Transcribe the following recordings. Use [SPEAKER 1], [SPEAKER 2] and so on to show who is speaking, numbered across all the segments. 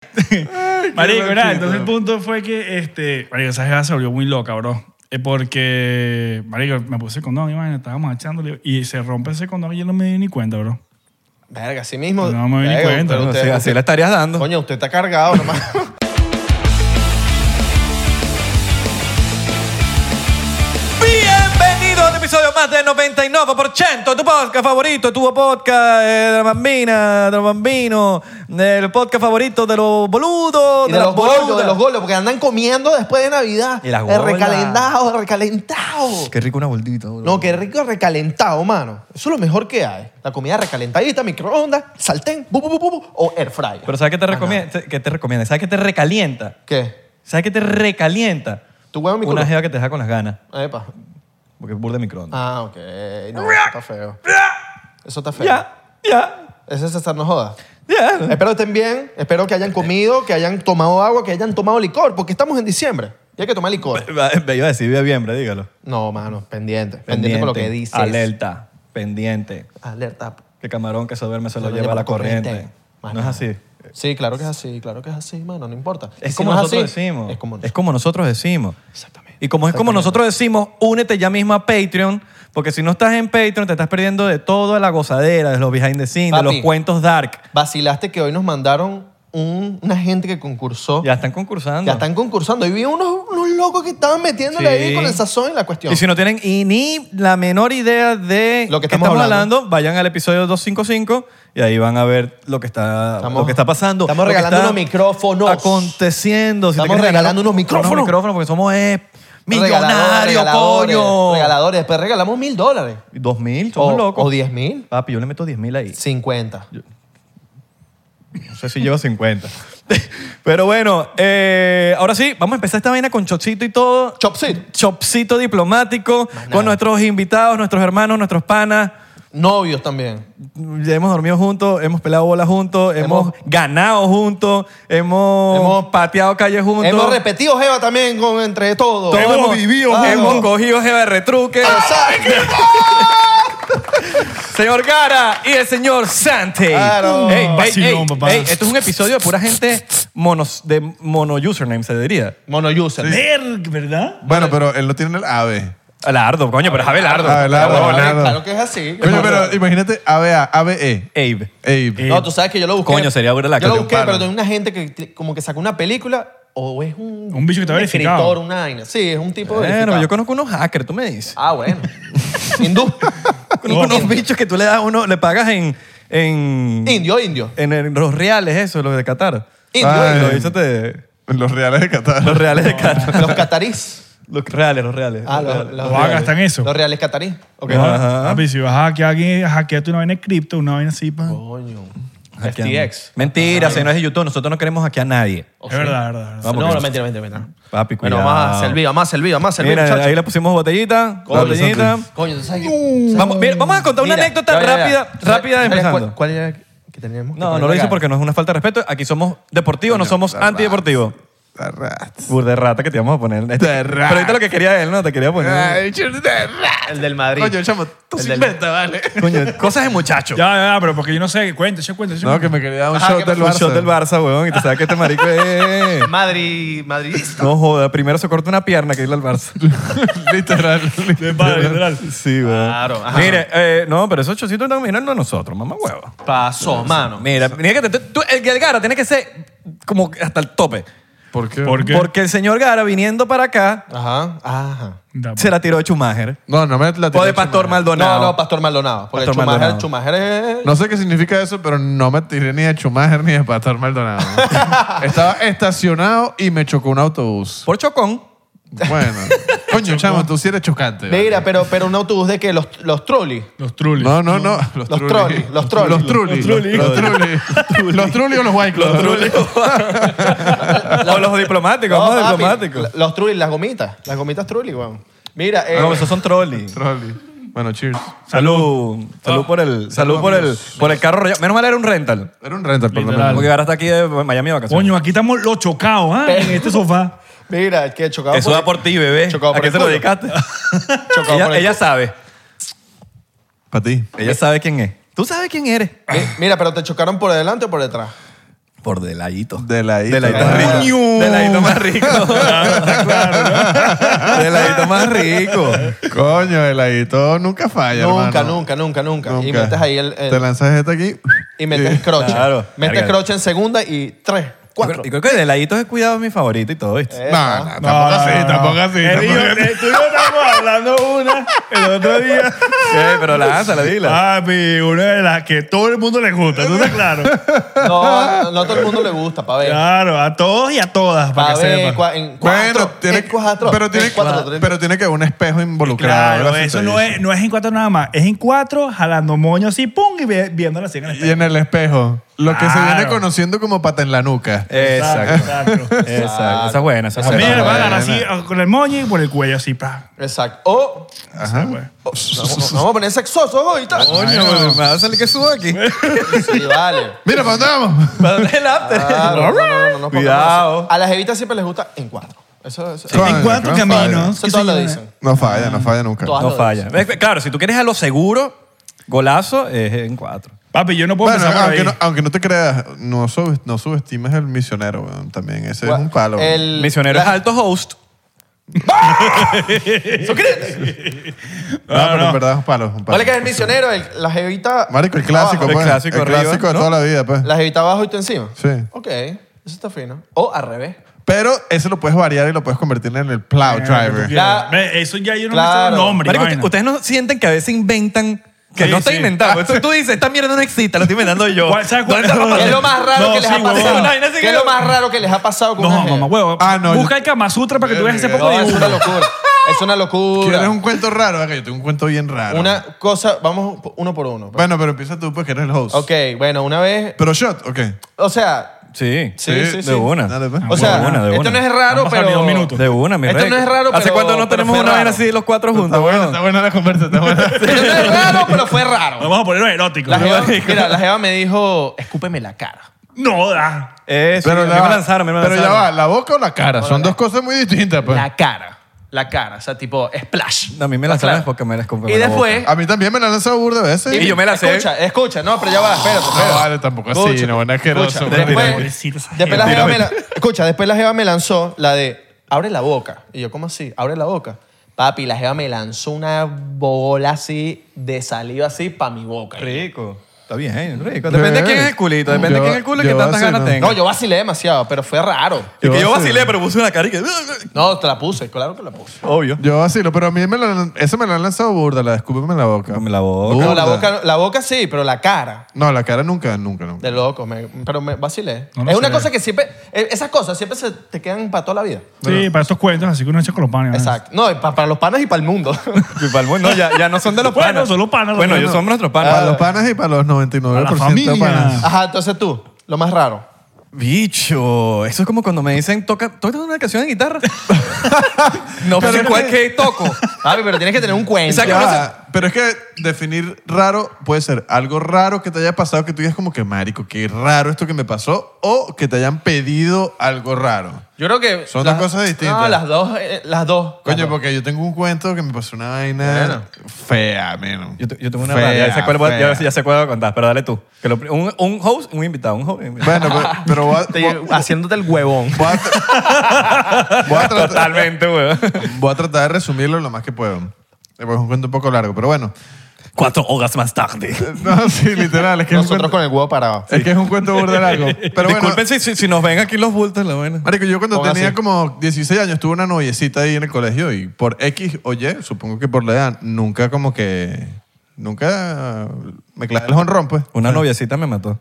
[SPEAKER 1] Marico,
[SPEAKER 2] loquito.
[SPEAKER 1] nada, entonces el punto fue que este, marico, esa jeva se volvió muy loca, bro. Eh, Porque, marico, me puse el condón y vaina, estábamos echándole y se rompe ese condón y yo no me di ni cuenta, bro.
[SPEAKER 2] Verga, así mismo.
[SPEAKER 1] No me di
[SPEAKER 2] Verga,
[SPEAKER 1] cuenta,
[SPEAKER 2] pero
[SPEAKER 1] no,
[SPEAKER 2] usted-
[SPEAKER 1] sí,
[SPEAKER 2] usted-
[SPEAKER 3] así la estarías dando.
[SPEAKER 2] Coño, usted está cargado nomás.
[SPEAKER 3] Bienvenido a un episodio más de 99%, tu podcast favorito, tu podcast eh, de la bambina, de los bambinos, el podcast favorito de los boludos,
[SPEAKER 2] Y de los golos, de los
[SPEAKER 3] boludas.
[SPEAKER 2] golos, porque andan comiendo después de Navidad.
[SPEAKER 3] Y las
[SPEAKER 2] Eh,
[SPEAKER 3] golas.
[SPEAKER 2] recalentado, recalentado.
[SPEAKER 3] Qué rico una boldita, boludo.
[SPEAKER 2] No, qué rico recalentado, mano. Eso es lo mejor que hay. La comida recalentadita, microondas, sartén, bu, bu, bu, bu, bu, o air fryer.
[SPEAKER 3] Pero ¿sabes qué te recomienda? ¿Qué te recomienda? ¿Sabes qué te recalienta?
[SPEAKER 2] ¿Qué?
[SPEAKER 3] ¿Sabes qué te recalienta?
[SPEAKER 2] ¿Tu huevo en mi
[SPEAKER 3] Una
[SPEAKER 2] culo?
[SPEAKER 3] jeva que te deja con las ganas,
[SPEAKER 2] Epa.
[SPEAKER 3] porque es burda de microondas.
[SPEAKER 2] Ah, ok. No, eso está feo. Eso está feo.
[SPEAKER 3] Ya, ya,
[SPEAKER 2] Ese es César, no jodas.
[SPEAKER 3] ya.
[SPEAKER 2] Espero estén bien, espero que hayan comido, que hayan tomado agua, que hayan tomado licor, porque estamos en diciembre y hay que tomar licor.
[SPEAKER 3] Me iba a decir noviembre, dígalo.
[SPEAKER 2] No, mano, pendiente, pendiente con lo que dices.
[SPEAKER 3] Alerta, pendiente.
[SPEAKER 2] Alerta.
[SPEAKER 3] Que camarón que se duerme se lo lleva a la corriente.
[SPEAKER 2] Más
[SPEAKER 3] No es
[SPEAKER 2] nada.
[SPEAKER 3] así.
[SPEAKER 2] Sí, claro que es así, claro que es así, mano, no importa. Y
[SPEAKER 3] Es
[SPEAKER 2] si
[SPEAKER 3] como
[SPEAKER 2] no
[SPEAKER 3] nosotros
[SPEAKER 2] así,
[SPEAKER 3] decimos.
[SPEAKER 2] Es como
[SPEAKER 3] Es como nosotros decimos.
[SPEAKER 2] Exactamente.
[SPEAKER 3] Y como es como nosotros decimos, únete ya mismo a Patreon, porque si no estás en Patreon te estás perdiendo de toda la gozadera, de los behind the scenes, de
[SPEAKER 2] Papi.
[SPEAKER 3] los cuentos dark.
[SPEAKER 2] Vacilaste que hoy nos mandaron un- una gente que concursó.
[SPEAKER 3] Ya están concursando.
[SPEAKER 2] Ya están concursando. Y vi unos, unos locos que estaban metiéndole
[SPEAKER 3] Sí.
[SPEAKER 2] ahí con el sazón en la cuestión.
[SPEAKER 3] Y si no tienen y ni la menor idea de
[SPEAKER 2] Lo que
[SPEAKER 3] qué
[SPEAKER 2] estamos hablando.
[SPEAKER 3] vayan al episodio 255 y ahí van a ver lo que está,
[SPEAKER 2] Estamos-
[SPEAKER 3] lo que está pasando.
[SPEAKER 2] estamos
[SPEAKER 3] lo que
[SPEAKER 2] regalando
[SPEAKER 3] está
[SPEAKER 2] unos micrófonos.
[SPEAKER 3] Aconteciendo. te
[SPEAKER 2] Estamos
[SPEAKER 3] quieres regalar
[SPEAKER 2] regalando unos micrófonos.
[SPEAKER 3] porque somos eh,
[SPEAKER 2] Regaladores,
[SPEAKER 3] millonarios,
[SPEAKER 2] regaladores,
[SPEAKER 3] coño.
[SPEAKER 2] Regaladores. Después regalamos mil dólares.
[SPEAKER 3] Dos mil, somos
[SPEAKER 2] O,
[SPEAKER 3] locos.
[SPEAKER 2] o diez mil.
[SPEAKER 3] Papi, yo le meto 10 mil ahí.
[SPEAKER 2] Cincuenta.
[SPEAKER 3] No sé si llevo 50. Pero bueno, eh, ahora sí, vamos a empezar esta vaina con chochito y todo.
[SPEAKER 2] Chopsit.
[SPEAKER 3] Chopcito diplomático con nuestros invitados, nuestros hermanos, nuestros panas.
[SPEAKER 2] Novios también.
[SPEAKER 3] Ya hemos dormido juntos, hemos pelado bola juntos, hemos,
[SPEAKER 2] Hemos-
[SPEAKER 3] ganado juntos, hemos,
[SPEAKER 2] Hemos-
[SPEAKER 3] pateado calles juntos.
[SPEAKER 2] Hemos repetido Jeva también con, entre todos.
[SPEAKER 3] Todos
[SPEAKER 2] Hemos- Ah,
[SPEAKER 3] Hemos
[SPEAKER 2] no.
[SPEAKER 3] cogido jeva de retruque.
[SPEAKER 2] Exacto.
[SPEAKER 3] Señor Gara y el señor Sante.
[SPEAKER 2] Claro.
[SPEAKER 3] Ey, ey,
[SPEAKER 1] Vacilón,
[SPEAKER 3] ey,
[SPEAKER 1] papá.
[SPEAKER 3] ey, esto es un episodio de pura gente monos, de mono username, se diría.
[SPEAKER 2] Mono user.
[SPEAKER 1] Ver, ¿verdad?
[SPEAKER 4] Bueno, pero él no tiene el ave.
[SPEAKER 3] Alardo, coño, pero es Abelardo.
[SPEAKER 4] Abelardo.
[SPEAKER 3] Abelardo.
[SPEAKER 4] Leonardo.
[SPEAKER 2] Claro que es así.
[SPEAKER 4] Coño, pero imagínate ave A, ave E.
[SPEAKER 3] Abe.
[SPEAKER 1] eh,
[SPEAKER 4] Abe.
[SPEAKER 2] No, tú sabes que yo lo busqué.
[SPEAKER 3] Coño, sería burda la
[SPEAKER 2] Yo lo
[SPEAKER 3] que
[SPEAKER 2] busqué,
[SPEAKER 4] un palo.
[SPEAKER 2] pero tengo una gente que t- como que sacó una película o es un...
[SPEAKER 1] Un bicho que está verificado.
[SPEAKER 2] escritor, una vaina. Sí, es un tipo
[SPEAKER 3] Bueno,
[SPEAKER 2] verificado.
[SPEAKER 3] yo conozco unos hackers, tú me dices.
[SPEAKER 2] Ah, bueno. Hindú.
[SPEAKER 3] Conozco unos
[SPEAKER 2] Indio.
[SPEAKER 3] bichos que tú le das uno, le pagas en. en
[SPEAKER 2] Indio, indio.
[SPEAKER 3] En, el- los reales, eso, los de Qatar.
[SPEAKER 2] Indio,
[SPEAKER 4] Ah,
[SPEAKER 3] Lo
[SPEAKER 2] indio.
[SPEAKER 4] eh.
[SPEAKER 3] dicho te-
[SPEAKER 4] Los reales de Qatar.
[SPEAKER 3] los reales de Qatar.
[SPEAKER 2] Los catarís.
[SPEAKER 3] Los reales, los reales.
[SPEAKER 2] Ah, los,
[SPEAKER 3] reales.
[SPEAKER 1] Los Ah, hagas están eso.
[SPEAKER 2] Los reales catarís. Ok.
[SPEAKER 3] Ajá.
[SPEAKER 1] Papi, si vas a hackear a alguien, hackeate una vaina de cripto, una vaina así, pa.
[SPEAKER 2] Coño.
[SPEAKER 3] Hackeamos.
[SPEAKER 2] FTX.
[SPEAKER 3] Mentira, señores de YouTube, nosotros no queremos hackear a nadie.
[SPEAKER 1] Es verdad, verdad, verdad.
[SPEAKER 3] Vamos,
[SPEAKER 2] no,
[SPEAKER 3] que-
[SPEAKER 2] no, mentira, mentira, mentira.
[SPEAKER 3] Papi,
[SPEAKER 2] Bueno,
[SPEAKER 3] cuidado.
[SPEAKER 2] vamos a servir, vamos a servir, vamos a servir,
[SPEAKER 3] Mira,
[SPEAKER 2] muchachos.
[SPEAKER 3] ahí le pusimos botellita,
[SPEAKER 2] Coño,
[SPEAKER 3] botellita.
[SPEAKER 2] Coño, ¿tú sabes qué?
[SPEAKER 3] Vamos, mira, vamos a contar Ah, una
[SPEAKER 2] Mira,
[SPEAKER 3] anécdota
[SPEAKER 2] ya, ya, ya.
[SPEAKER 3] rápida,
[SPEAKER 2] ¿Sabes-
[SPEAKER 3] rápida
[SPEAKER 2] sabes
[SPEAKER 3] empezando.
[SPEAKER 2] cuál- ¿Cuál era que teníamos? que
[SPEAKER 3] No,
[SPEAKER 2] poner
[SPEAKER 3] no lo hice
[SPEAKER 2] acá?
[SPEAKER 3] porque no es una falta de respeto. Aquí somos deportivos, no somos
[SPEAKER 4] la
[SPEAKER 3] antideportivos.
[SPEAKER 4] La rata.
[SPEAKER 3] Burde rata que te íbamos a poner.
[SPEAKER 4] De
[SPEAKER 3] Pero
[SPEAKER 4] rata.
[SPEAKER 3] ahorita lo que quería él, ¿no? Te quería poner.
[SPEAKER 4] Ay, chur- de rata.
[SPEAKER 2] El del Madrid.
[SPEAKER 4] Coño, chamo, tú
[SPEAKER 2] El
[SPEAKER 4] se
[SPEAKER 2] del-
[SPEAKER 4] inventa, vale.
[SPEAKER 3] Coño, cosas de muchacho.
[SPEAKER 1] Ya, ya, ya, pero porque yo no sé, cuenta, yo cuento. yo
[SPEAKER 4] No,
[SPEAKER 1] cuento.
[SPEAKER 4] Ah, que me quería dar un
[SPEAKER 2] Ajá,
[SPEAKER 4] shot
[SPEAKER 2] que
[SPEAKER 4] del
[SPEAKER 2] me-
[SPEAKER 3] Un
[SPEAKER 4] Barça.
[SPEAKER 3] shot del Barça, weón. Y te sabes que este marico es...
[SPEAKER 2] Madrid, madridista.
[SPEAKER 3] No joda, primero se corta una pierna que irle al Barça.
[SPEAKER 4] Literal.
[SPEAKER 1] De padre, literal.
[SPEAKER 3] Sí, weón.
[SPEAKER 4] Ah,
[SPEAKER 2] Claro, ajá.
[SPEAKER 3] Mire, eh, no, pero esos chocitos están mirando a nosotros, mamá huevo.
[SPEAKER 2] Pasó, mano.
[SPEAKER 3] Mira, mira que te- tú- el, el Gara tiene que ser como hasta el tope.
[SPEAKER 4] ¿Por qué?
[SPEAKER 1] ¿Por qué?
[SPEAKER 3] Porque el señor Gara, viniendo para acá,
[SPEAKER 2] Ajá, ajá.
[SPEAKER 1] Da, pa.
[SPEAKER 3] se la tiró de Ah, Schumacher.
[SPEAKER 4] No, no me la
[SPEAKER 3] O de
[SPEAKER 4] tiré
[SPEAKER 3] Pastor
[SPEAKER 4] Schumacher.
[SPEAKER 3] Maldonado.
[SPEAKER 2] No, no, Pastor Maldonado. Porque
[SPEAKER 3] Pastor
[SPEAKER 2] Schumacher,
[SPEAKER 3] Maldonado.
[SPEAKER 2] Schumacher es...
[SPEAKER 4] No sé qué significa eso, pero no me tiré ni de Schumacher ni de Pastor Maldonado. Estaba estacionado y me chocó un autobús.
[SPEAKER 3] Por Chocón.
[SPEAKER 4] Bueno. Coño, chamo, tú sí eres chocante. vale.
[SPEAKER 2] Mira, pero, pero un autobús de que los, los trolis.
[SPEAKER 1] Los trulis.
[SPEAKER 4] No, no, no.
[SPEAKER 2] Los trolli, los trolli.
[SPEAKER 4] Los trulli. Los trulli. Los trulli. Los trulli o los white Claw.
[SPEAKER 3] o los diplomáticos, vamos a
[SPEAKER 2] papi,
[SPEAKER 3] diplomáticos.
[SPEAKER 2] la- Los trulis, las gomitas. Las gomitas trulis, weón. Mira, eh,
[SPEAKER 3] No, esos son trolleys.
[SPEAKER 4] Trulli. Bueno, cheers.
[SPEAKER 3] Salud. Salud por el, Ah. salud por el, por el carro rayado. Menos mal era un rental.
[SPEAKER 4] Era un rental, por lo
[SPEAKER 1] Literal.
[SPEAKER 4] menos.
[SPEAKER 3] Porque ahora está aquí de Miami de vacaciones.
[SPEAKER 1] Coño, aquí estamos los chocados, ¿ah? En este sofá.
[SPEAKER 2] mira, que chocado
[SPEAKER 3] Eso da por ti, bebé.
[SPEAKER 2] Chocado
[SPEAKER 3] ¿A
[SPEAKER 2] por
[SPEAKER 3] qué
[SPEAKER 2] el
[SPEAKER 3] se lo
[SPEAKER 2] culo.
[SPEAKER 3] dedicaste?
[SPEAKER 2] Chocado
[SPEAKER 3] ella,
[SPEAKER 2] por el
[SPEAKER 3] ella
[SPEAKER 2] culo.
[SPEAKER 3] sabe.
[SPEAKER 4] Para ti.
[SPEAKER 3] Ella sabe quién es. Tú sabes quién eres.
[SPEAKER 2] Mi- Mira, pero te chocaron por delante o por detrás.
[SPEAKER 3] Por delayito.
[SPEAKER 4] Deladito.
[SPEAKER 3] Deladito más rico.
[SPEAKER 4] Ah.
[SPEAKER 3] Deladito más rico. Deladito más rico.
[SPEAKER 4] Coño, el adito nunca falla.
[SPEAKER 2] Nunca,
[SPEAKER 4] hermano.
[SPEAKER 2] nunca, nunca, nunca, Y
[SPEAKER 4] Nunca.
[SPEAKER 2] metes ahí el. el-
[SPEAKER 4] Te lanzas esta aquí.
[SPEAKER 2] y metes croche.
[SPEAKER 3] Claro.
[SPEAKER 2] Metes
[SPEAKER 3] Verga.
[SPEAKER 2] croche en segunda y tres, cuatro.
[SPEAKER 3] Y creo que Deladito es cuidado mi favorito y todo, ¿viste?
[SPEAKER 2] Eh,
[SPEAKER 4] No, no, tampoco así, tampoco así.
[SPEAKER 1] Ah, El
[SPEAKER 4] tampoco
[SPEAKER 1] hijo-
[SPEAKER 4] así.
[SPEAKER 1] eh, tú y yo estábamos hablando una el otro día. Ah,
[SPEAKER 3] Sí, Eh, pero lánzala, dila.
[SPEAKER 1] Papi, una de las que todo el mundo le gusta, ¿tú estás claro?
[SPEAKER 2] No, no, no a todo el mundo le gusta, pa' ver.
[SPEAKER 1] Claro, a todos y a todas, para
[SPEAKER 2] Pa'
[SPEAKER 1] que
[SPEAKER 2] ver,
[SPEAKER 1] sepan.
[SPEAKER 2] cua- en cuatro.
[SPEAKER 4] Bueno, tiene,
[SPEAKER 2] en cuatro.
[SPEAKER 4] pero, tiene,
[SPEAKER 2] en cuatro, tres.
[SPEAKER 4] pero tiene que haber un espejo involucrado.
[SPEAKER 1] Claro,
[SPEAKER 4] algo así
[SPEAKER 1] eso
[SPEAKER 4] te
[SPEAKER 1] no
[SPEAKER 4] dice.
[SPEAKER 1] es, no es en cuatro nada más. Es en cuatro, jalando moños así, pum, y vi- viéndola así en el espejo.
[SPEAKER 4] Y en el espejo, lo que se viene
[SPEAKER 1] Claro. Eh.
[SPEAKER 4] conociendo como pata en la nuca.
[SPEAKER 3] Exacto.
[SPEAKER 1] exacto.
[SPEAKER 3] Exacto. Esa es buena, esa es
[SPEAKER 1] A mí me
[SPEAKER 3] buena.
[SPEAKER 1] van a dar así ah, con el moño y por el cuello así, pa.
[SPEAKER 2] Exacto. O
[SPEAKER 4] Ajá.
[SPEAKER 2] nos vamos- nos vamos a poner sexosos ahorita.
[SPEAKER 3] Coño, me va a salir que subo aquí.
[SPEAKER 2] Sí, vale.
[SPEAKER 4] Mira, ¿para dónde vamos?
[SPEAKER 3] Para el after.
[SPEAKER 2] Claro, no, no, no, no, no, no,
[SPEAKER 3] Cuidado.
[SPEAKER 2] A las jevitas siempre les gusta en cuatro. Eso, eso,
[SPEAKER 4] Claro,
[SPEAKER 1] en cuatro
[SPEAKER 4] no falla.
[SPEAKER 1] caminos.
[SPEAKER 2] eso
[SPEAKER 1] que
[SPEAKER 2] todas lo
[SPEAKER 1] se-
[SPEAKER 2] dicen.
[SPEAKER 4] No falla, no falla nunca.
[SPEAKER 2] Todas.
[SPEAKER 3] No falla. Eh, Claro, si tú quieres a lo seguro, golazo es en cuatro.
[SPEAKER 1] Papi, yo no puedo
[SPEAKER 4] Bueno,
[SPEAKER 1] empezar por
[SPEAKER 4] aunque
[SPEAKER 1] ahí.
[SPEAKER 4] no, aunque no te creas, no, sub- no subestimes el misionero, weón, también. Ese es un palo. weón.
[SPEAKER 2] El-
[SPEAKER 3] Misionero
[SPEAKER 2] Mm, la-
[SPEAKER 3] es alto host.
[SPEAKER 4] No,
[SPEAKER 1] No,
[SPEAKER 4] pero
[SPEAKER 1] no.
[SPEAKER 4] en verdad es un palo. es un palo.
[SPEAKER 2] ¿Cuál es que es el misionero? El- la jevita.
[SPEAKER 4] Marico, el clásico,
[SPEAKER 3] El
[SPEAKER 4] pues.
[SPEAKER 3] clásico
[SPEAKER 4] el
[SPEAKER 3] arriba,
[SPEAKER 4] clásico de
[SPEAKER 3] ¿no?
[SPEAKER 4] toda la vida, pues.
[SPEAKER 2] La jevita abajo y tú encima.
[SPEAKER 4] Sí.
[SPEAKER 2] Ok, eso está fino. O al revés.
[SPEAKER 4] Pero ese lo puedes variar y lo puedes convertir en el plow driver.
[SPEAKER 2] La-
[SPEAKER 1] Ve, Eso ya yo no me sé
[SPEAKER 2] Claro.
[SPEAKER 1] el nombre.
[SPEAKER 3] Marico,
[SPEAKER 1] vaina.
[SPEAKER 3] ustedes no sienten que a veces inventan. Que
[SPEAKER 1] Sí,
[SPEAKER 3] no está
[SPEAKER 1] sí.
[SPEAKER 3] inventado. Esto tú dices, esta mierda no existe, la estoy inventando yo.
[SPEAKER 1] ¿Cuál- sabes cuál-
[SPEAKER 3] ¿Dónde está
[SPEAKER 2] ¿Qué es lo más raro
[SPEAKER 1] No,
[SPEAKER 2] que les
[SPEAKER 1] sí,
[SPEAKER 2] ha pasado?
[SPEAKER 1] huevón.
[SPEAKER 3] Una vaina así
[SPEAKER 2] ¿Qué es
[SPEAKER 3] que-
[SPEAKER 2] lo más raro que les ha pasado con una
[SPEAKER 1] No,
[SPEAKER 2] jeva?
[SPEAKER 1] mamá, huevo.
[SPEAKER 4] Ah, no,
[SPEAKER 1] Busca
[SPEAKER 4] yo-
[SPEAKER 1] el Kama Sutra para que tú veas ese poco
[SPEAKER 2] No,
[SPEAKER 1] de
[SPEAKER 2] es una
[SPEAKER 1] dibujo.
[SPEAKER 2] locura. Es una
[SPEAKER 4] ¿Quieres
[SPEAKER 2] locura.
[SPEAKER 4] un cuento raro? Venga, yo tengo un cuento bien raro.
[SPEAKER 2] Una cosa, vamos uno por uno.
[SPEAKER 4] Bueno, pero empieza tú, pues, que eres el host.
[SPEAKER 2] Ok, bueno, una vez.
[SPEAKER 4] Pero shot, ok.
[SPEAKER 2] O sea,
[SPEAKER 3] Sí,
[SPEAKER 2] Sí, sí,
[SPEAKER 3] de
[SPEAKER 2] sí.
[SPEAKER 3] una.
[SPEAKER 4] Dale,
[SPEAKER 1] Ah,
[SPEAKER 4] pues.
[SPEAKER 2] o sea
[SPEAKER 3] de una, de
[SPEAKER 2] esto
[SPEAKER 3] una.
[SPEAKER 2] no es
[SPEAKER 1] Han
[SPEAKER 2] raro,
[SPEAKER 1] pasado
[SPEAKER 2] pero.
[SPEAKER 1] ni dos minutos.
[SPEAKER 3] De una, mi
[SPEAKER 2] Esto
[SPEAKER 3] rey.
[SPEAKER 2] no es raro,
[SPEAKER 3] ¿Hace
[SPEAKER 2] pero-
[SPEAKER 3] cuánto no
[SPEAKER 2] pero
[SPEAKER 3] tenemos
[SPEAKER 2] fue
[SPEAKER 3] una vaina
[SPEAKER 2] raro.
[SPEAKER 3] así los cuatro
[SPEAKER 4] Está
[SPEAKER 3] juntos?
[SPEAKER 4] buena,
[SPEAKER 3] weón?
[SPEAKER 4] está buena la conversa, está buena.
[SPEAKER 2] Esto no es raro, pero fue raro.
[SPEAKER 1] Vamos a ponerlo erótico.
[SPEAKER 2] La jeva, mira, la jeva me dijo, escúpeme la cara.
[SPEAKER 1] No, da.
[SPEAKER 3] Eh, sí, a mí
[SPEAKER 4] ya
[SPEAKER 3] me
[SPEAKER 4] va.
[SPEAKER 3] lanzaron, a mí me
[SPEAKER 4] Pero ya
[SPEAKER 3] lanzaron.
[SPEAKER 4] va, ¿la boca o la cara? Son dos cosas muy distintas, pues.
[SPEAKER 2] La cara. La cara. O sea, tipo, splash.
[SPEAKER 3] A mí me
[SPEAKER 2] La
[SPEAKER 3] lanzaron
[SPEAKER 2] cara.
[SPEAKER 3] es porque me las compré
[SPEAKER 2] Y
[SPEAKER 3] en la boca.
[SPEAKER 2] después.
[SPEAKER 4] A mí también me la han lanzado burda de veces.
[SPEAKER 3] Y yo me la sé.
[SPEAKER 2] Escucha, escucha. No, pero ya va, espérate.
[SPEAKER 4] No,
[SPEAKER 2] espérate.
[SPEAKER 4] vale, tampoco así,
[SPEAKER 2] Escucha,
[SPEAKER 4] no, bueno, asqueroso,
[SPEAKER 2] escucha,
[SPEAKER 4] bueno,
[SPEAKER 2] después-
[SPEAKER 1] pobrecito esa
[SPEAKER 2] después la
[SPEAKER 1] gente.
[SPEAKER 2] jeva me la- Escucha, después la jeva me lanzó la de abre la boca. Y yo, ¿cómo así? Abre la boca. Papi, la jeva me lanzó una bola así de saliva así para mi boca.
[SPEAKER 3] Rico. Está bien, eh, rico. Depende de quién es el culito, depende de
[SPEAKER 4] Yo-
[SPEAKER 3] quién es el culo y
[SPEAKER 4] yo
[SPEAKER 3] que tantas
[SPEAKER 4] así,
[SPEAKER 3] ganas
[SPEAKER 4] ¿no?
[SPEAKER 3] tenga.
[SPEAKER 2] No, yo vacilé demasiado, pero fue raro.
[SPEAKER 3] Y que
[SPEAKER 4] yo
[SPEAKER 3] yo
[SPEAKER 4] así.
[SPEAKER 3] vacilé, pero puse una cara y que...
[SPEAKER 2] No, te la puse, claro que la puse.
[SPEAKER 3] Obvio.
[SPEAKER 4] Yo vacilo, pero a mí me la, esa me la han lanzado burda, la de escúpeme la boca.
[SPEAKER 3] Escúpeme la boca.
[SPEAKER 4] Burda.
[SPEAKER 2] No, la boca, la boca sí, pero la cara.
[SPEAKER 4] No, la cara nunca, nunca, nunca.
[SPEAKER 2] De loco, me- pero me vacilé.
[SPEAKER 1] No lo
[SPEAKER 2] es una
[SPEAKER 1] sé.
[SPEAKER 2] cosa que siempre, eh, esas cosas siempre se te quedan para toda la vida.
[SPEAKER 1] Sí, para estos cuentos, así que uno echa con los
[SPEAKER 4] Ah.
[SPEAKER 1] panes. ¿no?
[SPEAKER 2] Exacto. No, pa- para, los panas y para el mundo.
[SPEAKER 3] Y pa'l mundo, Pues, No, ya, ya no son de los
[SPEAKER 1] Bueno,
[SPEAKER 3] panas.
[SPEAKER 1] son los panas, los
[SPEAKER 3] Bueno,
[SPEAKER 1] panas.
[SPEAKER 3] ellos son nuestros
[SPEAKER 4] Para
[SPEAKER 3] panas.
[SPEAKER 4] los panas y para los 99%
[SPEAKER 1] A la familia.
[SPEAKER 4] de panas.
[SPEAKER 2] Ajá, entonces tú, lo más raro.
[SPEAKER 3] Bicho, eso es como cuando me dicen, toca, toca una canción de guitarra. no
[SPEAKER 4] Pero
[SPEAKER 3] sé
[SPEAKER 4] es
[SPEAKER 3] cuál
[SPEAKER 4] que-
[SPEAKER 3] que toco.
[SPEAKER 2] Papi, pero tienes que tener un cuento.
[SPEAKER 3] Exacto.
[SPEAKER 4] Ya va, Pero es que definir raro puede ser algo raro que te haya pasado que tú digas como que marico, qué raro esto que me pasó o que te hayan pedido algo raro.
[SPEAKER 2] Yo creo que...
[SPEAKER 4] Son
[SPEAKER 2] las-
[SPEAKER 4] dos cosas distintas.
[SPEAKER 2] No, las dos, eh, las dos.
[SPEAKER 4] Coño,
[SPEAKER 2] Las dos.
[SPEAKER 4] porque yo tengo un cuento que me pasó una vaina fea, menos.
[SPEAKER 3] Yo, te- yo tengo una rara, ya sé cuál voy a- ya, sé- ya sé cuál voy a contar, pero dale tú. Que lo pri- un, un host, un invitado, un host. un invitado.
[SPEAKER 4] Bueno, pero, pero voy, a, voy
[SPEAKER 2] Te- haciéndote el huevón.
[SPEAKER 4] a- voy a tra- voy a tratar,
[SPEAKER 3] Totalmente, weón.
[SPEAKER 4] voy a tratar de resumirlo lo más que puedo. Es un cuento un poco largo, pero bueno.
[SPEAKER 3] Cuatro horas más tarde.
[SPEAKER 4] No, sí, literal. Es que, es un
[SPEAKER 2] Nosotros
[SPEAKER 4] cuento,
[SPEAKER 2] con el huevo parado.
[SPEAKER 4] es, que es un cuento burda largo. Pero bueno,
[SPEAKER 3] Disculpen si, si, si nos ven aquí los bultos, la buena.
[SPEAKER 4] Marico, yo cuando
[SPEAKER 2] Ponga
[SPEAKER 4] tenía
[SPEAKER 2] así.
[SPEAKER 4] como 16 años tuve una noviecita ahí en el colegio y por X o Y, supongo que por la edad, nunca como que... Nunca me clavé el honrón, pues.
[SPEAKER 3] Una noviecita me mató.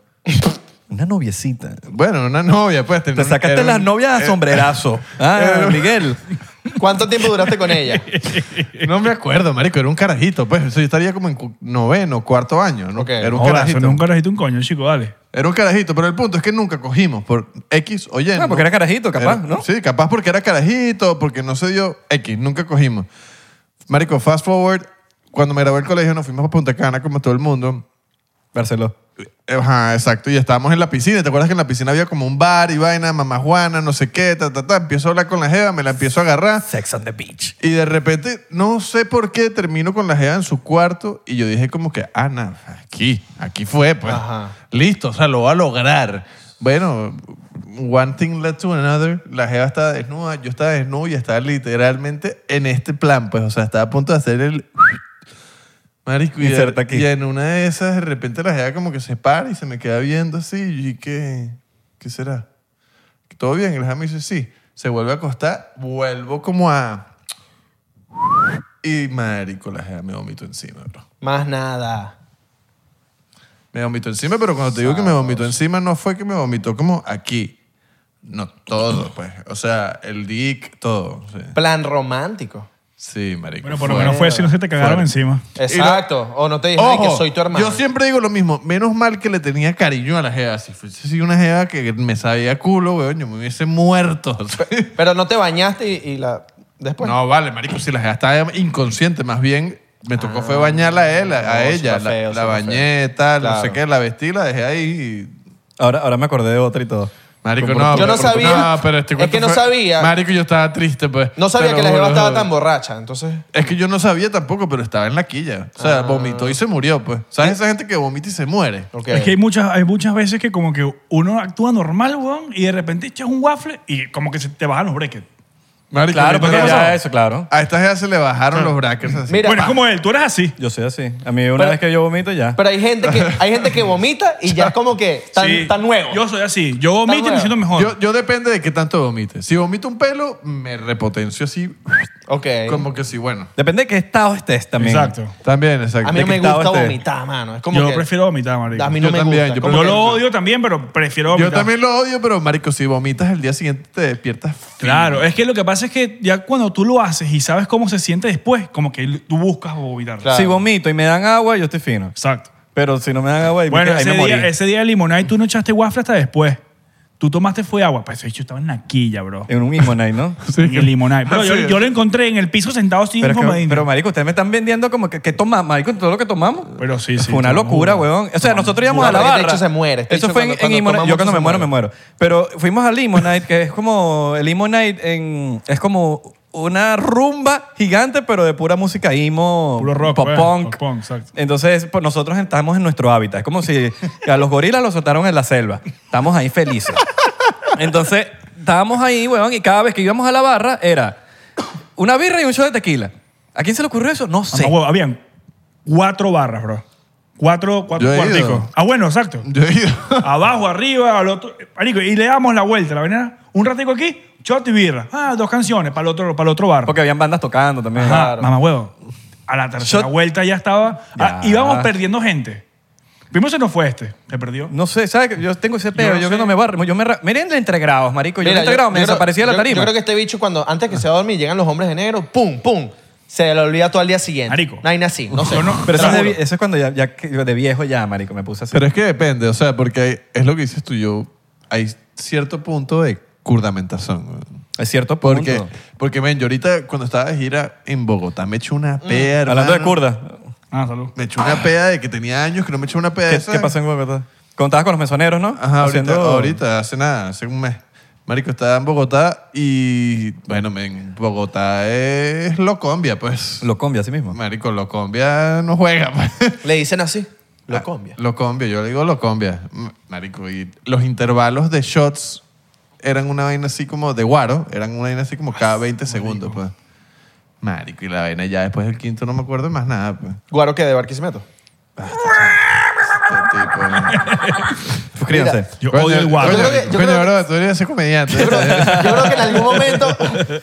[SPEAKER 3] Una noviecita.
[SPEAKER 4] Bueno, una novia, pues.
[SPEAKER 3] Te sacaste las novias a sombrerazo. Ah, Miguel.
[SPEAKER 2] ¿Cuánto tiempo duraste con ella?
[SPEAKER 4] No me acuerdo, marico. Era un carajito, pues. Eso yo estaría como en cu- noveno, cuarto año. ¿no?
[SPEAKER 2] Ok.
[SPEAKER 4] Era un
[SPEAKER 1] Joder,
[SPEAKER 4] carajito.
[SPEAKER 1] eso nunca lo dijiste un coño, chico, dale.
[SPEAKER 4] Era un carajito, pero el punto es que nunca cogimos por X o Y.
[SPEAKER 3] Ah, porque era carajito, capaz, ¿no?
[SPEAKER 4] Sí, capaz porque era carajito, porque no se dio X, nunca cogimos. Marico, fast forward, cuando me gradué del colegio nos fuimos a Punta Cana como todo el mundo. Eh,
[SPEAKER 3] Barceló.
[SPEAKER 4] Ajá, exacto. Y estábamos en la piscina. ¿Te acuerdas que en la piscina había como un bar y vaina, mamá Juana, no sé qué, ta, ta, ta? Empiezo a hablar con la jeva, me la empiezo a agarrar.
[SPEAKER 3] Sex on the beach.
[SPEAKER 4] Y de repente, no sé por qué, termino con la jeva en su cuarto y yo dije como que, Ana, aquí, aquí fue, pues.
[SPEAKER 2] Ajá.
[SPEAKER 4] Listo, o sea, lo va a lograr. bueno, one thing led to another. La jeva estaba desnuda, yo estaba desnudo y estaba literalmente en este plan, pues, o sea, estaba a punto de hacer el... Marico, y,
[SPEAKER 3] Inserta aquí.
[SPEAKER 4] y en una de esas, de repente la jeva como que se para y se me queda viendo así. ¿Y qué, qué será? ¿Todo bien? El jeva me dice, sí. Se vuelve a acostar, vuelvo como a... Y marico, la jeva me vomito encima, bro.
[SPEAKER 2] Más nada.
[SPEAKER 4] Me vomitó encima, pero cuando te digo que me vomitó encima, no fue que me vomitó como aquí. No, todo, pues. O sea, el dick, todo. Sí,
[SPEAKER 2] Plan romántico.
[SPEAKER 4] sí marico.
[SPEAKER 1] Bueno, por lo
[SPEAKER 4] fue.
[SPEAKER 1] menos fue si no se te cagaron
[SPEAKER 4] Fuera.
[SPEAKER 1] encima.
[SPEAKER 2] Exacto. O no te dije
[SPEAKER 4] Ojo,
[SPEAKER 2] que soy tu hermano.
[SPEAKER 4] Yo siempre digo lo mismo. Menos mal que le tenía cariño a la jeva. Si fuese así una jeva que me sabía culo, weón, yo me hubiese muerto.
[SPEAKER 2] Pero no te bañaste y, y la... Después.
[SPEAKER 4] no, vale, marico. Si la jeva estaba inconsciente, más bien me tocó fue bañarla a él, a, a
[SPEAKER 2] Ah, no,
[SPEAKER 4] ella.
[SPEAKER 2] súper
[SPEAKER 4] La-
[SPEAKER 2] feo,
[SPEAKER 4] la
[SPEAKER 2] súper
[SPEAKER 4] bañé, tal, no sé
[SPEAKER 2] Claro.
[SPEAKER 4] qué, la vestí, la dejé ahí y
[SPEAKER 3] Ahora, ahora me acordé de otra y todo.
[SPEAKER 4] Marico,
[SPEAKER 3] Por-
[SPEAKER 4] no.
[SPEAKER 2] Yo no
[SPEAKER 4] pero-
[SPEAKER 2] sabía.
[SPEAKER 4] No, pero este
[SPEAKER 2] Es
[SPEAKER 4] cuento
[SPEAKER 2] que no
[SPEAKER 4] fue-
[SPEAKER 2] sabía.
[SPEAKER 4] Marico, yo estaba triste, pues.
[SPEAKER 2] No sabía
[SPEAKER 4] Pero
[SPEAKER 2] que la jeva
[SPEAKER 4] bueno,
[SPEAKER 2] estaba
[SPEAKER 4] joder.
[SPEAKER 2] tan borracha, entonces...
[SPEAKER 4] Es que yo no sabía tampoco, pero estaba en la quilla. O
[SPEAKER 2] Ah.
[SPEAKER 4] sea, vomitó y se murió, pues. ¿Sabes esa gente que vomita y se muere?
[SPEAKER 2] ok.
[SPEAKER 1] Es que hay muchas, hay muchas veces que como que uno actúa normal, weón, y de repente echas un waffle y como que se te bajan los brackets.
[SPEAKER 4] Marico,
[SPEAKER 3] Claro, porque
[SPEAKER 4] literal,
[SPEAKER 3] ya eso, claro.
[SPEAKER 4] A estas jevas se le bajaron los brackets así.
[SPEAKER 2] Mira,
[SPEAKER 1] bueno,
[SPEAKER 2] pa-
[SPEAKER 1] es como él, tú eres así.
[SPEAKER 3] Yo soy así. A mí una
[SPEAKER 2] Pero-
[SPEAKER 3] vez que yo vomito ya.
[SPEAKER 2] Pero hay gente que, hay gente que vomita y ya es como que tan,
[SPEAKER 1] Sí.
[SPEAKER 2] tan nuevo.
[SPEAKER 1] Yo soy así. Yo vomito y
[SPEAKER 2] nuevo.
[SPEAKER 1] me siento mejor.
[SPEAKER 4] Yo, yo depende de qué tanto vomite. Si vomito un pelo, me repotencio así.
[SPEAKER 2] Ok.
[SPEAKER 4] Como que sí, bueno.
[SPEAKER 3] Depende de qué estado estés también.
[SPEAKER 1] Exacto.
[SPEAKER 4] También, exacto.
[SPEAKER 2] A mí
[SPEAKER 3] ¿De
[SPEAKER 2] no
[SPEAKER 3] qué
[SPEAKER 2] me
[SPEAKER 3] estado
[SPEAKER 2] gusta
[SPEAKER 3] este?
[SPEAKER 2] vomitar, mano. Es como
[SPEAKER 1] Yo
[SPEAKER 2] que
[SPEAKER 1] prefiero vomitar, marico.
[SPEAKER 2] A mí no
[SPEAKER 4] Yo
[SPEAKER 2] me
[SPEAKER 4] también,
[SPEAKER 2] gusta.
[SPEAKER 4] yo
[SPEAKER 2] como
[SPEAKER 1] Yo
[SPEAKER 2] que-
[SPEAKER 1] lo odio también, pero prefiero
[SPEAKER 4] Yo
[SPEAKER 1] vomitar.
[SPEAKER 4] también lo odio, pero marico, si vomitas el día siguiente te despiertas.
[SPEAKER 1] Claro, es que lo que pasa es que ya cuando tú lo haces y sabes cómo se siente después, como que tú buscas vomitar.
[SPEAKER 2] Claro.
[SPEAKER 3] Si vomito y me dan agua, yo estoy fino.
[SPEAKER 1] Exacto.
[SPEAKER 3] Pero si no me dan agua, ahí me
[SPEAKER 1] Bueno,
[SPEAKER 3] quedo- ahí
[SPEAKER 1] ese
[SPEAKER 3] me morí.
[SPEAKER 1] día, ese día de limonada y tú no echaste waffle hasta después. Tú tomaste fue agua. Pues yo estaba en la quilla, bro.
[SPEAKER 3] En un Imonite, ¿no?
[SPEAKER 1] en el limonada. Bro, yo,
[SPEAKER 4] Sí.
[SPEAKER 1] yo lo encontré en el piso sentado sin
[SPEAKER 3] Ah, Pero, es que-
[SPEAKER 1] comodín.
[SPEAKER 3] pero, marico, ustedes me están vendiendo como que, que tomamos, marico, todo lo que tomamos.
[SPEAKER 1] Pero sí, sí,
[SPEAKER 3] Fue una
[SPEAKER 1] tomamos
[SPEAKER 3] locura,
[SPEAKER 1] burda.
[SPEAKER 3] weón. O sea, nosotros íbamos a la
[SPEAKER 2] burda.
[SPEAKER 3] barra.
[SPEAKER 2] Este bicho se muere, este
[SPEAKER 3] Eso
[SPEAKER 2] bicho
[SPEAKER 3] fue en,
[SPEAKER 2] cuando-
[SPEAKER 3] en
[SPEAKER 2] cuando
[SPEAKER 3] Imonite. Yo
[SPEAKER 2] toma mucho
[SPEAKER 3] cuando
[SPEAKER 2] se
[SPEAKER 3] me muero, me
[SPEAKER 2] muere.
[SPEAKER 3] muero. Pero fuimos al Imonite, que es como... El Imonite en, es como una rumba gigante, pero de pura música emo,
[SPEAKER 1] Puro rock,
[SPEAKER 3] pop
[SPEAKER 1] pues,
[SPEAKER 3] punk.
[SPEAKER 1] pop punk, exacto.
[SPEAKER 3] Entonces, pues, nosotros estamos en nuestro hábitat. Es como si a los gorilas los soltaron en la selva. Estamos ahí felices. Entonces, estábamos ahí, weón, y cada vez que íbamos a la barra era una birra y un shot de tequila. ¿A quién se le ocurrió eso? No sé.
[SPEAKER 1] Mamá, huevo, habían cuatro barras, bro. Cuatro, cuatro
[SPEAKER 4] Yo he
[SPEAKER 1] cuarticos.
[SPEAKER 4] ido.
[SPEAKER 1] Ah, bueno, exacto.
[SPEAKER 4] Yo he ido.
[SPEAKER 1] Abajo, arriba, al otro. Marico, y le damos la vuelta, la venera. Un ratico aquí, shot y birra. Ah, dos canciones para el otro, para el otro bar.
[SPEAKER 3] Porque habían bandas tocando también.
[SPEAKER 1] Ajá,
[SPEAKER 2] Claro.
[SPEAKER 1] mamá huevo. A la tercera
[SPEAKER 3] Shot.
[SPEAKER 1] vuelta ya estaba. Ah,
[SPEAKER 3] Ya.
[SPEAKER 1] íbamos perdiendo gente. Primero se nos fue este. Se perdió.
[SPEAKER 3] No sé, ¿sabes? qué? Yo tengo ese pedo.
[SPEAKER 1] no
[SPEAKER 3] Yo,
[SPEAKER 1] sé.
[SPEAKER 3] que no me barro. Yo me ra- Miren de entregrados, marico. Yo
[SPEAKER 2] Mira,
[SPEAKER 3] en entregrado me
[SPEAKER 2] creo-
[SPEAKER 3] desaparecía de la
[SPEAKER 2] yo-
[SPEAKER 3] tarima.
[SPEAKER 2] Yo creo que este bicho, cuando antes que se va a dormir, llegan los hombres de negro, pum, pum. Se lo olvida todo al día siguiente.
[SPEAKER 1] Marico.
[SPEAKER 2] No hay nada así. No sé.
[SPEAKER 1] Yo no-
[SPEAKER 3] Pero eso es, de,
[SPEAKER 1] Seguro.
[SPEAKER 3] vie- eso es cuando ya, ya que- de viejo ya, marico, me puse así.
[SPEAKER 4] Pero es que depende, o sea, porque hay- es lo que dices tú, yo, hay cierto punto de curdamentación. weón.
[SPEAKER 3] es cierto punto.
[SPEAKER 4] Porque, porque ven, yo ahorita cuando estaba de gira en Bogotá me eché
[SPEAKER 2] Mm.
[SPEAKER 4] una pea,
[SPEAKER 3] Hablando de
[SPEAKER 4] hermano.
[SPEAKER 3] kurda.
[SPEAKER 1] Ah, salud.
[SPEAKER 4] Me eché una pea de que tenía años que no me eché una pea de
[SPEAKER 3] ¿Qué,
[SPEAKER 4] esa.
[SPEAKER 3] qué pasó en Bogotá? Contabas con los mesoneros, ¿no?
[SPEAKER 4] Ajá, ahorita,
[SPEAKER 3] Haciendo-
[SPEAKER 4] ahorita, hace nada, hace un mes. Marico, estaba en Bogotá y, bueno, men, Bogotá es Locombia, pues.
[SPEAKER 3] Lo combi así mismo.
[SPEAKER 4] Marico, Locombia no juega, pues.
[SPEAKER 2] Le dicen así.
[SPEAKER 4] Ah,
[SPEAKER 2] Lo combia.
[SPEAKER 4] Lo combia, yo le digo lo combia. Mm, Marico, y los intervalos de shots eran una vaina así como de guaro, eran una vaina así como cada
[SPEAKER 1] Ah,
[SPEAKER 4] 20 segundos, pues. Marico, y la vaina ya después del quinto no me acuerdo de más nada, pues.
[SPEAKER 2] Guaro que de Barquisimeto.
[SPEAKER 4] Este tipo, ¿no?
[SPEAKER 3] Suscríbanse.
[SPEAKER 2] Mira.
[SPEAKER 1] Yo
[SPEAKER 4] Coño,
[SPEAKER 1] odio el
[SPEAKER 2] Yo
[SPEAKER 4] Coño,
[SPEAKER 1] guaro.
[SPEAKER 2] creo que- yo
[SPEAKER 4] coño,
[SPEAKER 2] creo que-
[SPEAKER 4] bro, tú deberías ser comediante.
[SPEAKER 2] Yo creo, yo creo que en algún momento,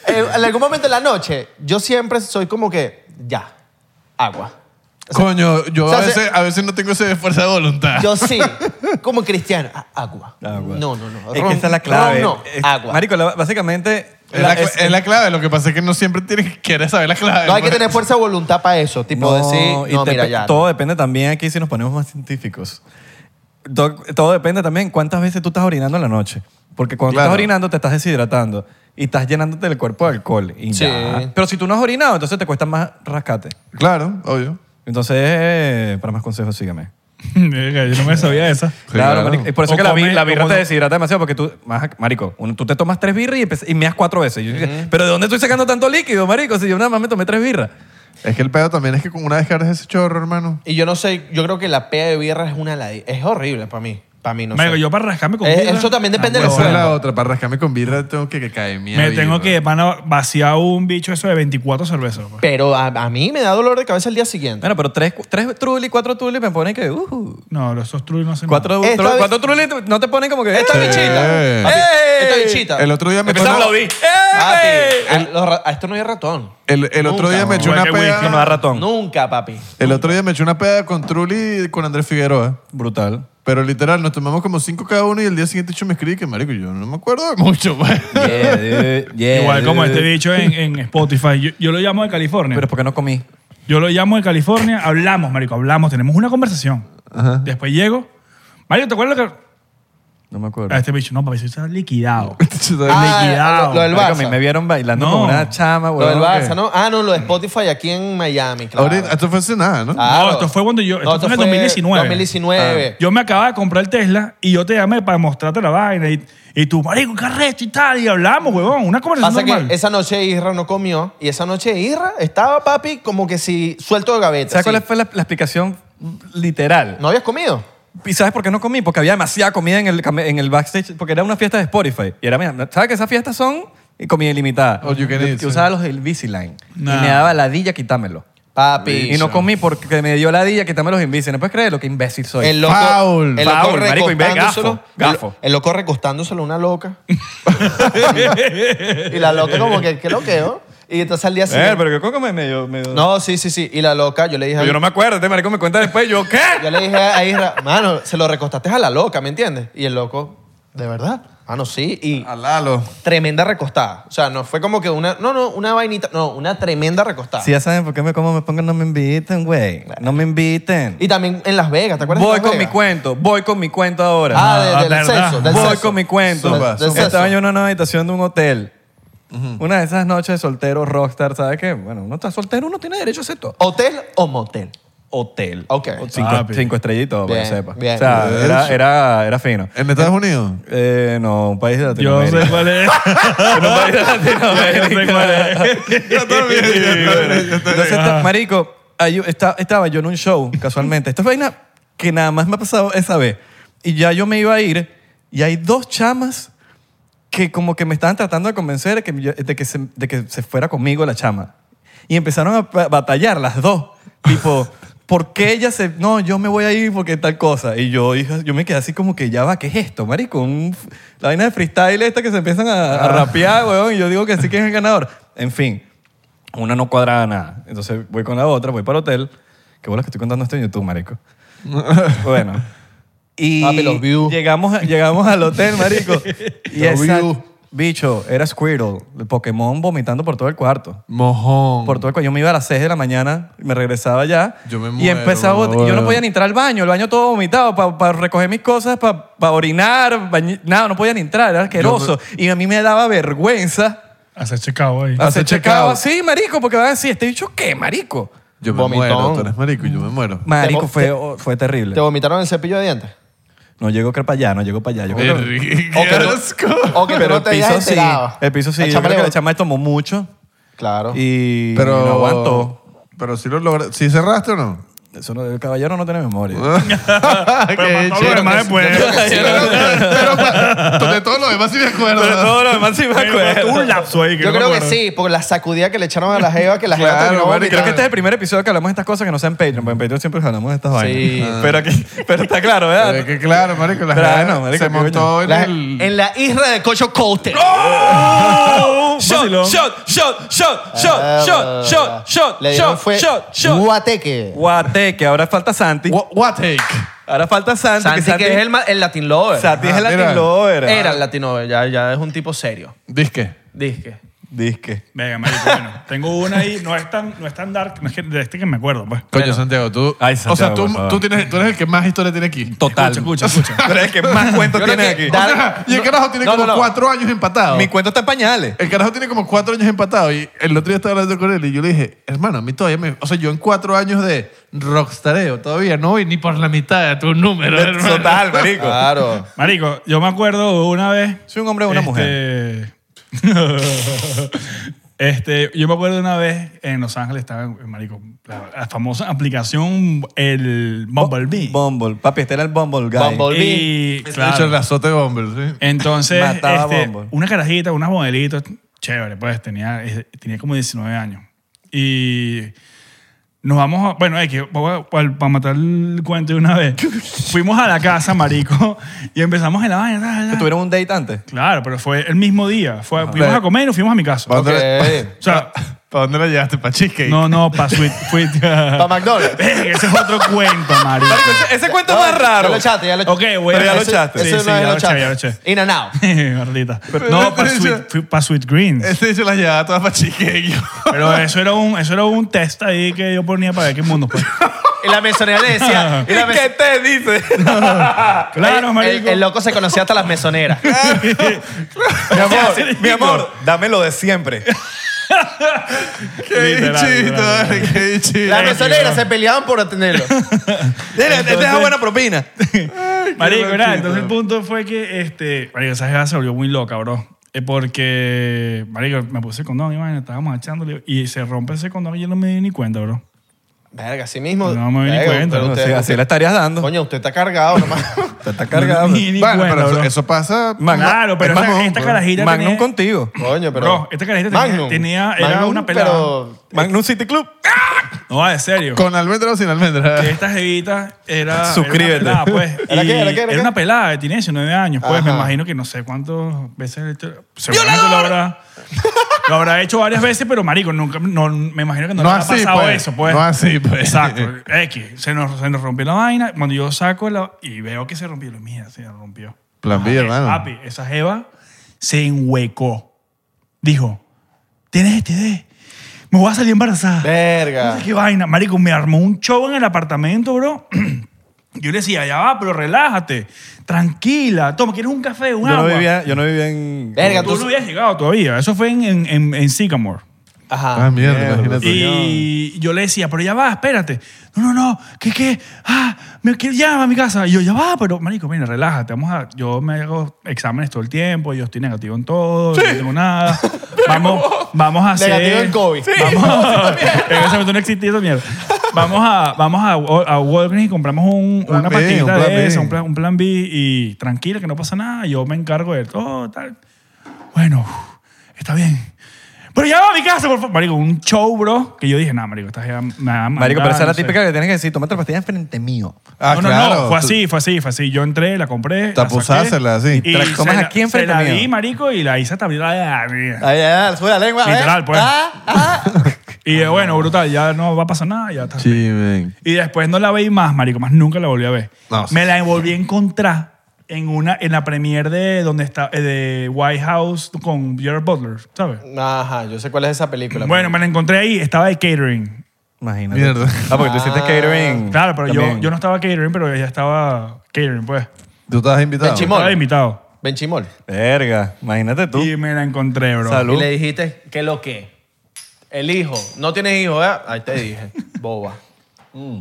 [SPEAKER 2] eh, en algún momento de la noche, yo siempre soy como que, ya, agua.
[SPEAKER 4] Coño, yo
[SPEAKER 2] O sea,
[SPEAKER 4] a,
[SPEAKER 2] se-
[SPEAKER 4] veces, a veces no tengo esa fuerza de voluntad.
[SPEAKER 2] Yo sí, como cristiano, a- agua.
[SPEAKER 3] Agua.
[SPEAKER 2] No, no, no.
[SPEAKER 3] Ah, Es
[SPEAKER 2] ron-
[SPEAKER 3] que esa es la clave.
[SPEAKER 2] ron no,
[SPEAKER 3] Es-
[SPEAKER 2] agua.
[SPEAKER 3] Marico, la- básicamente...
[SPEAKER 4] es, la,
[SPEAKER 3] la-
[SPEAKER 4] cla-
[SPEAKER 3] es-
[SPEAKER 4] es la clave, lo que pasa es que no siempre tienes, quieres saber la clave.
[SPEAKER 2] no hay que
[SPEAKER 4] pues.
[SPEAKER 2] tener fuerza de voluntad para eso. Tipo decir,
[SPEAKER 3] y
[SPEAKER 2] no,
[SPEAKER 3] te-
[SPEAKER 2] mira, ya.
[SPEAKER 3] Todo depende también aquí si nos ponemos más científicos. To- Todo, depende también cuántas veces tú estás orinando en la noche. Porque cuando
[SPEAKER 4] Claro.
[SPEAKER 3] estás orinando te estás deshidratando y estás llenándote el cuerpo de alcohol. y
[SPEAKER 2] Sí.
[SPEAKER 3] ya. Pero si tú no has orinado, entonces te cuesta más rascate.
[SPEAKER 4] Claro, obvio.
[SPEAKER 3] Entonces, eh, para más consejos, sígueme.
[SPEAKER 1] Verga, yo no me sabía esa.
[SPEAKER 4] Sí,
[SPEAKER 3] claro,
[SPEAKER 4] claro.
[SPEAKER 3] marico. Y por eso
[SPEAKER 1] O
[SPEAKER 3] que la, bi-
[SPEAKER 1] come-
[SPEAKER 3] la birra
[SPEAKER 1] como
[SPEAKER 3] te
[SPEAKER 1] no-
[SPEAKER 3] deshidrata demasiado porque tú, más- marico, uno- tú te tomas tres birras y, empe- y meas cuatro veces. Yo dije, Pero ¿de dónde estoy sacando tanto líquido, marico? Si yo nada más me tomé tres birras.
[SPEAKER 4] Es que el pedo también es que con una vez que abres ese chorro, hermano.
[SPEAKER 2] Y yo no sé, yo creo que la pea de birra es una ladi- es horrible para mí. Para mí, no
[SPEAKER 1] Marico,
[SPEAKER 2] sé.
[SPEAKER 1] yo para rascarme con
[SPEAKER 2] Eh,
[SPEAKER 1] birra,
[SPEAKER 2] eso también depende
[SPEAKER 1] ah,
[SPEAKER 2] de los
[SPEAKER 1] huevo.
[SPEAKER 4] Esa es pues, la
[SPEAKER 2] Bueno.
[SPEAKER 4] otra. Para rascarme con birra tengo que, que caer mía.
[SPEAKER 1] Me tengo que pana, vaciar un bicho eso de 24 cervezas. pues.
[SPEAKER 2] Pero a, a mí me da dolor de cabeza el día siguiente.
[SPEAKER 3] Bueno, pero tres, tres trulis, cuatro trulis me ponen que. Uh,
[SPEAKER 1] No, los esos trulis no hacen
[SPEAKER 3] cuatro,
[SPEAKER 2] Esta
[SPEAKER 3] tru-
[SPEAKER 2] vez-
[SPEAKER 3] cuatro trulis no te ponen como que.
[SPEAKER 2] Esta
[SPEAKER 3] eh,
[SPEAKER 2] bichita.
[SPEAKER 4] Eh.
[SPEAKER 2] Papi, Esta
[SPEAKER 3] ¡Ey!
[SPEAKER 2] bichita.
[SPEAKER 4] El otro día me
[SPEAKER 3] Empezó a
[SPEAKER 4] echó una,
[SPEAKER 3] aplaudir.
[SPEAKER 2] Papi,
[SPEAKER 3] ¡Eh!
[SPEAKER 2] a, los ra- a esto no hay ratón.
[SPEAKER 4] el, el otro día me
[SPEAKER 1] no.
[SPEAKER 4] echó una
[SPEAKER 1] Qué whisky,
[SPEAKER 3] No me da
[SPEAKER 4] peda.
[SPEAKER 3] ratón. Ah,
[SPEAKER 2] Nunca, papi.
[SPEAKER 4] El otro día me echó una peda con Trulli y con Andrés Figueroa.
[SPEAKER 3] Brutal.
[SPEAKER 4] Pero literal, nos tomamos como cinco cada uno y el día siguiente yo me escribí que, marico, yo no me acuerdo de mucho, pues. güey.
[SPEAKER 3] Yeah, dude. Yeah,
[SPEAKER 1] Igual como
[SPEAKER 3] dude.
[SPEAKER 1] este bicho en, en Spotify. Yo, yo lo llamo de California.
[SPEAKER 3] Eh. Pero ¿por qué no comí?
[SPEAKER 1] Yo lo llamo de California. Hablamos, marico. Hablamos. Tenemos una conversación. Después llego. Mario, ¿te acuerdas lo que...?
[SPEAKER 3] No me acuerdo.
[SPEAKER 1] A este bicho. No, papi, eso está liquidado.
[SPEAKER 2] Ah,
[SPEAKER 1] liquidado.
[SPEAKER 2] lo, lo del
[SPEAKER 3] Marico, a mí
[SPEAKER 2] Barça.
[SPEAKER 3] me vieron bailando
[SPEAKER 1] No.
[SPEAKER 3] con una chama,
[SPEAKER 2] Lo
[SPEAKER 3] güey.
[SPEAKER 2] del Barça, ¿no? Ah, no, lo de Spotify aquí en Miami, claro.
[SPEAKER 4] Ahorita, esto fue hace nada, ¿no?
[SPEAKER 2] Claro.
[SPEAKER 1] No, esto fue cuando yo- esto fue en el 2019.
[SPEAKER 3] Ah.
[SPEAKER 2] 2019.
[SPEAKER 1] Yo me acababa de comprar el Tesla y yo te llamé para mostrarte la vaina. Y, y tú, marico, ¿qué arrecho y tal? Y hablamos, huevón. Una conversación
[SPEAKER 2] Pasa
[SPEAKER 1] normal.
[SPEAKER 2] que esa noche Isra no comió y esa noche Isra estaba, papi, como que si suelto de gaveta.
[SPEAKER 3] ¿Sabes
[SPEAKER 2] así.
[SPEAKER 3] cuál fue la, la explicación literal?
[SPEAKER 2] ¿No habías comido?
[SPEAKER 3] ¿Y sabes por qué no comí? Porque había demasiada comida en el, cam- en el backstage, porque era una fiesta de Spotify. Y era, mira, ¿sabes que esas fiestas son comida ilimitada?
[SPEAKER 4] All you can
[SPEAKER 3] Yo-
[SPEAKER 4] eat,
[SPEAKER 3] yo
[SPEAKER 4] sí.
[SPEAKER 3] usaba los del Invisalign. Y
[SPEAKER 1] Nah.
[SPEAKER 3] me daba ladilla quitármelo.
[SPEAKER 2] Papi.
[SPEAKER 3] Y no comí porque me dio ladilla quitarme los Invisalign. ¿No puedes creerlo? Qué imbécil soy.
[SPEAKER 2] El loco,
[SPEAKER 4] Foul.
[SPEAKER 2] el loco
[SPEAKER 3] Foul, marico, y ve,
[SPEAKER 2] recostándoselo.
[SPEAKER 3] gafo, gafo.
[SPEAKER 2] El, el loco recostándoselo a una loca. y la loca como que, ¿qué loqueo? Y entonces al día
[SPEAKER 3] Eh,
[SPEAKER 2] siguiente...
[SPEAKER 3] pero que coco me medio... medio-
[SPEAKER 2] No, sí, sí, sí. Y la loca, yo le dije... a-
[SPEAKER 3] Yo no me acuerdo. Este marico me cuenta después. Yo, ¿qué?
[SPEAKER 2] Yo le dije a Isra, mano, se lo recostaste a la loca, ¿me entiendes? Y el loco, ¿de verdad? Mano, sí. Y
[SPEAKER 4] A Lalo.
[SPEAKER 2] tremenda recostada. O sea, no fue como que una... No, no, una vainita. No, una tremenda recostada.
[SPEAKER 3] Si ya saben por qué me como me pongan, no me inviten, güey. No me inviten.
[SPEAKER 2] Y también en Las Vegas, ¿te acuerdas? de
[SPEAKER 3] Voy
[SPEAKER 2] Las
[SPEAKER 3] con mi
[SPEAKER 2] Vegas?
[SPEAKER 3] cuento. Voy con mi cuento ahora.
[SPEAKER 2] Ah,
[SPEAKER 1] Ah,
[SPEAKER 2] de- del
[SPEAKER 1] verdad.
[SPEAKER 2] sexo. Del
[SPEAKER 3] Voy
[SPEAKER 2] sexo.
[SPEAKER 3] con mi Este cuento.
[SPEAKER 2] Del- del sexo.
[SPEAKER 3] Estaba yo en una habitación de un hotel. Una de esas noches de soltero rockstar, ¿sabes qué? Bueno, uno está soltero, uno tiene derecho a hacer todo.
[SPEAKER 2] ¿Hotel o motel?
[SPEAKER 3] Hotel.
[SPEAKER 2] Ok.
[SPEAKER 3] O Cinco,
[SPEAKER 1] Papi.
[SPEAKER 3] cinco estrellitas, para
[SPEAKER 2] Bien,
[SPEAKER 3] que sepa.
[SPEAKER 2] bien.
[SPEAKER 3] O sea,
[SPEAKER 4] Derecho.
[SPEAKER 3] era, era, era fino.
[SPEAKER 4] ¿En Estados Unidos?
[SPEAKER 3] Eh, no, un país de
[SPEAKER 1] yo
[SPEAKER 3] Latinoamérica.
[SPEAKER 1] sé cuál es.
[SPEAKER 3] En un país de
[SPEAKER 1] yo sé cuál
[SPEAKER 3] Latinoamérica.
[SPEAKER 1] es. Ah.
[SPEAKER 4] Yo también.
[SPEAKER 3] Entonces, esta- marico, ahí esta- estaba yo en un show, casualmente. Esta es vaina que nada más me ha pasado esa vez. Y ya yo me iba a ir y hay dos chamas que como que me estaban tratando de convencer de que, yo- de que, se, de que se fuera conmigo la chama. Y empezaron a pa- batallar las dos. Tipo, ¿por qué ella se...? No, yo me voy a ir porque tal cosa. Y yo, hija, yo me quedé así como que ya va, ¿qué es esto, marico? Un f- la vaina de freestyle esta que se empiezan a,
[SPEAKER 2] Ah.
[SPEAKER 3] a rapear, weón. Y yo digo que sí que es el ganador. En fin, una no cuadraba nada. Entonces voy con la otra, voy para el hotel. Qué bolas que estoy contando esto en YouTube, marico. bueno. Y
[SPEAKER 2] Papi, los views.
[SPEAKER 3] llegamos, llegamos al hotel, marico. y
[SPEAKER 4] Los
[SPEAKER 3] esa,
[SPEAKER 4] views.
[SPEAKER 3] bicho, era Squirtle, el Pokémon vomitando por todo el cuarto.
[SPEAKER 4] Mojón.
[SPEAKER 3] Por todo el cuarto. Yo me iba a las 6 de la mañana, me regresaba ya.
[SPEAKER 4] Yo me
[SPEAKER 3] Y
[SPEAKER 4] muero,
[SPEAKER 3] empezaba a bot- y Yo no
[SPEAKER 4] weón.
[SPEAKER 3] podía ni entrar al baño, el baño todo vomitado, para recoger mis cosas, para orinar, bañ- nada, no podía ni entrar, era asqueroso. Y a mí me daba vergüenza
[SPEAKER 1] Hacer checado ahí.
[SPEAKER 3] hacer
[SPEAKER 4] Hacer
[SPEAKER 3] checado
[SPEAKER 4] checkout.
[SPEAKER 3] así, marico, porque van a decir, este bicho, ¿qué, marico?
[SPEAKER 4] Yo me
[SPEAKER 2] Vomitón.
[SPEAKER 4] muero. Tú eres marico y yo me muero.
[SPEAKER 3] Marico,
[SPEAKER 2] Te-
[SPEAKER 3] fue, oh, fue terrible.
[SPEAKER 2] ¿Te vomitaron el cepillo de dientes?
[SPEAKER 3] No llegó que para allá, no llegó para allá. Yo creo que-
[SPEAKER 4] Qué
[SPEAKER 2] O que no-
[SPEAKER 4] asco.
[SPEAKER 2] O que tú
[SPEAKER 3] pero
[SPEAKER 2] no
[SPEAKER 3] el
[SPEAKER 2] te hayas
[SPEAKER 3] piso sí.
[SPEAKER 2] enterado.
[SPEAKER 3] El piso sí.
[SPEAKER 2] La
[SPEAKER 3] Yo
[SPEAKER 2] chama
[SPEAKER 3] creo que
[SPEAKER 2] le-
[SPEAKER 3] la chama tomó mucho
[SPEAKER 2] Claro.
[SPEAKER 3] y
[SPEAKER 4] Pero.
[SPEAKER 3] no aguantó.
[SPEAKER 4] Pero si lo lograste. ¿Sí cerraste o no?
[SPEAKER 3] Eso no- el caballero no tiene memoria.
[SPEAKER 1] Ah, Pero
[SPEAKER 4] Qué
[SPEAKER 1] para todo lo
[SPEAKER 4] chido.
[SPEAKER 1] demás después.
[SPEAKER 4] Sí, pero- pero pa- de todo lo demás sí me acuerdo.
[SPEAKER 3] Pero todo lo demás sí me
[SPEAKER 1] Pero tuvo
[SPEAKER 3] acuerdo.
[SPEAKER 1] un lapso ahí.
[SPEAKER 2] Yo
[SPEAKER 1] no me
[SPEAKER 2] creo que
[SPEAKER 1] acuerdo.
[SPEAKER 2] sí, por la sacudida que le echaron a la jeva que la jeva
[SPEAKER 4] Claro,
[SPEAKER 2] terminó
[SPEAKER 4] marico,
[SPEAKER 3] Creo que
[SPEAKER 2] vomitando.
[SPEAKER 3] este es el primer episodio que hablamos de estas cosas que no sea en Patreon, porque en Patreon siempre hablamos de estas
[SPEAKER 2] Sí.
[SPEAKER 3] vainas. Pero, aquí- pero está claro, ¿verdad?
[SPEAKER 2] Eh,
[SPEAKER 4] Pero es que claro, marico, la
[SPEAKER 3] Claro,
[SPEAKER 4] jada
[SPEAKER 3] marico,
[SPEAKER 4] se
[SPEAKER 3] qué
[SPEAKER 4] montó en
[SPEAKER 2] La-
[SPEAKER 4] el...
[SPEAKER 2] En la isla de Cocho Colte.
[SPEAKER 1] Oh,
[SPEAKER 3] Oh, Shot,
[SPEAKER 1] Vacilón.
[SPEAKER 3] shot, shot, shot, shot, shot, shot, shot,
[SPEAKER 2] Ah, Le dieron
[SPEAKER 3] shot,
[SPEAKER 2] fue
[SPEAKER 3] shot, shot.
[SPEAKER 2] guateque.
[SPEAKER 3] Guate, que ahora falta Santi.
[SPEAKER 4] What, what take?
[SPEAKER 3] Ahora falta Santi.
[SPEAKER 2] Santi, que es el, ma- el Latin Lover.
[SPEAKER 3] Santi es el Ah,
[SPEAKER 4] Ah, mira.
[SPEAKER 3] Latin Lover.
[SPEAKER 2] Era el Latin Lover, ya, ya es un tipo serio.
[SPEAKER 4] Disque.
[SPEAKER 2] Disque.
[SPEAKER 3] Disque.
[SPEAKER 1] Venga, marico, bueno. Tengo una ahí. No es tan, no es tan dark. No es que, de este que me acuerdo, pues.
[SPEAKER 4] Coño, Santiago, tú...
[SPEAKER 3] Ay,
[SPEAKER 4] o sea,
[SPEAKER 3] Santiago,
[SPEAKER 4] tú,
[SPEAKER 3] por favor.
[SPEAKER 4] tú, tienes, tú eres el que más historia tiene aquí.
[SPEAKER 3] Total.
[SPEAKER 1] Escucha, escucha, escucha.
[SPEAKER 3] Pero es que más cuentos
[SPEAKER 2] Yo creo
[SPEAKER 3] tiene
[SPEAKER 2] que
[SPEAKER 3] aquí.
[SPEAKER 4] O
[SPEAKER 2] da-
[SPEAKER 4] sea, y el
[SPEAKER 2] No,
[SPEAKER 4] carajo tiene
[SPEAKER 2] no,
[SPEAKER 4] como
[SPEAKER 2] no, no.
[SPEAKER 4] cuatro años empatado.
[SPEAKER 3] Mi cuento está en pañales.
[SPEAKER 4] El carajo tiene como cuatro años empatado y el otro día estaba hablando con él y yo le dije, hermano, a mí todavía me... O sea, yo en cuatro años de rockstareo todavía no voy ni por la mitad de tu número, hermano.
[SPEAKER 3] Total, marico.
[SPEAKER 2] Claro.
[SPEAKER 1] Marico,
[SPEAKER 2] Este,
[SPEAKER 1] yo me acuerdo una vez.
[SPEAKER 3] Soy un hombre o una mujer.
[SPEAKER 1] este, Este, yo me acuerdo una vez en Los Ángeles estaba, en marico, la, la famosa aplicación, el Bumblebee.
[SPEAKER 3] Bumble. Papi, este era el Bumble guy.
[SPEAKER 2] Bumble.
[SPEAKER 1] y,
[SPEAKER 4] De hecho,
[SPEAKER 1] claro, Eh.
[SPEAKER 4] el azote de Bumble, sí.
[SPEAKER 1] entonces,
[SPEAKER 3] Mataba
[SPEAKER 1] este,
[SPEAKER 3] Bumble.
[SPEAKER 1] una carajita, unas modelitos, chévere, pues, tenía, eh, tenía como 19 años. Y nos vamos, a, bueno, para matar el cuento de una vez, fuimos a la casa, marico, y empezamos en la baña. tal,
[SPEAKER 3] ¿Que
[SPEAKER 1] tal.
[SPEAKER 3] tuvieron un date antes?
[SPEAKER 1] Claro, pero fue el mismo día. Fue, fuimos
[SPEAKER 4] Pero-
[SPEAKER 1] a comer y nos fuimos a mi casa.
[SPEAKER 4] Vamos.
[SPEAKER 2] Ok.
[SPEAKER 1] O sea,
[SPEAKER 4] ¿Para dónde la llevaste? ¿Para Cheesecake?
[SPEAKER 1] no, no, para Sweet. sweet
[SPEAKER 2] Para McDonald's.
[SPEAKER 1] Verga, ese es otro cuento, marico.
[SPEAKER 3] Ese cuento
[SPEAKER 2] No,
[SPEAKER 3] es más raro.
[SPEAKER 2] Ya lo echaste, ya lo
[SPEAKER 1] Ok, güey.
[SPEAKER 3] Pero ya lo
[SPEAKER 2] Ese-
[SPEAKER 3] echaste.
[SPEAKER 2] Ese
[SPEAKER 1] Sí,
[SPEAKER 2] no
[SPEAKER 1] sí,
[SPEAKER 2] es
[SPEAKER 1] ya
[SPEAKER 2] lo
[SPEAKER 1] lo eché,
[SPEAKER 2] echaste.
[SPEAKER 1] ya lo eché.
[SPEAKER 2] In and out.
[SPEAKER 1] Gordita. No, para
[SPEAKER 4] pero-
[SPEAKER 1] Sweet, fui pa' Sweet Greens.
[SPEAKER 4] Este hecho la llevaba toda para Cheesecake.
[SPEAKER 1] Pero eso era, un, eso era un test ahí que yo ponía para ver qué mundo. Pues.
[SPEAKER 2] Y la mesonera le decía. y
[SPEAKER 3] ¿Y
[SPEAKER 2] la mes-
[SPEAKER 3] qué te dice?
[SPEAKER 1] Claro,
[SPEAKER 2] el- el,
[SPEAKER 1] marico.
[SPEAKER 2] el loco se conocía hasta las mesoneras.
[SPEAKER 3] mi amor, mi amor, dame lo de siempre.
[SPEAKER 4] Qué
[SPEAKER 1] Literal,
[SPEAKER 4] bichito,
[SPEAKER 1] literal.
[SPEAKER 4] vale, qué bichito.
[SPEAKER 2] Las mesoneras se peleaban por atenderlo.
[SPEAKER 3] Mira, te deja buena propina.
[SPEAKER 2] eh.
[SPEAKER 1] Marico,
[SPEAKER 4] Qué
[SPEAKER 1] nada,
[SPEAKER 4] loquito.
[SPEAKER 1] entonces el punto fue que este, marico, esa jeva se volvió muy loca, bro. Eh, Porque, marico, me puse condón y vaina, estábamos echándole y se rompe ese condón y yo no me di ni cuenta, bro.
[SPEAKER 2] Verga, así mismo.
[SPEAKER 1] No me di
[SPEAKER 2] Verga,
[SPEAKER 1] cuenta,
[SPEAKER 2] pero
[SPEAKER 1] no,
[SPEAKER 2] usted-
[SPEAKER 3] Así, así la estarías dando.
[SPEAKER 2] Coño, usted está cargado nomás.
[SPEAKER 3] Te está cargado.
[SPEAKER 1] Ni- ni
[SPEAKER 4] Bueno,
[SPEAKER 1] cuenta,
[SPEAKER 4] pero eso,
[SPEAKER 1] bro.
[SPEAKER 4] eso pasa.
[SPEAKER 3] Magna-
[SPEAKER 1] Claro, pero
[SPEAKER 3] es
[SPEAKER 1] esta-
[SPEAKER 3] Magnum,
[SPEAKER 1] esta
[SPEAKER 3] bro.
[SPEAKER 1] carajita
[SPEAKER 3] Magnum
[SPEAKER 1] tenía-
[SPEAKER 3] contigo.
[SPEAKER 2] Coño, pero.
[SPEAKER 1] Bro, esta carajita tenía-
[SPEAKER 2] Magnum.
[SPEAKER 1] tenía- era
[SPEAKER 2] Magnum,
[SPEAKER 1] una pelada.
[SPEAKER 2] Pero
[SPEAKER 3] Magnum City Club.
[SPEAKER 1] No, va, de serio.
[SPEAKER 4] ¿Con almendra o sin almendra?
[SPEAKER 1] Que esta jevita era.
[SPEAKER 3] Suscríbete.
[SPEAKER 1] Era una pelada, pues.
[SPEAKER 2] ¿Era
[SPEAKER 1] y
[SPEAKER 2] qué, era qué, era qué?
[SPEAKER 1] una pelada, tenía 19 años, pues.
[SPEAKER 2] Ajá.
[SPEAKER 1] Me imagino que no sé cuántas veces. le he hecho- Seguramente lo habrá. Lo habrá hecho varias veces, pero marico, nunca, no, me imagino que no,
[SPEAKER 4] No
[SPEAKER 1] le ha
[SPEAKER 4] así,
[SPEAKER 1] pasado
[SPEAKER 4] pues.
[SPEAKER 1] eso, pues.
[SPEAKER 4] No así, pues.
[SPEAKER 1] Exacto. X. Se nos, se nos rompió la vaina. Cuando yo saco la, y veo que se rompió, lo mira, se rompió.
[SPEAKER 4] Plan B,
[SPEAKER 1] Eh,
[SPEAKER 4] hermano.
[SPEAKER 1] Papi, esa jeva se enhuecó. Dijo, tienes este de. Me voy a salir embarazada.
[SPEAKER 2] Verga.
[SPEAKER 1] Entonces, qué vaina. Marico, me armó un show en el apartamento, bro. Yo le decía, ya va, pero relájate. Tranquila. Toma, ¿quieres un café, un
[SPEAKER 3] Yo no
[SPEAKER 1] agua?
[SPEAKER 3] vivía, yo no vivía en.
[SPEAKER 2] Verga,
[SPEAKER 1] Tú
[SPEAKER 2] tú.
[SPEAKER 1] no habías llegado todavía. Eso fue en, en, en, en Sycamore.
[SPEAKER 2] Ajá.
[SPEAKER 4] Ah, mierda,
[SPEAKER 3] Mierda,
[SPEAKER 4] imagínate.
[SPEAKER 1] Y yo le decía, pero ya va, espérate. No, no, no, ¿qué, qué? Ah, me quiero ya a mi casa. Y yo, ya va, pero, marico, mira, relájate. Vamos a, yo me hago exámenes todo el tiempo, yo estoy negativo en todo, yo no tengo nada. Vamos, vamos a hacer...
[SPEAKER 2] Negativo en COVID.
[SPEAKER 1] Vamos a, en ese momento no existía esa mierda. Vamos a, vamos a, Wal- a Walgreens y compramos un-
[SPEAKER 4] Plan
[SPEAKER 1] una
[SPEAKER 4] B,
[SPEAKER 1] pastillita
[SPEAKER 4] un plan B.
[SPEAKER 1] de esa, un plan, un plan B y tranquila, que no pasa nada. Yo me encargo de todo, tal. Bueno, está bien. Pero ya va a mi casa, por favor. Marico, un show, bro. Que yo dije, nah, marico, estás ya.
[SPEAKER 3] Marico, pero esa es la típica
[SPEAKER 1] que.
[SPEAKER 3] que tienes que decir: tómate la pastilla enfrente mío.
[SPEAKER 4] Ah,
[SPEAKER 1] no, no,
[SPEAKER 4] claro.
[SPEAKER 1] no, fue
[SPEAKER 4] tú-
[SPEAKER 1] así, fue así, fue así. Yo entré, la compré. la
[SPEAKER 4] Tapuzársela,
[SPEAKER 1] saqué,
[SPEAKER 4] sí.
[SPEAKER 1] Y
[SPEAKER 3] Te la
[SPEAKER 1] se
[SPEAKER 3] comes aquí enfrente
[SPEAKER 1] Se la
[SPEAKER 3] mío.
[SPEAKER 1] di, marico, y la hice hasta abrir la.
[SPEAKER 2] Ahí, ahí, sube la lengua. ¿eh?
[SPEAKER 1] Literal, pues.
[SPEAKER 2] Ah, ah.
[SPEAKER 1] Y eh, bueno, brutal, ya no va a pasar nada, ya está.
[SPEAKER 4] Sí, men.
[SPEAKER 1] Y después no la veí más, marico, más nunca la volví a ver.
[SPEAKER 4] No,
[SPEAKER 1] me la volví a encontrar en una en la premiere de donde está eh, de White House con Gerard Butler, ¿sabes?
[SPEAKER 2] Ajá, yo sé cuál es esa película.
[SPEAKER 1] Bueno, me la encontré ahí, estaba de catering.
[SPEAKER 3] Imagínate.
[SPEAKER 4] Mierda.
[SPEAKER 3] Ah, porque tú hiciste catering.
[SPEAKER 1] Claro, pero yo,
[SPEAKER 3] Mm. también.
[SPEAKER 1] yo no estaba catering, pero ella estaba catering, pues.
[SPEAKER 4] ¿Tú estabas invitado?
[SPEAKER 2] El chimón.
[SPEAKER 1] Estaba de invitado.
[SPEAKER 2] Benchimol.
[SPEAKER 3] Verga, imagínate tú.
[SPEAKER 1] Y me la encontré, bro.
[SPEAKER 3] Salud.
[SPEAKER 2] Y le dijiste, ¿qué lo que? El hijo. No tienes hijo, ¿verdad? Ahí te dije. Boba.
[SPEAKER 4] Mm.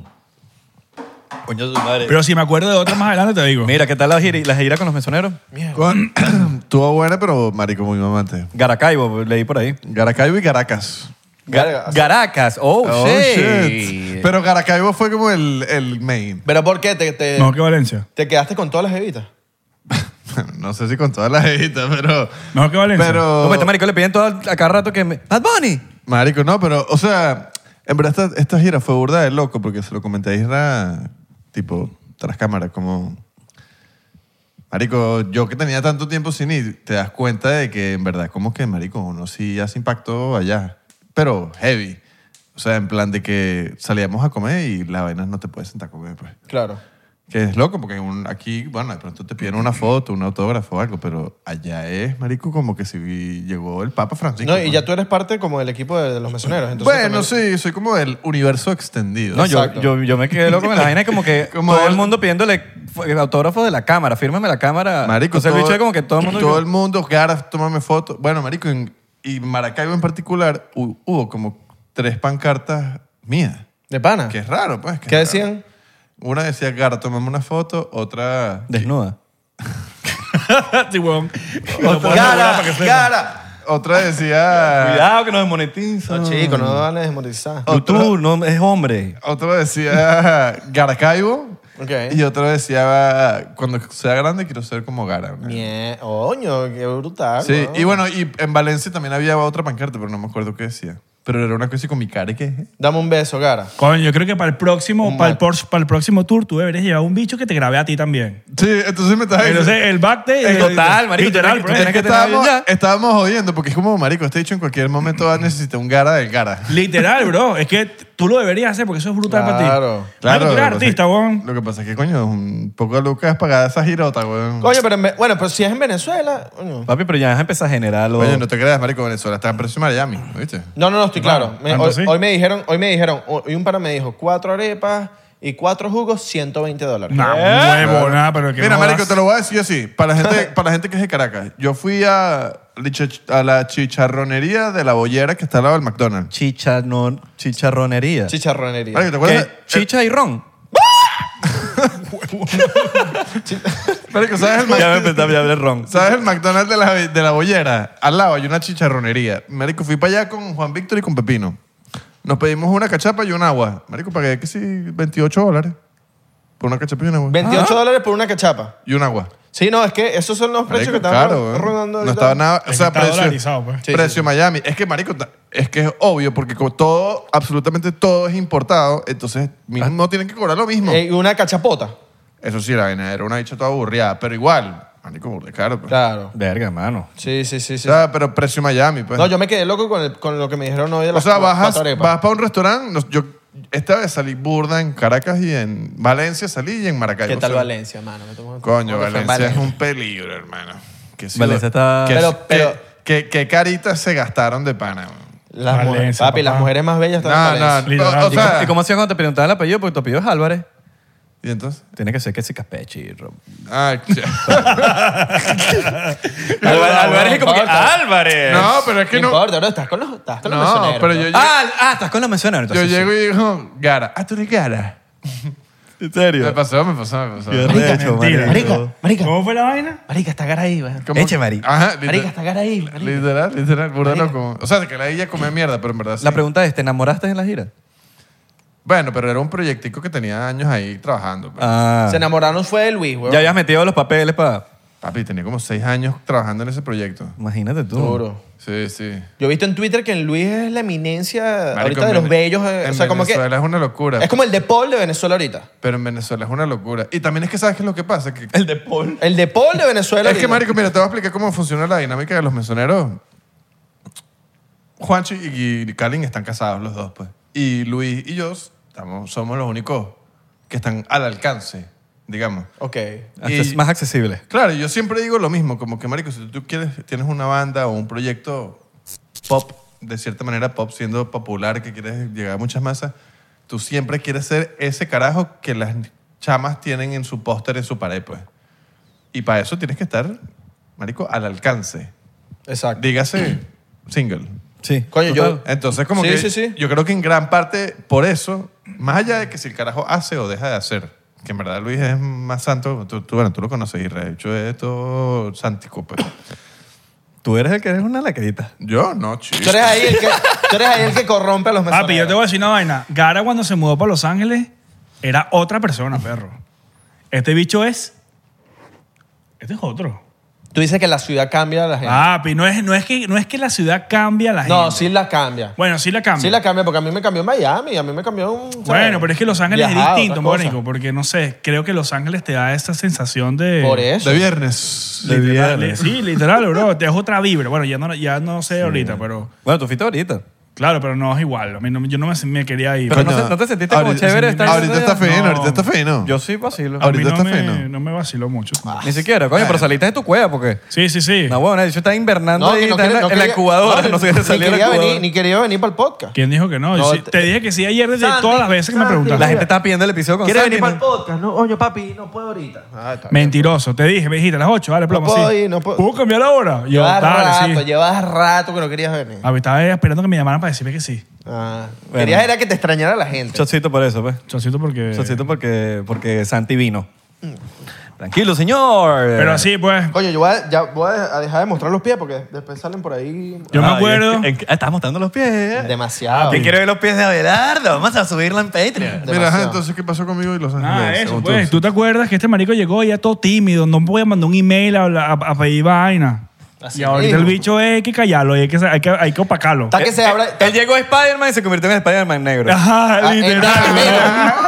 [SPEAKER 3] Coño de su madre.
[SPEAKER 1] Pero si me acuerdo de otra más adelante, te digo.
[SPEAKER 3] Mira, ¿qué tal la gira, la gira con los mesoneros?
[SPEAKER 4] Con- Estuvo buena, pero marico muy mamante.
[SPEAKER 3] Garacaibo, leí por ahí.
[SPEAKER 4] Garacaibo y Caracas.
[SPEAKER 2] Verga.
[SPEAKER 3] Garacas, oh,
[SPEAKER 4] Oh,
[SPEAKER 3] shit.
[SPEAKER 4] shit. Pero Garacaibo fue como el, el main.
[SPEAKER 2] ¿Pero por qué? ¿Te, te,
[SPEAKER 1] No, que Valencia.
[SPEAKER 2] te quedaste con todas las evitas?
[SPEAKER 4] no sé si con todas las editas, pero...
[SPEAKER 1] Mejor que Valencia.
[SPEAKER 4] Pero...
[SPEAKER 3] No, pues, este marico le piden todo a cada rato que me... ¡Bad Bunny!
[SPEAKER 4] Marico, no, pero, o sea, en verdad esta, esta gira fue burda de loco porque se lo comenté a Isra, tipo, tras cámara, como... Marico, yo que tenía tanto tiempo sin ir, te das cuenta de que en verdad como que, marico, uno sí hace impacto allá, pero heavy. O sea, en plan de que salíamos a comer y la vaina no te puedes sentar a comer, pues.
[SPEAKER 2] Claro.
[SPEAKER 4] Que es loco, porque un- aquí, bueno, de pronto te piden una foto, un autógrafo o algo, pero allá es, marico, como que si llegó el Papa Francisco.
[SPEAKER 2] No, y
[SPEAKER 4] ¿no?
[SPEAKER 2] ya tú eres parte como del equipo de, de los mesoneros. Entonces
[SPEAKER 4] Bueno,
[SPEAKER 2] también-
[SPEAKER 4] sí, soy como del universo extendido.
[SPEAKER 3] No, yo,
[SPEAKER 2] Exacto.
[SPEAKER 3] yo, yo me quedé loco con la vaina como que
[SPEAKER 4] Como
[SPEAKER 3] todo el
[SPEAKER 4] el-
[SPEAKER 3] mundo pidiéndole f- autógrafo de la cámara, fírmame la cámara.
[SPEAKER 4] Marico,
[SPEAKER 3] o sea, el bicho era como que todo el mundo...
[SPEAKER 4] Todo el mundo, Garaf, tómame foto. Bueno, marico, en- y Maracaibo en particular, hu- hubo como tres pancartas mías.
[SPEAKER 2] ¿De pana?
[SPEAKER 4] Que es raro, pues. que
[SPEAKER 2] ¿Qué
[SPEAKER 4] es
[SPEAKER 2] decían?
[SPEAKER 4] raro. Una decía, Gara, tómame una foto. Otra...
[SPEAKER 3] Desnuda.
[SPEAKER 1] Sí, huevón. Lo puedo asegurar
[SPEAKER 2] Gara,
[SPEAKER 1] para que sepa.
[SPEAKER 2] Gara.
[SPEAKER 4] otra decía.
[SPEAKER 3] Cuidado que nos desmonetizan.
[SPEAKER 4] Ah.
[SPEAKER 2] No, chicos, no van a desmonetizar.
[SPEAKER 3] YouTube no, es hombre.
[SPEAKER 4] Otro decía Garacaibo.
[SPEAKER 2] Ok.
[SPEAKER 4] Y otro decía, cuando sea grande quiero ser como Gara.
[SPEAKER 2] Mie- Oño, qué brutal.
[SPEAKER 4] Sí,
[SPEAKER 2] ¿no?
[SPEAKER 4] y bueno, y en Valencia también había otra pancarta, pero no me acuerdo qué decía. Pero era una cosa así con mi cara y qué.
[SPEAKER 2] Dame un beso, cara.
[SPEAKER 1] Coño, yo creo que para el próximo,
[SPEAKER 2] Un
[SPEAKER 1] para el,
[SPEAKER 2] mat-
[SPEAKER 1] por- para el próximo tour, tú deberías llevar un bicho que te grabe a ti también.
[SPEAKER 4] Sí, entonces me estás
[SPEAKER 1] Entonces, el back day.
[SPEAKER 3] En
[SPEAKER 1] eh,
[SPEAKER 3] total, marico,
[SPEAKER 1] Literal,
[SPEAKER 3] tú
[SPEAKER 1] bro.
[SPEAKER 3] tienes
[SPEAKER 4] Es que
[SPEAKER 3] que tener
[SPEAKER 4] estábamos,
[SPEAKER 3] bien ya.
[SPEAKER 4] estábamos jodiendo porque es como, marico, este dicho en cualquier momento va a necesitar un gara del gara.
[SPEAKER 1] Literal, bro. Es que t- tú lo deberías hacer porque eso es brutal para ti.
[SPEAKER 2] Claro, Eh.
[SPEAKER 1] Marico, tú eres
[SPEAKER 4] lo que pasa
[SPEAKER 1] artista,
[SPEAKER 4] es-
[SPEAKER 1] weón.
[SPEAKER 4] Lo que pasa es que, coño, un poco de lucas pagada esa girota, weón.
[SPEAKER 2] Coño, pero en Ve- bueno, pero si es en Venezuela. coño.
[SPEAKER 3] Papi, pero ya vas a empezar a generar los...
[SPEAKER 4] Oye, no te creas, marico, Venezuela está en precio de Miami, ¿no ¿viste?
[SPEAKER 2] No, no, no, estoy claro. Me- hoy,
[SPEAKER 1] entonces sí.
[SPEAKER 2] hoy me dijeron, hoy me dijeron, hoy un pana me dijo, cuatro arepas y cuatro jugos, 120 dólares. Eh,
[SPEAKER 1] Nah, huevo, Eh, nada, pero que
[SPEAKER 4] Mira,
[SPEAKER 1] no
[SPEAKER 4] marico,
[SPEAKER 1] vas-
[SPEAKER 4] te lo voy a decir así. Para la gente, para la gente que es de Caracas, yo fui a, la chich- a la chicharronería de la bollera que está al lado del McDonald's.
[SPEAKER 3] Chicha, no, chicharronería.
[SPEAKER 2] Chicharronería.
[SPEAKER 4] Marico, ¿te
[SPEAKER 3] ¿Qué?
[SPEAKER 4] acuerdas? Eh,
[SPEAKER 3] Chicha y ron.
[SPEAKER 4] Marico, ¿sabes el,
[SPEAKER 3] ya me
[SPEAKER 4] Mc-
[SPEAKER 3] empezó a hablar ron.
[SPEAKER 4] ¿sabes el McDonald's de la, de la bollera? Al lado hay una chicharronería. Marico, fui para allá con Juan Víctor y con Pepino. Nos pedimos una cachapa y un agua. Marico, pagué que sí 28 dólares por una cachapa y un agua.
[SPEAKER 2] 28
[SPEAKER 1] Ah.
[SPEAKER 2] dólares por una cachapa.
[SPEAKER 4] Y un agua.
[SPEAKER 2] Sí, no, es que esos son los precios
[SPEAKER 4] Marico,
[SPEAKER 2] que están
[SPEAKER 4] claro,
[SPEAKER 2] ro-
[SPEAKER 4] weón.
[SPEAKER 2] rondando.
[SPEAKER 4] No
[SPEAKER 2] ahorita.
[SPEAKER 4] estaba nada.
[SPEAKER 1] que
[SPEAKER 4] o sea,
[SPEAKER 1] está
[SPEAKER 4] precio,
[SPEAKER 1] dolarizado, pues.
[SPEAKER 2] Sí,
[SPEAKER 4] precio
[SPEAKER 2] sí, sí.
[SPEAKER 4] Miami. Es que, Marico, ta- es que es obvio porque co- todo, absolutamente todo es importado. Entonces,
[SPEAKER 2] Ah.
[SPEAKER 4] mismo no tienen que cobrar lo mismo.
[SPEAKER 2] Eh, una cachapota.
[SPEAKER 4] Eso sí, la vaina era una bicha toda aburrida. Pero igual, Marico, burda de caro. pues.
[SPEAKER 2] Claro.
[SPEAKER 3] Verga, mano.
[SPEAKER 2] Sí, sí, sí,
[SPEAKER 4] O
[SPEAKER 2] sí.
[SPEAKER 4] sea, pero precio Miami, pues.
[SPEAKER 2] No, yo me quedé loco con, el- con lo que me dijeron hoy de
[SPEAKER 4] o
[SPEAKER 2] las
[SPEAKER 4] sea,
[SPEAKER 2] cua-
[SPEAKER 4] bajas,
[SPEAKER 2] cuatro arepas.
[SPEAKER 4] vas para un restaurante. nos- yo esta vez salí burda en Caracas y en Valencia salí y en Maracaibo.
[SPEAKER 2] ¿Qué tal
[SPEAKER 4] O sea,
[SPEAKER 2] Valencia, mano? Me tomo-
[SPEAKER 4] Coño,
[SPEAKER 2] ¿Cómo que fue en
[SPEAKER 4] Valencia, es un peligro, hermano. Qué ciudad-
[SPEAKER 3] Valencia está-
[SPEAKER 4] qué-
[SPEAKER 2] Pero-
[SPEAKER 4] qué-
[SPEAKER 2] pero-
[SPEAKER 4] qué- qué caritas se gastaron de pana. man.
[SPEAKER 2] Las mujeres-
[SPEAKER 1] Valencia,
[SPEAKER 2] papi, las
[SPEAKER 1] papá.
[SPEAKER 2] mujeres más bellas están
[SPEAKER 4] No,
[SPEAKER 2] en
[SPEAKER 4] no,
[SPEAKER 2] Valencia.
[SPEAKER 1] Literal.
[SPEAKER 4] no. O,
[SPEAKER 1] ¿Y
[SPEAKER 3] ¿Y cómo-
[SPEAKER 4] sea,
[SPEAKER 3] ¿Y cómo hacían cuando te preguntaban el apellido? Porque tu apellido es Álvarez.
[SPEAKER 4] ¿Y entonces?
[SPEAKER 3] Tiene que ser que si Caspechi. Ro-
[SPEAKER 4] Ah,
[SPEAKER 3] Álvarez, Álvarez es como que
[SPEAKER 2] importa.
[SPEAKER 3] Álvarez.
[SPEAKER 4] no, pero es
[SPEAKER 2] No
[SPEAKER 4] que no.
[SPEAKER 2] importa, bro, estás con los, estás con los
[SPEAKER 4] No,
[SPEAKER 2] mesoneros,
[SPEAKER 4] pero
[SPEAKER 2] bro.
[SPEAKER 4] yo, lle-
[SPEAKER 3] Ah, ah, estás con la mención ahorita.
[SPEAKER 4] yo
[SPEAKER 3] sí, sí.
[SPEAKER 4] llego y digo, Gara. Ah, tú eres Gara.
[SPEAKER 3] ¿En
[SPEAKER 4] Me
[SPEAKER 3] serio?
[SPEAKER 4] pasó, me pasó, me pasó.
[SPEAKER 3] Qué
[SPEAKER 1] Marica,
[SPEAKER 3] recho,
[SPEAKER 1] mentira.
[SPEAKER 3] marico.
[SPEAKER 2] Marica,
[SPEAKER 1] ¿Cómo fue la vaina?
[SPEAKER 2] marica, está cara ahí, weón.
[SPEAKER 4] Como-
[SPEAKER 3] Eche, marico.
[SPEAKER 4] Ajá, literal.
[SPEAKER 2] Marica, está cara ahí, marica.
[SPEAKER 4] Literal, literal, burda loco. O sea, que la ella comía mierda, pero en verdad sí.
[SPEAKER 3] La pregunta es, ¿te enamoraste en la gira?
[SPEAKER 4] Bueno, pero era un proyectico que tenía años ahí trabajando. pues.
[SPEAKER 3] Ah.
[SPEAKER 2] Se enamoraron fue de Luis, weón.
[SPEAKER 3] Ya habías metido los papeles para...
[SPEAKER 4] Papi, tenía como seis años trabajando en ese proyecto.
[SPEAKER 3] Imagínate tú.
[SPEAKER 2] Duro.
[SPEAKER 4] Sí, sí.
[SPEAKER 2] Yo he visto en Twitter que en Luis es la eminencia
[SPEAKER 4] Marico,
[SPEAKER 2] ahorita de
[SPEAKER 4] en
[SPEAKER 2] los
[SPEAKER 4] Vene-
[SPEAKER 2] bellos. eh,
[SPEAKER 4] en
[SPEAKER 2] o sea, como que.
[SPEAKER 4] Venezuela es una locura.
[SPEAKER 2] Es como el de Paul de Venezuela ahorita.
[SPEAKER 4] Pero en Venezuela es una locura. Y también es que sabes qué es lo que pasa. Que
[SPEAKER 3] El de Paul.
[SPEAKER 2] El de Paul de Venezuela.
[SPEAKER 4] Es que,
[SPEAKER 2] ahorita.
[SPEAKER 4] marico, mira, te voy a explicar cómo funciona la dinámica de los mesoneros. Juanchi y Kalin están casados los dos, pues. Y Luis y yo estamos, somos los únicos que están al alcance, digamos.
[SPEAKER 2] Ok.
[SPEAKER 3] Acces-
[SPEAKER 4] Y-
[SPEAKER 3] Más accesible.
[SPEAKER 4] Claro, yo siempre digo lo mismo, como que, marico, si tú quieres, tienes una banda o un proyecto pop, de cierta manera pop, siendo popular, que quieres llegar a muchas masas, tú siempre quieres ser ese carajo que las chamas tienen en su póster, en su pared, pues. Y para eso tienes que estar, marico, al alcance.
[SPEAKER 2] Exacto.
[SPEAKER 4] Dígase single.
[SPEAKER 3] Sí.
[SPEAKER 2] Coño, yo.
[SPEAKER 4] Entonces, como
[SPEAKER 2] Sí,
[SPEAKER 4] que
[SPEAKER 2] sí, sí.
[SPEAKER 4] yo creo que en gran parte por eso, más allá de que si el carajo hace o deja de hacer, que en verdad Luis es más santo, tú, tú- bueno, tú lo conoces y de hecho es todo sántico, pero
[SPEAKER 3] Tú eres el que eres una laquerita.
[SPEAKER 4] yo no,
[SPEAKER 2] Tú
[SPEAKER 4] chico.
[SPEAKER 2] eres ahí el que, tú eres ahí el que corrompe a los mesoneros.
[SPEAKER 1] Papi, yo te voy a decir una vaina. Gara cuando se mudó para Los Ángeles era otra persona, perro. Este bicho es... Este es otro.
[SPEAKER 2] Tú dices que la ciudad cambia a la gente.
[SPEAKER 1] Papi, no es, no, es que, no es que la ciudad cambia a la Ah, gente.
[SPEAKER 2] no, sí la cambia.
[SPEAKER 1] Bueno, sí la cambia.
[SPEAKER 2] Sí la cambia, porque a mí me cambió en Miami, a mí me cambió un...
[SPEAKER 1] Bueno, pero es que Los Ángeles
[SPEAKER 2] Viajado,
[SPEAKER 1] es distinto,
[SPEAKER 2] otra cosa.
[SPEAKER 1] Mónico, porque no sé, creo que Los Ángeles te da esa sensación de...
[SPEAKER 2] Por eso.
[SPEAKER 4] De viernes.
[SPEAKER 3] De
[SPEAKER 1] literal,
[SPEAKER 3] viernes.
[SPEAKER 1] Sí, literal, bro. Te es otra vibra. Bueno, ya no, ya no sé ahorita, pero...
[SPEAKER 3] Bueno, tú fuiste ahorita.
[SPEAKER 1] Claro, pero no es igual. A mí no- yo no me, me quería ir.
[SPEAKER 3] Pero no,
[SPEAKER 4] Coño,
[SPEAKER 3] se- no te sentiste como
[SPEAKER 4] ahorita-
[SPEAKER 3] chévere estar
[SPEAKER 4] Ahorita
[SPEAKER 3] ese
[SPEAKER 4] está
[SPEAKER 3] día?
[SPEAKER 4] fino,
[SPEAKER 1] No.
[SPEAKER 4] ahorita está fino.
[SPEAKER 3] Yo sí vacilo.
[SPEAKER 1] A mí
[SPEAKER 4] ahorita
[SPEAKER 1] no
[SPEAKER 4] está
[SPEAKER 1] me,
[SPEAKER 4] fino.
[SPEAKER 1] no me vaciló mucho.
[SPEAKER 3] Ni siquiera.
[SPEAKER 4] Ah.
[SPEAKER 3] Coño, pero saliste de tu cueva porque...
[SPEAKER 1] Sí, sí, sí.
[SPEAKER 3] Ah. No, bueno, yo estaba invernando ahí,
[SPEAKER 2] que
[SPEAKER 3] está en
[SPEAKER 2] quería-
[SPEAKER 3] la- en la
[SPEAKER 2] quería-
[SPEAKER 3] incubadora, no,
[SPEAKER 2] no,
[SPEAKER 3] sé qué
[SPEAKER 2] ni
[SPEAKER 3] salió de la
[SPEAKER 2] quería venir,
[SPEAKER 3] incubadora.
[SPEAKER 2] Ni quería venir para el podcast.
[SPEAKER 1] ¿Quién dijo que no?
[SPEAKER 2] No,
[SPEAKER 1] Sí,
[SPEAKER 2] te-
[SPEAKER 1] te, dije que sí ayer desde
[SPEAKER 2] Santi,
[SPEAKER 1] todas las veces que me
[SPEAKER 2] Santi.
[SPEAKER 1] preguntaste.
[SPEAKER 3] La gente estaba pidiendo el episodio con
[SPEAKER 2] ¿Quieres
[SPEAKER 3] Santi.
[SPEAKER 2] venir para el
[SPEAKER 3] ¿no?
[SPEAKER 2] podcast? No, oye, papi, no puedo ahorita. Ah, está bien.
[SPEAKER 1] Mentiroso, te dije, me dijiste a las 8, vale, plomo,
[SPEAKER 2] puedo
[SPEAKER 1] sí.
[SPEAKER 2] ir, no puedo.
[SPEAKER 1] cambiar la hora? Yo,
[SPEAKER 2] Llevas
[SPEAKER 1] dale,
[SPEAKER 2] rato,
[SPEAKER 1] sí.
[SPEAKER 2] llevas rato que no querías venir.
[SPEAKER 1] A mí estaba esperando que me llamaran para decirme que sí.
[SPEAKER 2] Ah,
[SPEAKER 3] Bueno.
[SPEAKER 2] Querías era que te extrañara la gente.
[SPEAKER 3] Chocito por eso, pues.
[SPEAKER 1] Chocito porque...
[SPEAKER 3] Chocito porque, porque Santi vino. Tranquilo, señor.
[SPEAKER 1] Pero así, pues.
[SPEAKER 2] Coño, yo voy a, ya voy a dejar de mostrar los pies porque después salen por ahí
[SPEAKER 1] Yo me
[SPEAKER 3] Ay,
[SPEAKER 1] acuerdo.
[SPEAKER 3] es que- es que- ah, estás mostrando los pies. ¿eh?
[SPEAKER 2] demasiado.
[SPEAKER 3] ¿Quién quiere ver los pies de Abelardo? Vamos a subirla en Patreon.
[SPEAKER 4] Mira, ajá,
[SPEAKER 2] Demasiado.
[SPEAKER 4] entonces, ¿qué pasó conmigo y Los Ángeles?
[SPEAKER 1] Ah, eso,
[SPEAKER 4] Según tú.
[SPEAKER 1] pues. ¿Tú te acuerdas que este marico llegó ya todo tímido? No podía mandar un email a, a- a pedir vaina.
[SPEAKER 2] Así
[SPEAKER 1] y ahorita
[SPEAKER 2] mismo.
[SPEAKER 1] el bicho es, hay que callarlo, hay que, hay que, hay que opacarlo.
[SPEAKER 2] Está que se abra.
[SPEAKER 3] Él llegó a Spider-Man y se convirtió en Spider-Man negro.
[SPEAKER 1] Ajá,
[SPEAKER 2] Ah, en-
[SPEAKER 1] literal.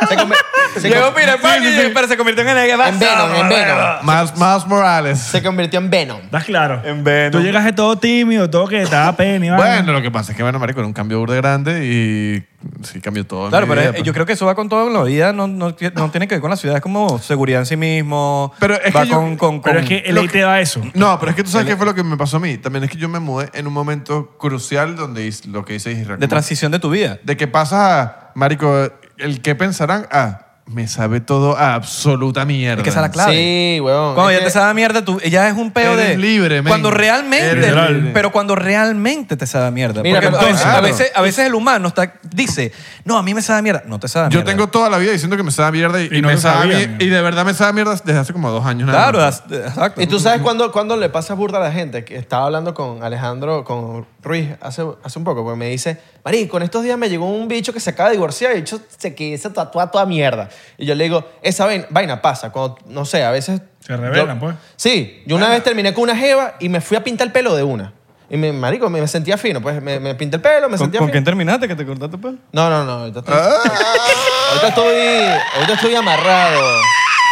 [SPEAKER 2] Se come- se
[SPEAKER 3] Llegó
[SPEAKER 2] come-
[SPEAKER 3] Peter Parker y- pero se convirtió en el
[SPEAKER 2] En Venom, en Venom.
[SPEAKER 4] Miles, Miles Morales.
[SPEAKER 2] Se convirtió en Venom.
[SPEAKER 1] ¿Estás claro?
[SPEAKER 3] En Venom.
[SPEAKER 1] Tú llegaste todo tímido, todo que estaba pena
[SPEAKER 3] Ah.
[SPEAKER 1] y vaina.
[SPEAKER 4] Bueno, lo que pasa es que, bueno, marico, era un cambio burda grande y sí cambió todo. en
[SPEAKER 3] Claro,
[SPEAKER 4] Pues mi
[SPEAKER 3] pero
[SPEAKER 4] vida,
[SPEAKER 3] es- yo creo que eso va con todo en la vida, no, no, no tiene que ver con la ciudad, es como seguridad en sí mismo.
[SPEAKER 4] Pero es
[SPEAKER 3] va
[SPEAKER 4] que eh, yo-
[SPEAKER 3] con, con-
[SPEAKER 1] Pero
[SPEAKER 3] con-
[SPEAKER 1] es que el
[SPEAKER 4] lo
[SPEAKER 1] ley te da eso.
[SPEAKER 4] No, pero es que tú sabes qué fue lo que me pasó a mí. También es que yo me mudé en un momento crucial donde is- lo que dice Israel.
[SPEAKER 3] de
[SPEAKER 4] como-
[SPEAKER 3] transición de tu vida.
[SPEAKER 4] De que pasas a, marico, el que pensarán, ah, me sabe todo a absoluta mierda.
[SPEAKER 3] Es que esa es la clave.
[SPEAKER 2] Sí, huevón.
[SPEAKER 3] Cuando
[SPEAKER 2] Es
[SPEAKER 3] ya
[SPEAKER 2] que-
[SPEAKER 3] te sabe mierda, tú, ya es un peo
[SPEAKER 4] Eres
[SPEAKER 3] de.
[SPEAKER 4] libre, men.
[SPEAKER 3] Cuando realmente.
[SPEAKER 4] Eres libre.
[SPEAKER 3] Pero cuando realmente te sabe mierda.
[SPEAKER 2] Mira,
[SPEAKER 3] Porque
[SPEAKER 2] pero-
[SPEAKER 3] entonces, a,
[SPEAKER 4] claro.
[SPEAKER 3] veces, a veces el humano está, dice, no, a mí me sabe mierda. No te sabe
[SPEAKER 4] Yo
[SPEAKER 3] mierda.
[SPEAKER 4] tengo toda la vida diciendo que me sabe mierda y,
[SPEAKER 1] Y
[SPEAKER 4] y
[SPEAKER 1] no
[SPEAKER 4] me
[SPEAKER 1] lo
[SPEAKER 4] sabe
[SPEAKER 1] sabía,
[SPEAKER 4] mier-
[SPEAKER 1] mierda.
[SPEAKER 4] y de verdad me sabe mierda desde hace como dos años. nada
[SPEAKER 3] Claro,
[SPEAKER 4] más.
[SPEAKER 3] as- exacto.
[SPEAKER 2] ¿Y tú sabes cuándo, cuándo le pasa burda a la gente? Que estaba hablando con Alejandro, con Ruiz hace, hace un poco, porque me dice, Marico, en estos días me llegó un bicho que se acaba de divorciar y el bicho se que se tatúa toda mierda. Y yo le digo, esa vaina, vaina pasa, cuando, no sé, a veces...
[SPEAKER 1] Se rebelan,
[SPEAKER 2] yo-
[SPEAKER 1] pues.
[SPEAKER 2] Sí, yo una vez terminé con una jeva y me fui a pintar el pelo de una. Y me, marico, me, me sentía fino, pues me, me pinté el pelo, me
[SPEAKER 3] ¿Con,
[SPEAKER 2] sentía
[SPEAKER 3] con
[SPEAKER 2] fino.
[SPEAKER 3] quién terminaste que te cortaste pues? pelo?
[SPEAKER 2] No, no, no, ahorita estoy, ahorita estoy, ahorita estoy amarrado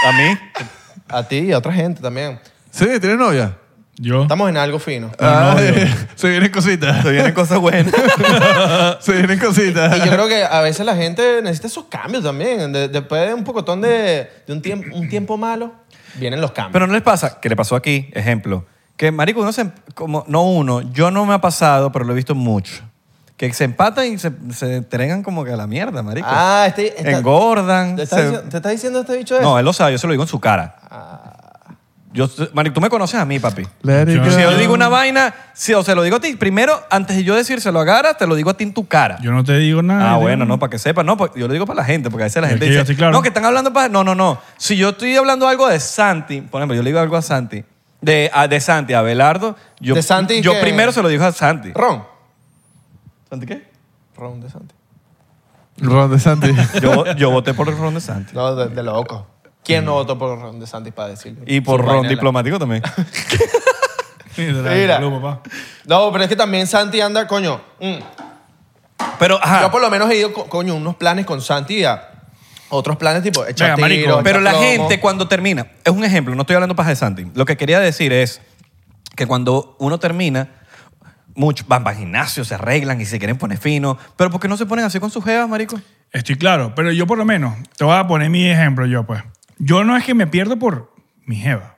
[SPEAKER 3] A mí.
[SPEAKER 2] a ti y a otra gente también.
[SPEAKER 4] Sí, ¿tienes novia?
[SPEAKER 1] Yo.
[SPEAKER 2] Estamos en algo fino.
[SPEAKER 4] Ay, se vienen cositas.
[SPEAKER 3] Te Ah, vienen cosas buenas.
[SPEAKER 4] Se vienen
[SPEAKER 2] Y yo
[SPEAKER 4] cositas.
[SPEAKER 2] creo que a veces la gente necesita esos cambios también. De- después de un pocotón de, de un, tiempo, un tiempo malo, vienen los cambios.
[SPEAKER 3] Pero no les pasa, que le pasó aquí, ejemplo, que marico, uno se, em- como, no uno, yo no me ha pasado, pero lo he visto mucho, que se empatan y se, se entregan como que a la mierda, marico.
[SPEAKER 2] ah, este, está-
[SPEAKER 3] Engordan.
[SPEAKER 2] ¿Te estás,
[SPEAKER 3] se-
[SPEAKER 2] dici- te está diciendo este bicho eso? Ah.
[SPEAKER 3] no, él lo sabe, yo se lo digo en su cara. Yo, marico, tú me conoces a mí, papi.
[SPEAKER 4] Let it
[SPEAKER 1] Yo-
[SPEAKER 4] go.
[SPEAKER 3] Si yo digo una vaina, si, o se lo digo a ti, primero, antes de yo decírselo a Gara, te lo digo a ti en tu cara.
[SPEAKER 1] Yo no te digo nada.
[SPEAKER 3] Ah,
[SPEAKER 1] yo-
[SPEAKER 3] bueno, no, para que sepa. No, pues, yo lo digo para la gente, porque a veces la
[SPEAKER 1] Es
[SPEAKER 3] gente
[SPEAKER 1] que yo
[SPEAKER 3] dice,
[SPEAKER 1] estoy claro.
[SPEAKER 3] no, que están hablando para... No, no, no. Si yo estoy hablando algo de Santi, por ejemplo, yo le digo algo a Santi, de, a- de Santi, a Belardo, yo,
[SPEAKER 2] ¿De Santi
[SPEAKER 3] yo
[SPEAKER 2] qué?
[SPEAKER 3] primero se lo digo a Santi.
[SPEAKER 2] Ron.
[SPEAKER 3] ¿Santi qué?
[SPEAKER 2] Ron de Santi.
[SPEAKER 4] Ron de Santi.
[SPEAKER 3] Yo, yo voté por el ron de Santi.
[SPEAKER 2] No, de, de loco. ¿Quién no votó por Ron de Santi para decirlo?
[SPEAKER 3] Y por
[SPEAKER 2] Su
[SPEAKER 3] ron
[SPEAKER 2] vaina de la-
[SPEAKER 3] diplomático también.
[SPEAKER 1] Mira.
[SPEAKER 2] Mira. No, pero es que también Santi anda, coño. mm.
[SPEAKER 3] Pero, ajá.
[SPEAKER 2] Yo por lo menos he ido, co- coño, unos planes con Santi y a otros planes tipo echar
[SPEAKER 1] Venga, marico,
[SPEAKER 2] tiros,
[SPEAKER 3] Pero
[SPEAKER 2] echar
[SPEAKER 3] la
[SPEAKER 2] plomo.
[SPEAKER 3] gente cuando termina, es un ejemplo, no estoy hablando paja de Santi. Lo que quería decir es que cuando uno termina, muchos van para gimnasio, se arreglan y se quieren poner fino, pero ¿por qué no se ponen así con sus jevas, marico?
[SPEAKER 1] Estoy claro, pero yo por lo menos, te voy a poner mi ejemplo yo, pues. Yo no es que me pierdo por mi jeva.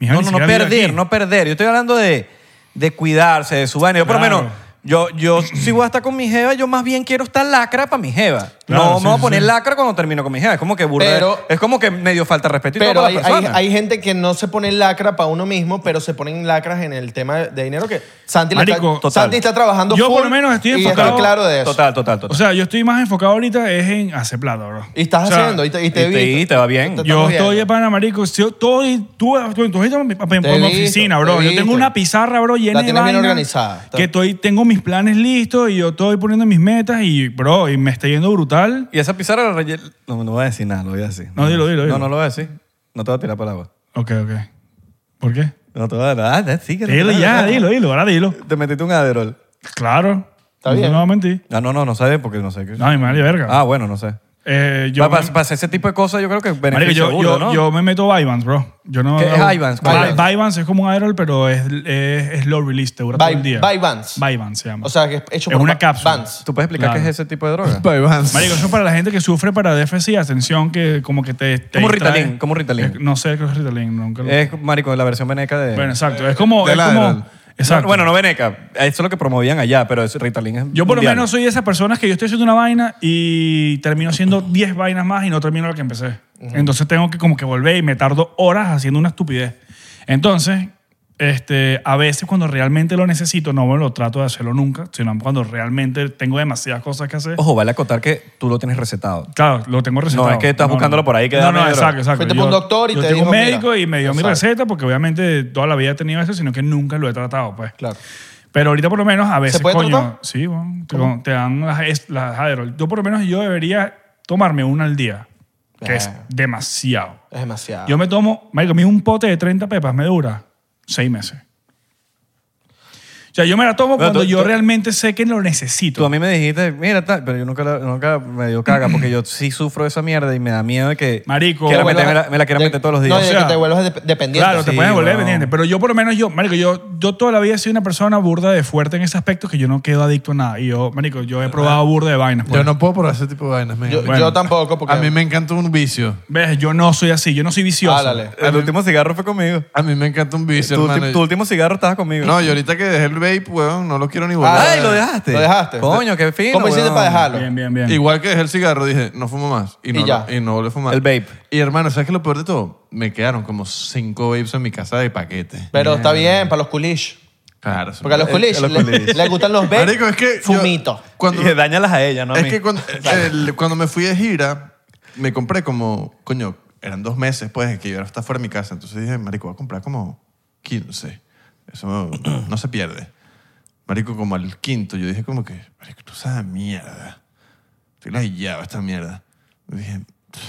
[SPEAKER 1] Mi jeva
[SPEAKER 3] No,
[SPEAKER 1] ni
[SPEAKER 3] no, no
[SPEAKER 1] siquiera vive
[SPEAKER 3] perder,
[SPEAKER 1] aquí.
[SPEAKER 3] no perder. Yo estoy hablando de, de cuidarse, de su vaina. Yo por lo
[SPEAKER 1] Claro.
[SPEAKER 3] menos, yo, yo si voy a estar con mi jeva, yo más bien quiero estar lacra para mi jeva.
[SPEAKER 1] Claro,
[SPEAKER 3] no
[SPEAKER 1] sí,
[SPEAKER 3] me voy a
[SPEAKER 1] sí,
[SPEAKER 3] poner
[SPEAKER 1] sí.
[SPEAKER 3] lacra cuando termino con mi jeva. Es como que burda.
[SPEAKER 2] Pero-
[SPEAKER 3] es como que medio falta de respeto y todo
[SPEAKER 2] Pero
[SPEAKER 3] para
[SPEAKER 2] hay,
[SPEAKER 3] la
[SPEAKER 2] hay-
[SPEAKER 3] persona.
[SPEAKER 2] hay gente que no se pone lacra para uno mismo, pero se ponen lacras en el tema de dinero que Santi, le
[SPEAKER 1] Marico,
[SPEAKER 2] está,
[SPEAKER 1] total.
[SPEAKER 2] Santi está trabajando
[SPEAKER 1] Yo por lo
[SPEAKER 2] full
[SPEAKER 1] menos estoy
[SPEAKER 2] y
[SPEAKER 1] enfocado-
[SPEAKER 2] está claro de eso.
[SPEAKER 3] Total, total, total.
[SPEAKER 1] O sea, yo estoy más enfocado ahorita es en hacer plata, bro.
[SPEAKER 2] Y estás
[SPEAKER 1] O sea,
[SPEAKER 2] haciendo, y te, y te,
[SPEAKER 3] y te-
[SPEAKER 2] vi-
[SPEAKER 3] y te va bien.
[SPEAKER 2] estamos
[SPEAKER 1] Yo estoy de
[SPEAKER 2] viendo.
[SPEAKER 1] pana, marico. Si yo- todo, y- tú, tú, tú, ahorita me- me-
[SPEAKER 2] Te
[SPEAKER 1] por mi
[SPEAKER 2] he visto,
[SPEAKER 1] oficina,
[SPEAKER 2] te
[SPEAKER 1] bro.
[SPEAKER 2] he
[SPEAKER 1] Yo
[SPEAKER 2] visto.
[SPEAKER 1] tengo una pizarra, bro, llena
[SPEAKER 2] La
[SPEAKER 1] de
[SPEAKER 2] tienes bien
[SPEAKER 1] vainas
[SPEAKER 2] organizada. Está-
[SPEAKER 1] Que estoy, tengo mis planes listos y yo estoy poniendo mis metas y, bro, y me está yendo brutal.
[SPEAKER 3] Y esa pizarra la relle- No, no voy a decir nada, lo voy a decir.
[SPEAKER 1] No, dilo, dilo, dilo.
[SPEAKER 3] No, no lo voy a decir. No te voy a tirar palabras.
[SPEAKER 1] Ok, ok. ¿Por qué?
[SPEAKER 3] No te voy a dar. Ah, sí, que
[SPEAKER 1] Dilo ya, dilo, dilo, ahora dilo.
[SPEAKER 3] Te metiste un aderol.
[SPEAKER 1] Claro.
[SPEAKER 2] Está
[SPEAKER 1] No
[SPEAKER 2] bien.
[SPEAKER 1] No voy a mentir.
[SPEAKER 3] Ah, no, no, no sabes porque no sé qué.
[SPEAKER 1] No, mi madre, verga.
[SPEAKER 3] Ah, bueno, no sé.
[SPEAKER 1] Eh, yo,
[SPEAKER 3] para, ese tipo de cosas yo creo que
[SPEAKER 1] Marico,
[SPEAKER 3] beneficia
[SPEAKER 1] yo,
[SPEAKER 3] burda,
[SPEAKER 1] yo-
[SPEAKER 3] ¿no?
[SPEAKER 1] yo me meto Vibans, bro. Yo no,
[SPEAKER 3] ¿Qué es Vyvanse?
[SPEAKER 1] Vi-
[SPEAKER 2] Vyvanse.
[SPEAKER 1] Vyvanse es como un aerol, pero es, es, es low release, te dura todo
[SPEAKER 2] Vi-
[SPEAKER 1] el día.
[SPEAKER 2] Vyvanse.
[SPEAKER 1] Vyvanse se llama.
[SPEAKER 2] O sea, que es hecho
[SPEAKER 1] Es
[SPEAKER 2] por
[SPEAKER 1] una
[SPEAKER 2] Ba-
[SPEAKER 1] cápsula.
[SPEAKER 2] Vans.
[SPEAKER 3] ¿Tú puedes explicar
[SPEAKER 1] Claro.
[SPEAKER 3] qué es ese tipo de droga?
[SPEAKER 4] Bye, Vans.
[SPEAKER 1] Marico, eso es para la gente que sufre para DFC, atención, que como que te. te
[SPEAKER 3] Como
[SPEAKER 1] distrae.
[SPEAKER 3] Ritalin, como Ritalin.
[SPEAKER 1] Eh, no sé qué es Ritalin, nunca lo-
[SPEAKER 3] Es, marico, la versión veneca de...
[SPEAKER 1] Bueno, exacto. Es como.
[SPEAKER 4] de
[SPEAKER 1] Es
[SPEAKER 4] Adderall.
[SPEAKER 1] como exacto.
[SPEAKER 3] No, bueno, no veneca. Eso es lo que promovían allá, pero es, Ritalin es
[SPEAKER 1] Yo por lo
[SPEAKER 3] mundial.
[SPEAKER 1] menos soy de esas personas que yo estoy haciendo una vaina y termino haciendo 10 vainas más y no termino la que empecé. Entonces tengo que como que volver y me tardo horas haciendo una estupidez. Entonces, Este, a veces cuando realmente lo necesito, no me lo trato de hacerlo nunca, sino cuando realmente tengo demasiadas cosas que hacer.
[SPEAKER 3] Ojo, vale acotar que tú lo tienes recetado.
[SPEAKER 1] Claro, lo tengo recetado.
[SPEAKER 3] es que estás buscándolo por ahí que
[SPEAKER 1] No,
[SPEAKER 3] dame,
[SPEAKER 1] no,
[SPEAKER 3] pero-
[SPEAKER 1] exacto, exacto.
[SPEAKER 2] Fuiste por un
[SPEAKER 1] Yo-
[SPEAKER 2] doctor y
[SPEAKER 1] yo
[SPEAKER 2] te
[SPEAKER 1] tengo
[SPEAKER 2] dijo,
[SPEAKER 1] un
[SPEAKER 2] mira.
[SPEAKER 1] médico y me dio mi
[SPEAKER 2] Exacto.
[SPEAKER 1] receta porque obviamente toda la vida he tenido eso, sino que nunca lo he tratado, pues.
[SPEAKER 2] Claro.
[SPEAKER 1] Pero ahorita por lo menos a veces,
[SPEAKER 2] puede
[SPEAKER 1] coño,
[SPEAKER 2] tratar?
[SPEAKER 1] sí, bueno, te, te dan las, es- las Adderall. Yo por lo menos yo debería tomarme una al día, que es
[SPEAKER 2] Ah.
[SPEAKER 1] demasiado.
[SPEAKER 2] Es demasiado.
[SPEAKER 1] Yo me tomo, marico, a mí un pote de 30 pepas me dura seis meses. O sea, yo me la tomo
[SPEAKER 3] Pero
[SPEAKER 1] cuando
[SPEAKER 3] tú-
[SPEAKER 1] yo
[SPEAKER 3] tú-
[SPEAKER 1] realmente sé que lo
[SPEAKER 3] Tú
[SPEAKER 1] necesito.
[SPEAKER 3] a mí me dijiste, mira, tal, pero yo nunca, la- nunca me dio caga porque yo sí sufro de esa mierda y me da miedo de que
[SPEAKER 1] Marico.
[SPEAKER 3] quiera
[SPEAKER 1] Te
[SPEAKER 3] meter-
[SPEAKER 2] vuelvas-
[SPEAKER 3] me, la, me la quiera
[SPEAKER 2] de-
[SPEAKER 3] meter todos los
[SPEAKER 2] No,
[SPEAKER 3] días.
[SPEAKER 2] y de
[SPEAKER 1] O sea,
[SPEAKER 2] que te vuelvas dep- dependiente.
[SPEAKER 1] Claro, te
[SPEAKER 3] Sí,
[SPEAKER 1] puedes volver
[SPEAKER 3] weón.
[SPEAKER 1] dependiente. Pero yo, por lo menos, yo, Marico, yo, yo toda la vida he sido una persona burda de fuerte en ese aspecto que yo no quedo adicto a nada. Y yo, Marico, yo he probado burda de vainas.
[SPEAKER 4] Yo
[SPEAKER 1] pues.
[SPEAKER 4] no puedo probar ese tipo de vainas, men.
[SPEAKER 2] Yo,
[SPEAKER 1] Bueno.
[SPEAKER 2] yo tampoco, porque
[SPEAKER 4] A mí me encanta un vicio.
[SPEAKER 1] ¿Ves? Yo no soy así. Yo no soy vicioso.
[SPEAKER 2] Álale.
[SPEAKER 3] El último cigarro fue conmigo.
[SPEAKER 4] A mí me encanta un vicio,
[SPEAKER 3] Tu,
[SPEAKER 4] hermano.
[SPEAKER 3] ulti- tu último cigarro estabas conmigo.
[SPEAKER 4] No, yo ahorita que dejé el vape, weón, no lo quiero ni
[SPEAKER 2] Ah,
[SPEAKER 4] volver.
[SPEAKER 3] ¡Ay, lo dejaste!
[SPEAKER 2] Lo dejaste.
[SPEAKER 3] Coño, qué fino,
[SPEAKER 2] ¿Cómo hiciste
[SPEAKER 3] weón.
[SPEAKER 2] para dejarlo?
[SPEAKER 1] Bien, bien, bien.
[SPEAKER 4] Igual que dejé el cigarro, dije, no fumo más. Y no,
[SPEAKER 2] Y ya.
[SPEAKER 4] y no volví a fumar.
[SPEAKER 3] El vape.
[SPEAKER 4] Y hermano, ¿sabes qué es lo peor de todo? Me quedaron como cinco vapes en mi casa de paquete.
[SPEAKER 2] Pero está bien, para los coolish.
[SPEAKER 4] Claro. eso-
[SPEAKER 2] Porque a los coolish
[SPEAKER 3] Eh, los
[SPEAKER 2] le-
[SPEAKER 3] coolish.
[SPEAKER 2] les gustan los vapes.
[SPEAKER 4] Marico, es que yo-
[SPEAKER 2] Fumito.
[SPEAKER 4] cuando,
[SPEAKER 3] Y dañalas a ella, ¿no? A
[SPEAKER 4] es
[SPEAKER 3] mí.
[SPEAKER 4] que cuando, el- cuando me fui de gira, me compré como, coño, eran dos meses pues que yo era hasta fuera de mi casa. Entonces dije, marico, voy a comprar como 15. Eso no, no se pierde. Marico, como al quinto, yo dije como que, marico, tú sabes mierda. Estoy la llave esta mierda. Y dije,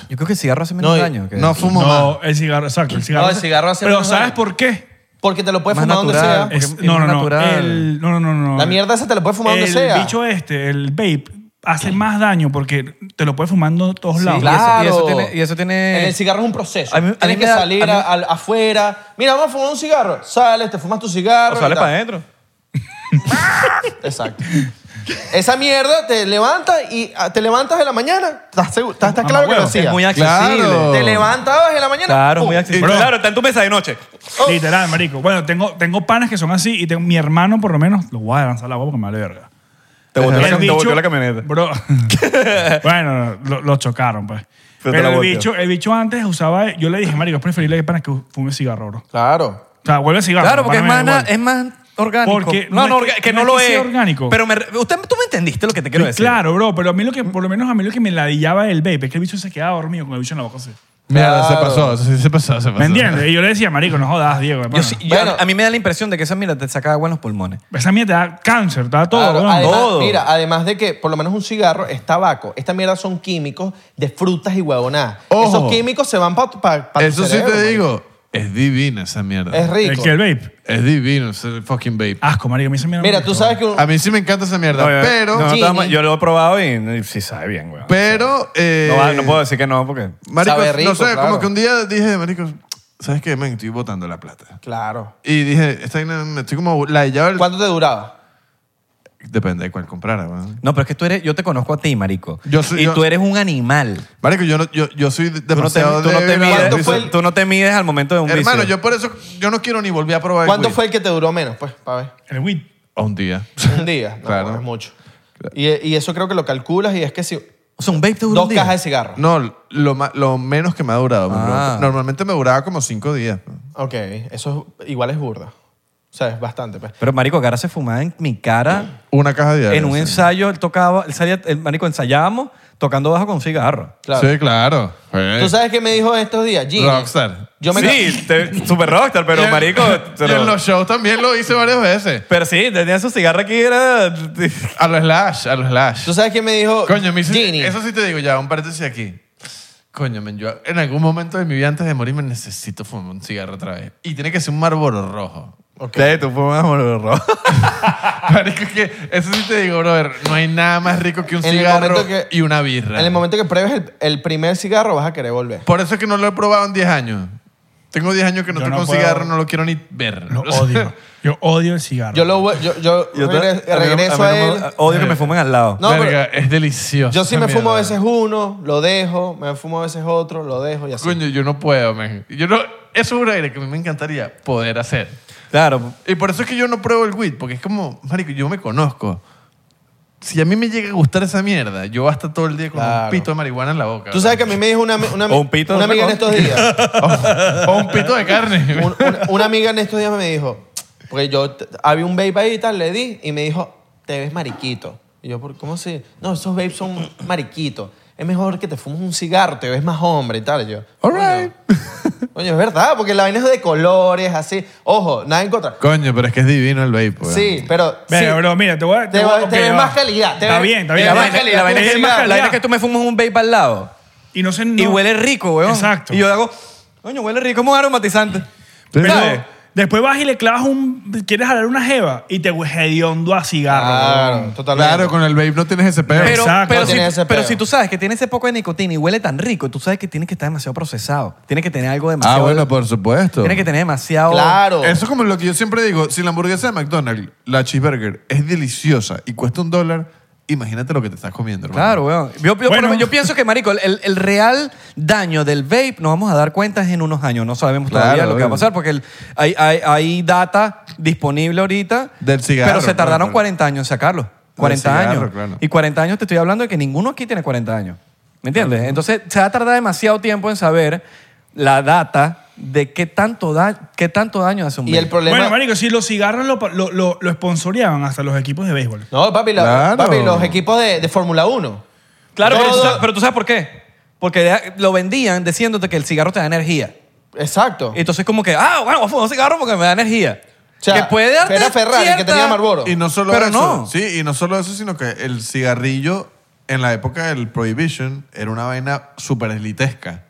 [SPEAKER 3] Yo creo que el cigarro hace menos
[SPEAKER 2] No, y-
[SPEAKER 3] daño. que-
[SPEAKER 4] no fumo
[SPEAKER 1] No,
[SPEAKER 4] más.
[SPEAKER 1] el cigarro, exacto. El cigarro,
[SPEAKER 2] No, el cigarro hace
[SPEAKER 1] Pero
[SPEAKER 2] menos
[SPEAKER 1] ¿sabes
[SPEAKER 2] daño.
[SPEAKER 1] por qué?
[SPEAKER 2] Porque te lo puedes
[SPEAKER 3] Más
[SPEAKER 2] fumar donde
[SPEAKER 3] natural. Eh,
[SPEAKER 2] sea.
[SPEAKER 3] Porque
[SPEAKER 1] Es-
[SPEAKER 3] es
[SPEAKER 1] no, no, no,
[SPEAKER 3] natural.
[SPEAKER 1] el- no, no, no, no.
[SPEAKER 2] La mierda esa te la puedes fumar donde
[SPEAKER 1] el
[SPEAKER 2] sea.
[SPEAKER 1] bicho este, el vape, hace más daño porque te lo puedes fumar en todos
[SPEAKER 3] Sí,
[SPEAKER 1] lados.
[SPEAKER 3] y eso- Y eso,
[SPEAKER 2] Claro.
[SPEAKER 3] tiene... Y eso tiene-
[SPEAKER 2] En el cigarro es un proceso.
[SPEAKER 3] A mí- a
[SPEAKER 2] Tienes
[SPEAKER 3] mí
[SPEAKER 2] que
[SPEAKER 3] me da-
[SPEAKER 2] salir
[SPEAKER 3] a mí-
[SPEAKER 2] al- afuera. Mira, vamos a fumar un cigarro. Sales, te fumas tu cigarro.
[SPEAKER 3] o
[SPEAKER 2] y
[SPEAKER 3] sale
[SPEAKER 2] tal.
[SPEAKER 3] para adentro.
[SPEAKER 2] Exacto. Esa mierda te levanta y ah, te levantas de la mañana. ¿Estás, segu- estás- estás
[SPEAKER 1] Mamá
[SPEAKER 2] claro que lo
[SPEAKER 1] huevo,
[SPEAKER 2] hacía?
[SPEAKER 3] Ah, Es muy accesible.
[SPEAKER 4] Claro.
[SPEAKER 2] Te levantabas de la mañana.
[SPEAKER 3] Claro, es muy
[SPEAKER 2] ¡pum!
[SPEAKER 3] accesible.
[SPEAKER 1] Bro.
[SPEAKER 3] Claro, está en tu mesa de noche.
[SPEAKER 1] Oh. Literal, marico. Bueno, tengo, tengo panas que son así y tengo, mi hermano, por lo menos, lo voy a lanzar al agua porque me vale verga.
[SPEAKER 3] Te
[SPEAKER 1] El
[SPEAKER 3] botó la, cam- te
[SPEAKER 1] bicho-
[SPEAKER 3] botó la camioneta.
[SPEAKER 1] Bro. bueno, lo, lo chocaron, pues.
[SPEAKER 3] Pero te
[SPEAKER 1] Pero,
[SPEAKER 3] la
[SPEAKER 1] el,
[SPEAKER 3] volteó.
[SPEAKER 1] bicho, el bicho antes usaba. Yo le dije, marico, es preferible que panas que fume cigarro, bro. O
[SPEAKER 2] Claro.
[SPEAKER 1] sea, vuelve cigarro.
[SPEAKER 3] Claro, porque es
[SPEAKER 1] pana, me
[SPEAKER 3] más,
[SPEAKER 1] da
[SPEAKER 3] na-
[SPEAKER 1] igual.
[SPEAKER 3] es más orgánico.
[SPEAKER 1] Porque
[SPEAKER 3] no, no,
[SPEAKER 1] no es
[SPEAKER 3] orga-
[SPEAKER 1] que-
[SPEAKER 3] que no,
[SPEAKER 1] no es
[SPEAKER 3] lo
[SPEAKER 1] que
[SPEAKER 3] es.
[SPEAKER 1] sea orgánico.
[SPEAKER 3] Pero me re- usted, tú me entendiste lo que te quiero decir.
[SPEAKER 1] Claro, bro, pero a mí lo que, por lo menos a mí lo que me ladillaba el vape es que el bicho se quedaba dormido con el bicho en la boca así.
[SPEAKER 4] Mierda, se
[SPEAKER 2] Claro.
[SPEAKER 4] pasó, eso sí se pasó, se pasó.
[SPEAKER 1] ¿Me entiendes? Y yo le decía, marico, no jodas, Diego.
[SPEAKER 3] Yo
[SPEAKER 1] hermano.
[SPEAKER 3] sí- yo-
[SPEAKER 2] Bueno.
[SPEAKER 3] a mí me da la impresión de que esa mira te saca agua en los pulmones.
[SPEAKER 1] Esa mierda te da cáncer, te da todo,
[SPEAKER 2] Claro,
[SPEAKER 1] bro.
[SPEAKER 2] además-
[SPEAKER 3] todo.
[SPEAKER 2] Mira, además de que por lo menos un cigarro es tabaco. Esta mierda son químicos de frutas y huevonadas.
[SPEAKER 4] Ojo.
[SPEAKER 2] Esos químicos se van para pa, pa tu
[SPEAKER 4] Eso sí
[SPEAKER 2] cerebro,
[SPEAKER 4] te
[SPEAKER 2] marico.
[SPEAKER 4] digo, es divina esa mierda.
[SPEAKER 2] Es rico.
[SPEAKER 1] El que el vape.
[SPEAKER 4] Es divino ese fucking vape.
[SPEAKER 1] Asco, marico, a mí esa mierda me
[SPEAKER 2] Mira,
[SPEAKER 1] gusta,
[SPEAKER 2] tú sabes que un-
[SPEAKER 4] A mí sí me encanta esa mierda,
[SPEAKER 3] No, yo-
[SPEAKER 4] pero...
[SPEAKER 3] no, no,
[SPEAKER 2] Sí.
[SPEAKER 3] estaba mal. yo lo he probado y, y sí sabe bien, güey.
[SPEAKER 4] Pero... eh,
[SPEAKER 3] no, va- no puedo decir que no porque...
[SPEAKER 4] Marico,
[SPEAKER 2] Sabe rico,
[SPEAKER 4] no sé,
[SPEAKER 2] claro.
[SPEAKER 4] como que un día dije, marico, ¿sabes qué? Men, estoy botando la plata.
[SPEAKER 2] Claro.
[SPEAKER 4] Y dije, esta vaina, me estoy como la llave... del-
[SPEAKER 2] ¿Cuánto te duraba?
[SPEAKER 4] Depende de cuál comprara, weón.
[SPEAKER 3] No, pero es que tú eres... Yo te conozco a ti, marico.
[SPEAKER 4] Yo soy-
[SPEAKER 3] y
[SPEAKER 4] yo-
[SPEAKER 3] tú eres un animal.
[SPEAKER 4] Marico, yo, no, yo, yo soy
[SPEAKER 3] Tú no, te,
[SPEAKER 4] demasiado
[SPEAKER 3] tú no te
[SPEAKER 4] débil a la
[SPEAKER 2] ¿Cuánto
[SPEAKER 3] mides,
[SPEAKER 4] risa.
[SPEAKER 2] fue el-
[SPEAKER 3] tú no te mides al momento de un
[SPEAKER 4] Hermano,
[SPEAKER 3] vicio.
[SPEAKER 4] yo por eso, yo no quiero ni volver a probar el
[SPEAKER 2] ¿Cuánto
[SPEAKER 4] weed.
[SPEAKER 2] fue el que te duró menos? Pues, para ver.
[SPEAKER 1] El weed.
[SPEAKER 4] A Un día.
[SPEAKER 2] Un día. No,
[SPEAKER 4] Claro.
[SPEAKER 2] no es mucho. Y, y eso creo que lo calculas y es que si.
[SPEAKER 3] O sea, un vape te dura
[SPEAKER 2] Dos
[SPEAKER 3] un día.
[SPEAKER 2] cajas de cigarro.
[SPEAKER 4] No, lo, ma- lo menos que me ha durado. me
[SPEAKER 3] Ah.
[SPEAKER 4] duró- Normalmente me duraba como cinco días.
[SPEAKER 2] Ok, eso es- igual es burda. O sea, es bastante, pues.
[SPEAKER 3] Pero, marico, ahora se fumaba en mi cara...
[SPEAKER 4] Una caja diaria.
[SPEAKER 3] En un
[SPEAKER 4] sí.
[SPEAKER 3] ensayo, él tocaba, él salía, el marico ensayábamos tocando bajo con un cigarro.
[SPEAKER 2] Claro.
[SPEAKER 4] Sí, claro. Eh.
[SPEAKER 2] ¿Tú sabes qué me dijo estos días? Gini.
[SPEAKER 4] Rockstar.
[SPEAKER 2] Yo me
[SPEAKER 3] sí, te- super rockstar, pero
[SPEAKER 4] Y en-
[SPEAKER 3] marico.
[SPEAKER 4] Y
[SPEAKER 3] pero-
[SPEAKER 4] en los shows también lo hice varias veces.
[SPEAKER 3] Pero sí, tenía su cigarro aquí, era.
[SPEAKER 4] A los Slash, a los Slash.
[SPEAKER 2] ¿Tú sabes qué me dijo
[SPEAKER 4] Coño, me hice-
[SPEAKER 2] Gini?
[SPEAKER 4] eso sí te digo ya, un paréntesis aquí. Coño, men, yo en algún momento de mi vida antes de morir me necesito fumar un cigarro otra vez. Y tiene que ser un Marlboro rojo.
[SPEAKER 2] Ok.
[SPEAKER 3] Sí, tú fumas Marlboro rojo.
[SPEAKER 4] Marico, es que eso sí te digo, brother, no hay nada más rico que un
[SPEAKER 2] En el
[SPEAKER 4] cigarro
[SPEAKER 2] momento que-
[SPEAKER 4] y una birra.
[SPEAKER 2] En el momento que pruebes el, el primer cigarro vas a querer volver.
[SPEAKER 4] Por eso es que no lo he probado en 10 años. Tengo 10 años que no
[SPEAKER 1] Yo
[SPEAKER 4] toco
[SPEAKER 1] no
[SPEAKER 4] un
[SPEAKER 1] puedo-
[SPEAKER 4] cigarro, no lo quiero ni ver.
[SPEAKER 1] Lo
[SPEAKER 4] O sea,
[SPEAKER 1] odio. Yo odio el cigarro.
[SPEAKER 2] Yo lo vu- yo, yo
[SPEAKER 3] te-
[SPEAKER 2] regre-
[SPEAKER 3] a mí no-
[SPEAKER 2] regreso
[SPEAKER 3] a
[SPEAKER 2] a,
[SPEAKER 3] mí no
[SPEAKER 2] él.
[SPEAKER 3] me- Ah, Odio que me fumen al lado.
[SPEAKER 2] No, pero-
[SPEAKER 4] verga, es delicioso.
[SPEAKER 2] yo sí
[SPEAKER 4] esa
[SPEAKER 2] me fumo a
[SPEAKER 3] eh.
[SPEAKER 4] mierda.
[SPEAKER 2] veces uno, lo dejo, me fumo a veces otro, lo dejo y así.
[SPEAKER 4] Coño, yo no puedo, men. Yo no, eso es un aire que a mí me encantaría poder hacer.
[SPEAKER 3] Claro.
[SPEAKER 4] Y por eso es que yo no pruebo el weed, porque es como, marico, yo me conozco. si a mí me llega a gustar esa mierda, yo hasta todo el día con
[SPEAKER 2] Claro.
[SPEAKER 4] un pito de marihuana en la boca.
[SPEAKER 2] Tú sabes que a mí me dijo una, ami- una, ami-
[SPEAKER 3] O un pito de
[SPEAKER 2] una amiga en
[SPEAKER 3] otra
[SPEAKER 2] estos días.
[SPEAKER 4] o, o un pito de carne.
[SPEAKER 2] Un- un- una amiga en estos días me dijo, porque yo t- había un vape ahí y tal, le di y me dijo, te ves mariquito. Y yo, "¿Por- ¿cómo así? No, esos vapes son mariquitos. Es mejor que te fumes un cigarro, te ves más hombre y tal. Y yo,
[SPEAKER 4] All right.
[SPEAKER 2] "Coño, Coño, es verdad, porque la vaina es de colores, así. Ojo, nada en contra.
[SPEAKER 4] Coño, pero es que es divino el vape. weón.
[SPEAKER 2] Sí, pero...
[SPEAKER 1] Venga,
[SPEAKER 2] sí.
[SPEAKER 1] bro, mira, te voy a...
[SPEAKER 2] Te
[SPEAKER 1] voy a-
[SPEAKER 2] ve- te
[SPEAKER 1] ok,
[SPEAKER 2] ves
[SPEAKER 1] va.
[SPEAKER 2] más calidad, te
[SPEAKER 1] Está
[SPEAKER 2] ves-
[SPEAKER 1] bien, está
[SPEAKER 2] te
[SPEAKER 1] bien.
[SPEAKER 3] La
[SPEAKER 2] ves
[SPEAKER 1] está bien.
[SPEAKER 3] vaina,
[SPEAKER 2] calidad,
[SPEAKER 3] la vaina
[SPEAKER 1] tú
[SPEAKER 3] es,
[SPEAKER 1] eres
[SPEAKER 3] que-
[SPEAKER 1] más
[SPEAKER 3] la vaina es
[SPEAKER 1] calidad.
[SPEAKER 3] que tú me fumas un vape al lado
[SPEAKER 1] Y no sé...
[SPEAKER 3] y
[SPEAKER 1] no-
[SPEAKER 3] huele rico, weón.
[SPEAKER 1] Exacto.
[SPEAKER 3] Y yo hago, coño, huele rico, como un aromatizante.
[SPEAKER 1] Pero
[SPEAKER 3] ¿Sabes?
[SPEAKER 1] después vas y le clavas un... Quieres jalar una jeva y te hediondo a cigarro.
[SPEAKER 2] Claro,
[SPEAKER 1] weón.
[SPEAKER 2] totalmente.
[SPEAKER 4] Claro, con el vape no tienes ese pedo.
[SPEAKER 3] Pero,
[SPEAKER 1] Exacto.
[SPEAKER 3] pero
[SPEAKER 1] No
[SPEAKER 3] si,
[SPEAKER 2] tiene ese
[SPEAKER 3] pero
[SPEAKER 2] peo.
[SPEAKER 3] si tú sabes que tiene ese poco de nicotina y huele tan rico, tú sabes que tiene que estar demasiado procesado. Tiene que tener algo demasiado.
[SPEAKER 4] ah, bueno, por supuesto.
[SPEAKER 3] Tiene que tener demasiado.
[SPEAKER 2] Claro.
[SPEAKER 4] Eso es como lo que yo siempre digo. Si la hamburguesa de McDonald's, la cheeseburger, es deliciosa y cuesta un dólar, imagínate lo que te estás comiendo, hermano.
[SPEAKER 3] Claro, weón. Yo, yo- por lo
[SPEAKER 1] Bueno.
[SPEAKER 3] menos yo pienso que, marico, el, el real daño del vape nos vamos a dar cuenta es en unos años. No sabemos
[SPEAKER 4] Claro,
[SPEAKER 3] todavía lo que va a
[SPEAKER 4] obvio.
[SPEAKER 3] pasar porque el- hay, hay- hay data disponible ahorita.
[SPEAKER 4] Del cigarro,
[SPEAKER 3] Pero se
[SPEAKER 4] claro,
[SPEAKER 3] tardaron
[SPEAKER 4] claro.
[SPEAKER 3] 40 años en sacarlo.
[SPEAKER 4] Del
[SPEAKER 3] 40
[SPEAKER 4] cigarro,
[SPEAKER 3] años.
[SPEAKER 4] claro.
[SPEAKER 3] Y 40 años te estoy hablando de que ninguno aquí tiene 40 años. ¿Me entiendes? Entonces se va a tardar demasiado tiempo en saber la data de qué tanto, da, qué tanto daño hace un
[SPEAKER 2] Y el
[SPEAKER 3] vape.
[SPEAKER 2] problema...
[SPEAKER 1] Bueno, marico, si los cigarros lo, lo, lo, lo sponsoreaban hasta los equipos de béisbol.
[SPEAKER 2] No, papi, la-
[SPEAKER 4] Claro.
[SPEAKER 2] papi, los equipos de, de Fórmula 1.
[SPEAKER 3] Claro, pero tú,
[SPEAKER 2] Todo-
[SPEAKER 3] sabes, pero tú sabes por qué. Porque de- lo vendían diciéndote que el cigarro te da energía.
[SPEAKER 2] Exacto.
[SPEAKER 3] Entonces como que, ah, bueno, voy a fumar un cigarro porque me da energía.
[SPEAKER 2] O sea,
[SPEAKER 3] que puede darte
[SPEAKER 2] Era Ferrari que
[SPEAKER 3] cierta-
[SPEAKER 2] tenía Marlboro.
[SPEAKER 4] Y no solo
[SPEAKER 3] Pero
[SPEAKER 4] eso.
[SPEAKER 3] no.
[SPEAKER 4] Sí, y no solo eso, sino que el cigarrillo en la época del Prohibition era una vaina súper elitesca.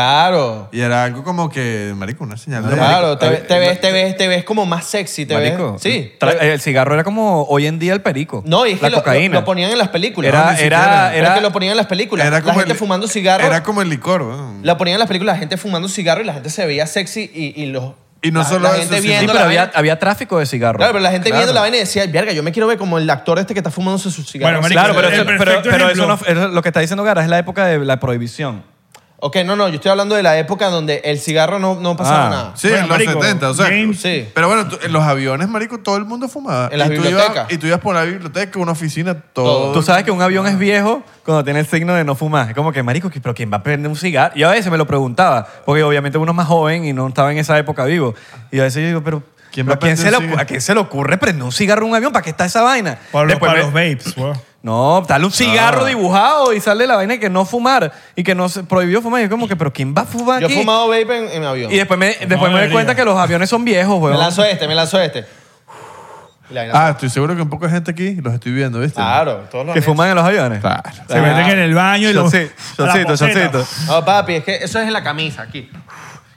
[SPEAKER 2] Claro.
[SPEAKER 4] Y era algo como que, marico, una señal de...
[SPEAKER 2] Claro, te,
[SPEAKER 4] marico.
[SPEAKER 2] te ves, te ves, te ves como más sexy, te
[SPEAKER 3] Marico,
[SPEAKER 2] ves. Sí.
[SPEAKER 3] tra-
[SPEAKER 2] te-
[SPEAKER 3] el cigarro era como hoy en día el perico.
[SPEAKER 2] no, y es
[SPEAKER 3] la
[SPEAKER 2] que lo-
[SPEAKER 3] cocaína.
[SPEAKER 2] Lo, lo ponían en las películas.
[SPEAKER 3] Era-
[SPEAKER 2] No, ni
[SPEAKER 3] era-
[SPEAKER 2] siquiera.
[SPEAKER 3] era-
[SPEAKER 2] es que lo ponían en las películas.
[SPEAKER 4] Era
[SPEAKER 2] la
[SPEAKER 4] como
[SPEAKER 2] gente
[SPEAKER 4] el-
[SPEAKER 2] fumando cigarro.
[SPEAKER 4] Era como el licor. weón.
[SPEAKER 2] La ponían en las películas, la gente fumando cigarro y la gente se veía sexy y, y los.
[SPEAKER 4] Y no
[SPEAKER 2] la,
[SPEAKER 4] solo
[SPEAKER 2] la
[SPEAKER 4] eso,
[SPEAKER 2] gente
[SPEAKER 4] sino-
[SPEAKER 3] Sí,
[SPEAKER 2] viendo
[SPEAKER 3] pero
[SPEAKER 2] la
[SPEAKER 3] había,
[SPEAKER 2] vaina-
[SPEAKER 3] había tráfico de cigarros.
[SPEAKER 2] Claro, pero la gente
[SPEAKER 4] Claro.
[SPEAKER 2] viendo la vaina decía, verga, yo me quiero ver como el actor este que está fumándose su cigarro.
[SPEAKER 1] Bueno, marico,
[SPEAKER 3] Claro, pero,
[SPEAKER 1] El
[SPEAKER 3] eso,
[SPEAKER 1] perfecto
[SPEAKER 3] pero- pero eso
[SPEAKER 1] ejemplo.
[SPEAKER 3] no, eso- lo que está diciendo Gara es la época de la prohibición.
[SPEAKER 2] Ok, no, no, yo estoy hablando de la época donde el cigarro no, no pasaba
[SPEAKER 3] Ah.
[SPEAKER 2] nada.
[SPEAKER 4] Sí,
[SPEAKER 1] Bueno,
[SPEAKER 4] en los
[SPEAKER 1] marico,
[SPEAKER 4] 70, o sea.
[SPEAKER 1] James-
[SPEAKER 2] Sí.
[SPEAKER 4] Pero bueno, tú- en los aviones, marico, todo el mundo fumaba.
[SPEAKER 2] En las
[SPEAKER 4] y tú
[SPEAKER 2] bibliotecas.
[SPEAKER 4] Ibas, y tú ibas por la biblioteca, una oficina, todo.
[SPEAKER 3] Tú sabes que un avión es viejo cuando tiene el signo de no fumar. Es como que, marico, ¿qui- ¿pero quién va a prender un cigarro? Yo a veces me lo preguntaba, porque obviamente uno es más joven y no estaba en esa época vivo. Y a veces yo digo, pero...
[SPEAKER 4] ¿Quién
[SPEAKER 3] pero
[SPEAKER 4] va a prender
[SPEAKER 3] se
[SPEAKER 4] un
[SPEAKER 3] le
[SPEAKER 4] cigarro?
[SPEAKER 3] ocu- ¿A quién se le ocurre prender un cigarro en un avión? ¿Para qué está esa vaina?
[SPEAKER 1] Para, los-
[SPEAKER 3] Después
[SPEAKER 1] para
[SPEAKER 3] me-
[SPEAKER 1] los vapes, weón.
[SPEAKER 3] No, dale un cigarro dibujado y sale la vaina de que no fumar y que no se prohibió fumar. Y yo como que, pero ¿quién va a fumar
[SPEAKER 2] Yo he
[SPEAKER 3] aquí?
[SPEAKER 2] fumado vape en, en avión.
[SPEAKER 3] Y después me, después me doy
[SPEAKER 1] debería.
[SPEAKER 3] cuenta que los aviones son viejos,
[SPEAKER 2] Me
[SPEAKER 3] weón.
[SPEAKER 2] lanzo este, me lanzo este. Y la vaina-
[SPEAKER 4] Ah, estoy seguro que un poco de gente aquí los estoy viendo, ¿viste?
[SPEAKER 2] claro, todos los
[SPEAKER 3] Que
[SPEAKER 2] han
[SPEAKER 3] fuman en los aviones.
[SPEAKER 4] Claro.
[SPEAKER 1] Se meten en el baño y los...
[SPEAKER 3] Shotcito,
[SPEAKER 1] a la
[SPEAKER 3] shotcito,
[SPEAKER 1] poseta.
[SPEAKER 3] shotcito.
[SPEAKER 2] hecho. No, Oh, papi, es que eso es en la camisa, aquí.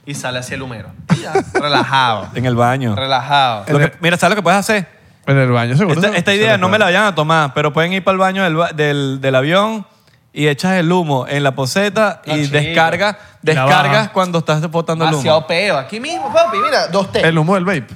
[SPEAKER 2] Y sale así el humero. Ya, Relajado.
[SPEAKER 3] En el baño.
[SPEAKER 2] relajado.
[SPEAKER 3] Lo que- mira, ¿sabes lo que puedes hacer?
[SPEAKER 4] En el baño, seguro.
[SPEAKER 3] Esta,
[SPEAKER 4] se-
[SPEAKER 3] esta
[SPEAKER 4] se
[SPEAKER 3] idea
[SPEAKER 4] lo
[SPEAKER 3] no me
[SPEAKER 4] pueden.
[SPEAKER 3] la vayan a tomar, pero pueden ir para el baño del, ba- del, del avión y echas el humo en la poseta
[SPEAKER 2] No,
[SPEAKER 3] y
[SPEAKER 2] chico.
[SPEAKER 3] descarga,
[SPEAKER 1] La
[SPEAKER 3] descargas
[SPEAKER 1] baja.
[SPEAKER 3] cuando estás botando el
[SPEAKER 2] Demasiado
[SPEAKER 3] humo.
[SPEAKER 2] peo. Aquí mismo, papi, mira, dos T.
[SPEAKER 4] El humo del vape.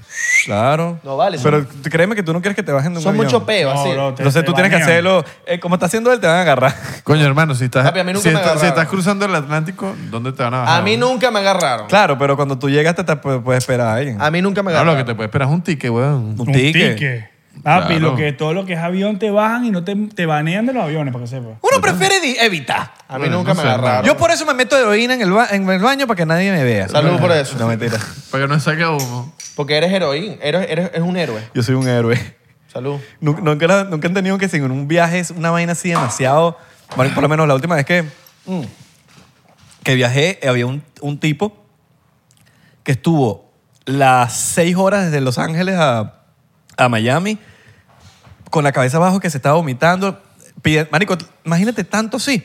[SPEAKER 3] Claro.
[SPEAKER 2] No vale,
[SPEAKER 3] Pero
[SPEAKER 2] son-
[SPEAKER 3] t- créeme que tú no quieres que te bajen de un
[SPEAKER 2] Son
[SPEAKER 3] avión.
[SPEAKER 2] mucho peo,
[SPEAKER 1] No,
[SPEAKER 2] así.
[SPEAKER 1] bro, te-
[SPEAKER 3] Entonces
[SPEAKER 1] te
[SPEAKER 3] tú tienes que
[SPEAKER 1] banean.
[SPEAKER 3] haciendo... eh, como está haciendo él, te van a agarrar.
[SPEAKER 4] Coño, hermano, si estás,
[SPEAKER 2] Papi, a mí nunca
[SPEAKER 4] si
[SPEAKER 2] me
[SPEAKER 4] estás-
[SPEAKER 2] agarraron.
[SPEAKER 4] si estás cruzando el Atlántico, ¿dónde te van a bajar?
[SPEAKER 2] A mí nunca me agarraron.
[SPEAKER 3] Claro, pero cuando tú llegas te, te pu- puedes esperar a alguien.
[SPEAKER 2] A mí nunca me
[SPEAKER 4] No,
[SPEAKER 2] agarraron.
[SPEAKER 4] lo que te puede esperar es un ticket, weón.
[SPEAKER 1] Un tique. Papi,
[SPEAKER 4] Claro.
[SPEAKER 1] lo que, todo lo que es avión te bajan y no te, te banean de los aviones, para que sepas.
[SPEAKER 3] Uno prefiere di- evitar.
[SPEAKER 2] A mí
[SPEAKER 4] Bueno,
[SPEAKER 2] nunca
[SPEAKER 4] no
[SPEAKER 2] me
[SPEAKER 4] sé,
[SPEAKER 2] agarraron.
[SPEAKER 3] Yo por eso me meto heroína en el, ba- en el baño para que nadie me vea.
[SPEAKER 2] Salud por eso.
[SPEAKER 3] No, mentira.
[SPEAKER 4] Para que no saque humo.
[SPEAKER 2] Porque eres heroín. Eres, eres, eres un héroe.
[SPEAKER 3] Yo soy un héroe.
[SPEAKER 2] Salud.
[SPEAKER 3] Nunca, nunca, la- nunca han tenido que sin un viaje es una vaina así demasiado. Bueno, por lo menos la última vez que, mm, que viajé, eh, había un, un tipo que estuvo las seis horas desde Los Ángeles a, a Miami con la cabeza abajo que se estaba vomitando. Pide- Marico, t- imagínate tanto sí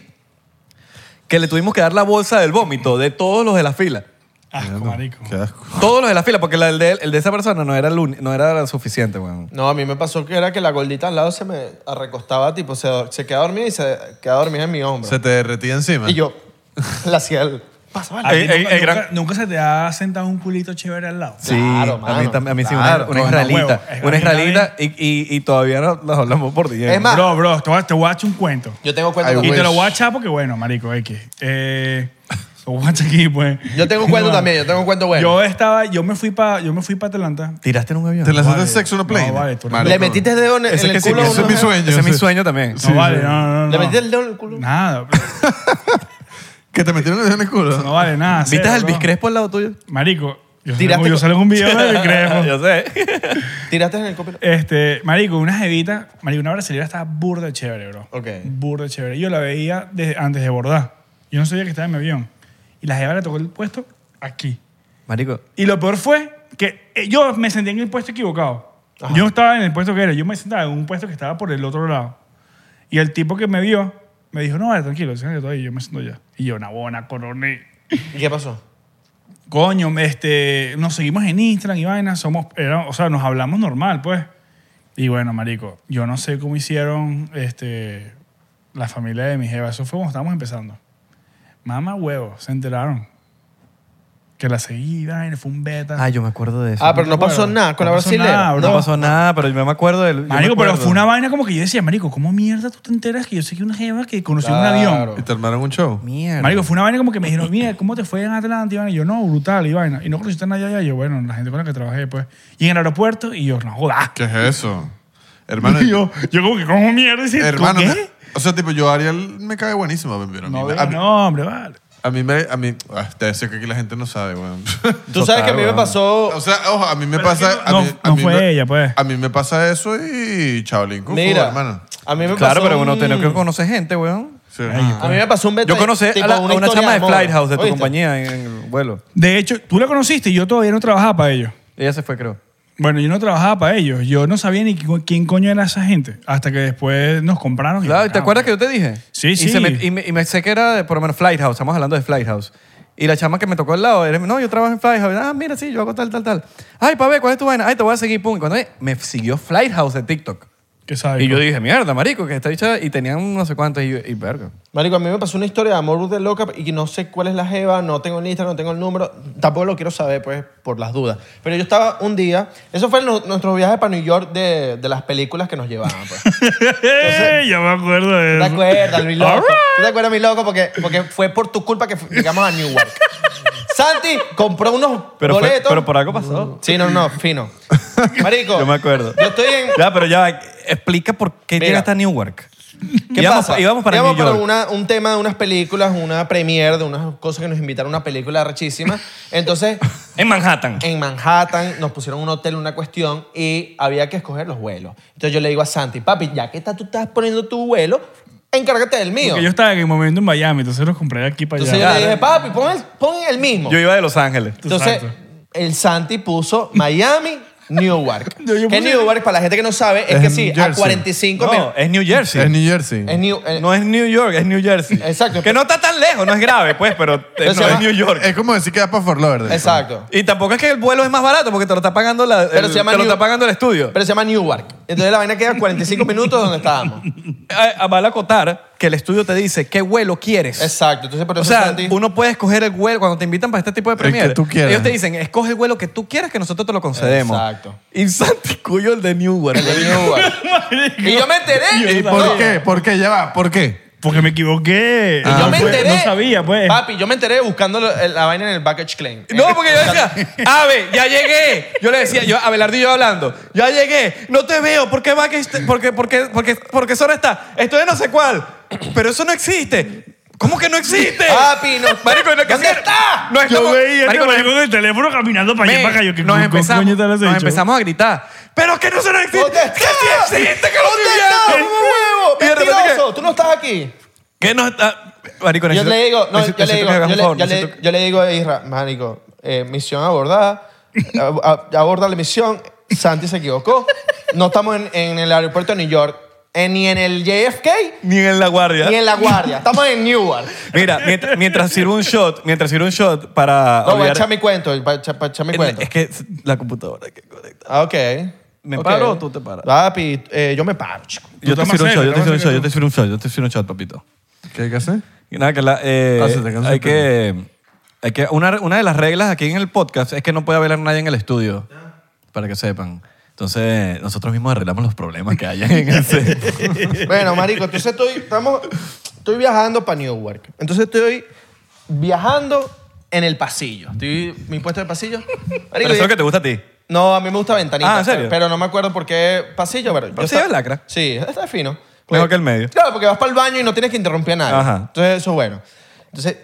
[SPEAKER 3] que le tuvimos que dar la bolsa del vómito de todos los de la fila.
[SPEAKER 1] Asco, marico.
[SPEAKER 4] Qué asco.
[SPEAKER 3] Todos los de la fila, porque la del de, él- el de esa persona no era, el uni- no era suficiente, weón.
[SPEAKER 2] No, a mí me pasó que era que la gordita al lado se me recostaba, tipo, se, se queda dormida y se queda dormida en mi hombro.
[SPEAKER 4] Se te derretía encima.
[SPEAKER 2] Y yo la hacía el... Pasa, vale.
[SPEAKER 1] A ti
[SPEAKER 3] Ey, ey,
[SPEAKER 1] nunca,
[SPEAKER 3] ey, gran-
[SPEAKER 1] nunca- nunca se te ha sentado un culito chévere al lado.
[SPEAKER 3] Sí,
[SPEAKER 2] Claro,
[SPEAKER 3] a mí,
[SPEAKER 2] mano,
[SPEAKER 3] tam- a mí sí, una,
[SPEAKER 2] claro.
[SPEAKER 3] una
[SPEAKER 1] Coño, huevo,
[SPEAKER 3] israelita.
[SPEAKER 1] es la
[SPEAKER 3] una
[SPEAKER 1] misma
[SPEAKER 3] israelita y, y, y todavía no- nos hablamos por día.
[SPEAKER 2] Es más-
[SPEAKER 1] Bro, bro, te voy, a- te voy a echar un cuento.
[SPEAKER 2] Yo tengo cuenta
[SPEAKER 4] Ay,
[SPEAKER 2] con
[SPEAKER 1] Y te
[SPEAKER 4] Pues-
[SPEAKER 1] lo voy a echar porque, bueno, marico, X. Eh, Guacha aquí, pues.
[SPEAKER 2] Yo tengo un cuento también, yo tengo un cuento bueno.
[SPEAKER 1] Yo estaba, yo me fui para, yo me fui para Atlanta.
[SPEAKER 3] ¿Tiraste en un avión?
[SPEAKER 4] ¿Te lanzaste
[SPEAKER 1] vale.
[SPEAKER 4] sexo en
[SPEAKER 1] No,
[SPEAKER 4] una plane?
[SPEAKER 1] vale, tú eres-
[SPEAKER 4] Marico.
[SPEAKER 2] Le metiste el dedo en, en
[SPEAKER 3] Ah, Ese
[SPEAKER 2] el
[SPEAKER 3] que sí,
[SPEAKER 2] culo. a
[SPEAKER 4] ese
[SPEAKER 2] una
[SPEAKER 4] es mi
[SPEAKER 2] mujer?
[SPEAKER 4] sueño.
[SPEAKER 3] Ese es mi
[SPEAKER 4] ese.
[SPEAKER 3] sueño también.
[SPEAKER 1] No vale, no, no, no.
[SPEAKER 2] ¿Le metiste el dedo en el culo?
[SPEAKER 1] Nada,
[SPEAKER 4] Que te metieron en el culo.
[SPEAKER 1] no vale nada.
[SPEAKER 3] ¿Viste
[SPEAKER 1] cero,
[SPEAKER 3] al
[SPEAKER 1] no.
[SPEAKER 3] Biscrespo al lado tuyo?
[SPEAKER 1] Marico, yo
[SPEAKER 2] Tiraste
[SPEAKER 1] salgo, yo
[SPEAKER 2] con-
[SPEAKER 1] salgo un video de Biscrespo.
[SPEAKER 3] Yo sé.
[SPEAKER 2] ¿Tiraste en el copiloto?
[SPEAKER 1] Este, marico, una jevita, marico, una brasilera estaba burda de chévere, bro.
[SPEAKER 2] Ok.
[SPEAKER 1] Burda de chévere. Yo la veía desde antes de bordar. Yo no sabía que estaba en mi avión. Y la jeva le tocó el puesto aquí.
[SPEAKER 3] Marico,
[SPEAKER 1] Y lo peor fue que eh, yo me senté en el puesto equivocado. Yo no estaba en el puesto que era. Yo me sentaba en un puesto que estaba por el otro lado. Y el tipo que me vio me dijo, no, vale, tranquilo, siéntate tú ahí, yo me siento ya. Y yo, una buena, coroné.
[SPEAKER 2] ¿Y qué pasó?
[SPEAKER 1] Coño, este, nos seguimos en Instagram y vainas, somos, era- o sea, nos hablamos normal, pues. Y bueno, marico, yo no sé cómo hicieron este, la familia de mi jeva. Eso fue cuando estábamos empezando. Mamá huevo, se enteraron. Que la seguí, vaina, fue un beta.
[SPEAKER 3] ah, yo me acuerdo de eso.
[SPEAKER 2] Ah, pero no pasó
[SPEAKER 1] acuerdo.
[SPEAKER 2] nada con
[SPEAKER 1] No
[SPEAKER 2] la
[SPEAKER 1] pasó
[SPEAKER 2] brasileña.
[SPEAKER 1] nada, bro.
[SPEAKER 3] no pasó nada, pero yo me acuerdo del. yo me
[SPEAKER 1] Marico, pero
[SPEAKER 3] acuerdo.
[SPEAKER 1] fue una vaina como que yo decía, marico, ¿cómo mierda tú te enteras que yo seguí una jeva que conocí en un avión?
[SPEAKER 2] Claro.
[SPEAKER 4] Y te armaron un show.
[SPEAKER 3] Mierda.
[SPEAKER 1] Marico, fue una vaina como que me dijeron, mira, ¿cómo te fue en Atlanta? Y vaina? yo, no, brutal, y vaina. Y no conociste a nadie allá. Y yo, bueno, la gente con la que trabajé, pues. Y en el aeropuerto, y yo, no jodas.
[SPEAKER 4] ¿Qué es eso? Hermano,
[SPEAKER 1] Y yo, yo como que, ¿cómo mierda? Y
[SPEAKER 4] hermano,
[SPEAKER 1] ¿qué?
[SPEAKER 4] o sea, tipo, yo Ariel me cae buenísimo, pero a mí,
[SPEAKER 1] No,
[SPEAKER 4] me- a, mí-
[SPEAKER 1] no, hombre, vale.
[SPEAKER 4] a mí me, a mí, ah, te decía que aquí la gente no sabe, weón.
[SPEAKER 2] Tú sabes que a mí me pasó.
[SPEAKER 4] o sea, ojo, a mí me
[SPEAKER 1] Pero es que
[SPEAKER 4] pasa,
[SPEAKER 1] no-
[SPEAKER 4] a mí, a
[SPEAKER 1] no
[SPEAKER 4] mí
[SPEAKER 1] fue
[SPEAKER 4] me-
[SPEAKER 1] ella, pues.
[SPEAKER 4] A mí me pasa eso y chaolín con
[SPEAKER 2] mira,
[SPEAKER 4] fútbol, hermano.
[SPEAKER 2] a mí me pasó.
[SPEAKER 3] Claro, pero uno
[SPEAKER 2] un-
[SPEAKER 3] tiene que conocer gente, weón.
[SPEAKER 4] Sí.
[SPEAKER 2] A mí me pasó un beta.
[SPEAKER 3] Yo conocí a,
[SPEAKER 2] tipo,
[SPEAKER 3] la- a una,
[SPEAKER 2] historia
[SPEAKER 3] chama de
[SPEAKER 2] amor.
[SPEAKER 3] Flight House de tu
[SPEAKER 2] ¿Oíste?
[SPEAKER 3] compañía en, en el vuelo.
[SPEAKER 1] De hecho, tú la conociste y yo todavía no trabajaba para ellos.
[SPEAKER 3] Ella se fue, creo.
[SPEAKER 1] Bueno, yo no trabajaba para ellos. Yo no sabía ni qui- quién coño era esa gente. Hasta que después nos compraron. y
[SPEAKER 3] Claro, ¿y ¿te
[SPEAKER 1] bacán,
[SPEAKER 3] acuerdas que
[SPEAKER 1] pues.
[SPEAKER 3] yo te dije?
[SPEAKER 1] Sí,
[SPEAKER 3] Y,
[SPEAKER 1] sí.
[SPEAKER 3] se me, y, me, y me- sé que era, de- por lo menos, Flight House. Estamos hablando de Flight House. Y la chama que me tocó al lado, era, no, yo trabajo en Flight House. Ah, mira, sí, yo hago tal, tal, tal. Ay, pa' ver, ¿cuál es tu vaina? Ay, te voy a seguir, pum. Y cuando me- me siguió Flight House de TikTok.
[SPEAKER 1] ¿Qué sabes?
[SPEAKER 3] Y yo dije, mierda, marico, que está dicha. Y tenían no sé cuántos. Y, yo, y verga.
[SPEAKER 2] Marico, a mí me pasó una historia de amor de loca y no sé cuál es la jeva, no tengo el Instagram, no tengo el número, tampoco lo quiero saber, pues, por las dudas. Pero yo estaba un día, eso fue nu- nuestro viaje para New York de, de las películas que nos llevaban, pues.
[SPEAKER 1] ya me acuerdo de
[SPEAKER 2] ¿Te
[SPEAKER 1] eso.
[SPEAKER 2] acuerdas, mi loco?
[SPEAKER 1] All right.
[SPEAKER 2] ¿Tú te acuerdas, mi loco? Porque, porque fue por tu culpa que fu- llegamos a Newark. Santi compró unos
[SPEAKER 3] Pero, fue-
[SPEAKER 2] boletos.
[SPEAKER 3] pero por algo pasó.
[SPEAKER 2] Sí, no, no, fino. Marico.
[SPEAKER 3] Yo me acuerdo.
[SPEAKER 2] Yo estoy en...
[SPEAKER 3] Ya, pero ya, explica por qué
[SPEAKER 2] Mira.
[SPEAKER 3] llegaste a Newark.
[SPEAKER 2] ¿Qué
[SPEAKER 3] íbamos,
[SPEAKER 2] pasa?
[SPEAKER 3] íbamos para
[SPEAKER 2] Íbamos
[SPEAKER 3] New York.
[SPEAKER 2] una- un tema de unas películas, una premiere de unas cosas que nos invitaron a una película rechísima. Entonces,
[SPEAKER 3] En Manhattan.
[SPEAKER 2] en Manhattan nos pusieron un hotel, una cuestión, y había que escoger los vuelos. Entonces yo le digo a Santi, papi, ya que está, tú estás poniendo tu vuelo, encárgate del mío.
[SPEAKER 1] Porque yo estaba en el momento en Miami, entonces los compré de aquí para
[SPEAKER 2] Entonces
[SPEAKER 1] allá.
[SPEAKER 2] yo le dije, papi, pon el, pon el mismo.
[SPEAKER 3] Yo iba de Los Ángeles.
[SPEAKER 2] Entonces,
[SPEAKER 1] Exacto.
[SPEAKER 2] el Santi puso Miami, Newark.
[SPEAKER 1] Yo- yo
[SPEAKER 2] que
[SPEAKER 1] puse-
[SPEAKER 2] Newark, para la gente que no sabe, es,
[SPEAKER 4] Es
[SPEAKER 2] que
[SPEAKER 4] en
[SPEAKER 2] sí, a
[SPEAKER 4] Jersey.
[SPEAKER 2] 45
[SPEAKER 3] No,
[SPEAKER 2] minutos.
[SPEAKER 3] es New Jersey.
[SPEAKER 4] Es New Jersey.
[SPEAKER 2] Es New- eh,
[SPEAKER 3] No es New York, es New Jersey.
[SPEAKER 2] Exacto.
[SPEAKER 3] Que no está tan lejos, no es grave, pues, pero eh,
[SPEAKER 2] Pero se
[SPEAKER 3] no es
[SPEAKER 2] llama-
[SPEAKER 3] New York.
[SPEAKER 4] Es como decir que va para Fort Lauderdale.
[SPEAKER 2] Exacto.
[SPEAKER 3] Y tampoco es que el vuelo es más barato porque te lo está pagando, la,
[SPEAKER 2] Pero
[SPEAKER 3] el,
[SPEAKER 2] se llama
[SPEAKER 3] te lo
[SPEAKER 2] New-
[SPEAKER 3] está pagando el estudio.
[SPEAKER 2] Pero se llama Newark. Entonces la vaina queda 45 minutos donde estábamos.
[SPEAKER 3] A- a- Eh, Vale acotar que el estudio te dice qué vuelo quieres.
[SPEAKER 2] Exacto. Entonces, por
[SPEAKER 3] O
[SPEAKER 2] eso
[SPEAKER 3] sea,
[SPEAKER 2] Santi.
[SPEAKER 3] uno puede escoger el vuelo cuando te invitan para este tipo de
[SPEAKER 4] que
[SPEAKER 3] premiere.
[SPEAKER 4] tú quieras.
[SPEAKER 3] Ellos te dicen, escoge el vuelo que tú quieras que nosotros te lo concedemos.
[SPEAKER 2] Exacto.
[SPEAKER 3] Y Santi Cuyo el de Newark.
[SPEAKER 2] El de Newark. y yo me enteré.
[SPEAKER 4] ¿Y por qué? ¿Por qué? Ya va, ¿por qué?
[SPEAKER 1] Porque me equivoqué.
[SPEAKER 2] Y yo
[SPEAKER 1] No
[SPEAKER 2] me
[SPEAKER 1] fue-
[SPEAKER 2] enteré.
[SPEAKER 1] No sabía, Ah, pues.
[SPEAKER 2] Papi, yo me enteré buscando la, la vaina en el baggage claim.
[SPEAKER 3] No, porque yo decía, Ave, ya llegué. Yo le decía, yo, Abelardo y yo hablando, ya llegué, no te veo, ¿por qué va que este- porque, porque, porque, porque Sora está? Estoy en no sé cuál. Pero eso no existe. ¿Cómo que no existe?
[SPEAKER 2] Papi, no-
[SPEAKER 3] Marico, no, que
[SPEAKER 2] ¿Dónde
[SPEAKER 3] sí-
[SPEAKER 2] está?
[SPEAKER 3] No estamos,
[SPEAKER 1] Yo veía
[SPEAKER 3] Marico,
[SPEAKER 1] que
[SPEAKER 3] nos-
[SPEAKER 1] me con el teléfono caminando para allá y
[SPEAKER 3] men,
[SPEAKER 1] para acá. Yo, ¿qué
[SPEAKER 3] nos,
[SPEAKER 1] co-
[SPEAKER 3] empezamos,
[SPEAKER 1] coño te lo has
[SPEAKER 3] nos
[SPEAKER 1] hecho?
[SPEAKER 3] empezamos a gritar. Pero que no se nos existe.
[SPEAKER 2] ¿Dónde
[SPEAKER 3] que sí
[SPEAKER 2] está?
[SPEAKER 3] existe, que lo
[SPEAKER 2] ¿Dónde
[SPEAKER 3] estoy
[SPEAKER 2] está?
[SPEAKER 3] viendo.
[SPEAKER 2] ¡Huevo!
[SPEAKER 3] Y de repente que-
[SPEAKER 2] ¡Mentiroso! ¡Tú no estás aquí!
[SPEAKER 3] Que no está. Marico,
[SPEAKER 2] Yo
[SPEAKER 3] necesito-
[SPEAKER 2] le digo, no,
[SPEAKER 3] necesito-
[SPEAKER 2] yo le
[SPEAKER 3] necesito
[SPEAKER 2] digo,
[SPEAKER 3] que hagas
[SPEAKER 2] yo
[SPEAKER 3] un
[SPEAKER 2] le,
[SPEAKER 3] favor,
[SPEAKER 2] yo le-
[SPEAKER 3] necesito que-
[SPEAKER 2] yo le digo a Isra, marico, eh, misión abordada, a- a- aborda la misión, Santi se equivocó, no estamos en, en el aeropuerto de New York, eh, ni en el JFK,
[SPEAKER 3] Ni en la guardia.
[SPEAKER 2] ni en La Guardia, estamos en Newark.
[SPEAKER 3] Mira, mientras, mientras sirvo un shot, mientras sirvo un shot para.
[SPEAKER 2] No, voy a
[SPEAKER 3] olvidar-
[SPEAKER 2] echar mi cuento, para echar, para echar mi cuento.
[SPEAKER 3] Es que es la computadora que conecta.
[SPEAKER 2] Ah, ok.
[SPEAKER 3] ¿Me
[SPEAKER 2] Ok.
[SPEAKER 3] paro o tú te paras?
[SPEAKER 2] Papi, eh, yo me paro, chico.
[SPEAKER 3] Yo te
[SPEAKER 1] tomas
[SPEAKER 3] sirvo un
[SPEAKER 1] serio,
[SPEAKER 3] shot, yo te
[SPEAKER 1] tomas
[SPEAKER 3] sirvo un shot,
[SPEAKER 1] serio
[SPEAKER 3] yo
[SPEAKER 1] tú.
[SPEAKER 3] te sirvo un shot, yo te sirvo un shot, papito.
[SPEAKER 4] ¿Qué hay que hacer?
[SPEAKER 3] Y Nada, que la, eh,
[SPEAKER 4] Ah, se te cansó
[SPEAKER 3] hay
[SPEAKER 4] el
[SPEAKER 3] que, hay que una, una de las reglas aquí en el podcast es que no puede haber nadie en el estudio, para que sepan. Entonces, nosotros mismos arreglamos los problemas que hayan en el set.
[SPEAKER 2] Bueno, marico, entonces estoy, estamos, estoy viajando para Newark. Entonces estoy viajando en el pasillo. Estoy, mi puesto de pasillo. Marico,
[SPEAKER 3] Pero eso es
[SPEAKER 2] y-
[SPEAKER 3] lo que te gusta a ti.
[SPEAKER 2] No, a mí me gusta ventanita.
[SPEAKER 3] Ah, ¿en serio?
[SPEAKER 2] Pero no me acuerdo por qué pasillo. Pero yo
[SPEAKER 3] Pasillo
[SPEAKER 2] esta-
[SPEAKER 3] es lacra.
[SPEAKER 2] Sí, está fino.
[SPEAKER 3] Mejor que el medio.
[SPEAKER 2] Claro, porque vas para el baño y no tienes que interrumpir a nadie.
[SPEAKER 3] Ajá.
[SPEAKER 2] Entonces, eso es bueno. Entonces,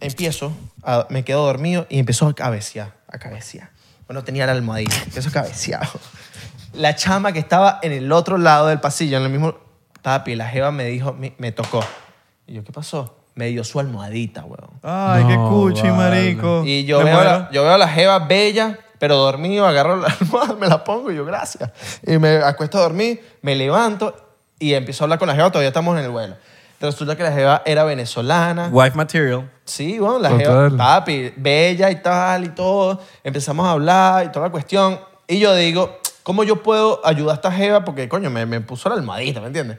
[SPEAKER 2] empiezo, a- me quedo dormido y empiezo a cabecear, a cabecear. Bueno, tenía la almohadilla, empiezo a cabecear. La chama que estaba en el otro lado del pasillo, en el mismo... Papi, la jeva me dijo, me, me tocó. Y yo, ¿qué pasó? Me dio su almohadita, weón.
[SPEAKER 4] Ay, qué cuchi, marico.
[SPEAKER 2] Y yo
[SPEAKER 4] Me
[SPEAKER 2] veo,
[SPEAKER 4] muero.
[SPEAKER 2] la, yo veo a la jeva bella, pero dormido, agarro la almohada, me la pongo y yo, gracias. Y me acuesto a dormir, me levanto y empiezo a hablar con la jeva, todavía estamos en el vuelo. Resulta que la jeva era venezolana.
[SPEAKER 3] Wife material.
[SPEAKER 2] Sí, bueno, la
[SPEAKER 4] Total.
[SPEAKER 2] jeva, papi, bella y tal y todo. Empezamos a hablar y toda la cuestión. Y yo digo, ¿cómo yo puedo ayudar a esta jeva? Porque, coño, me, me puso la almohadita, ¿me entiendes?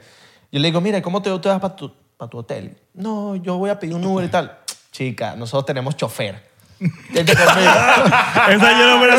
[SPEAKER 2] Yo le digo, mira, ¿cómo te, te vas para tu, pa' tu hotel? No, yo voy a pedir un Uber y tal. Chica, nosotros tenemos chofer. Vente conmigo.
[SPEAKER 1] Esa yo no me la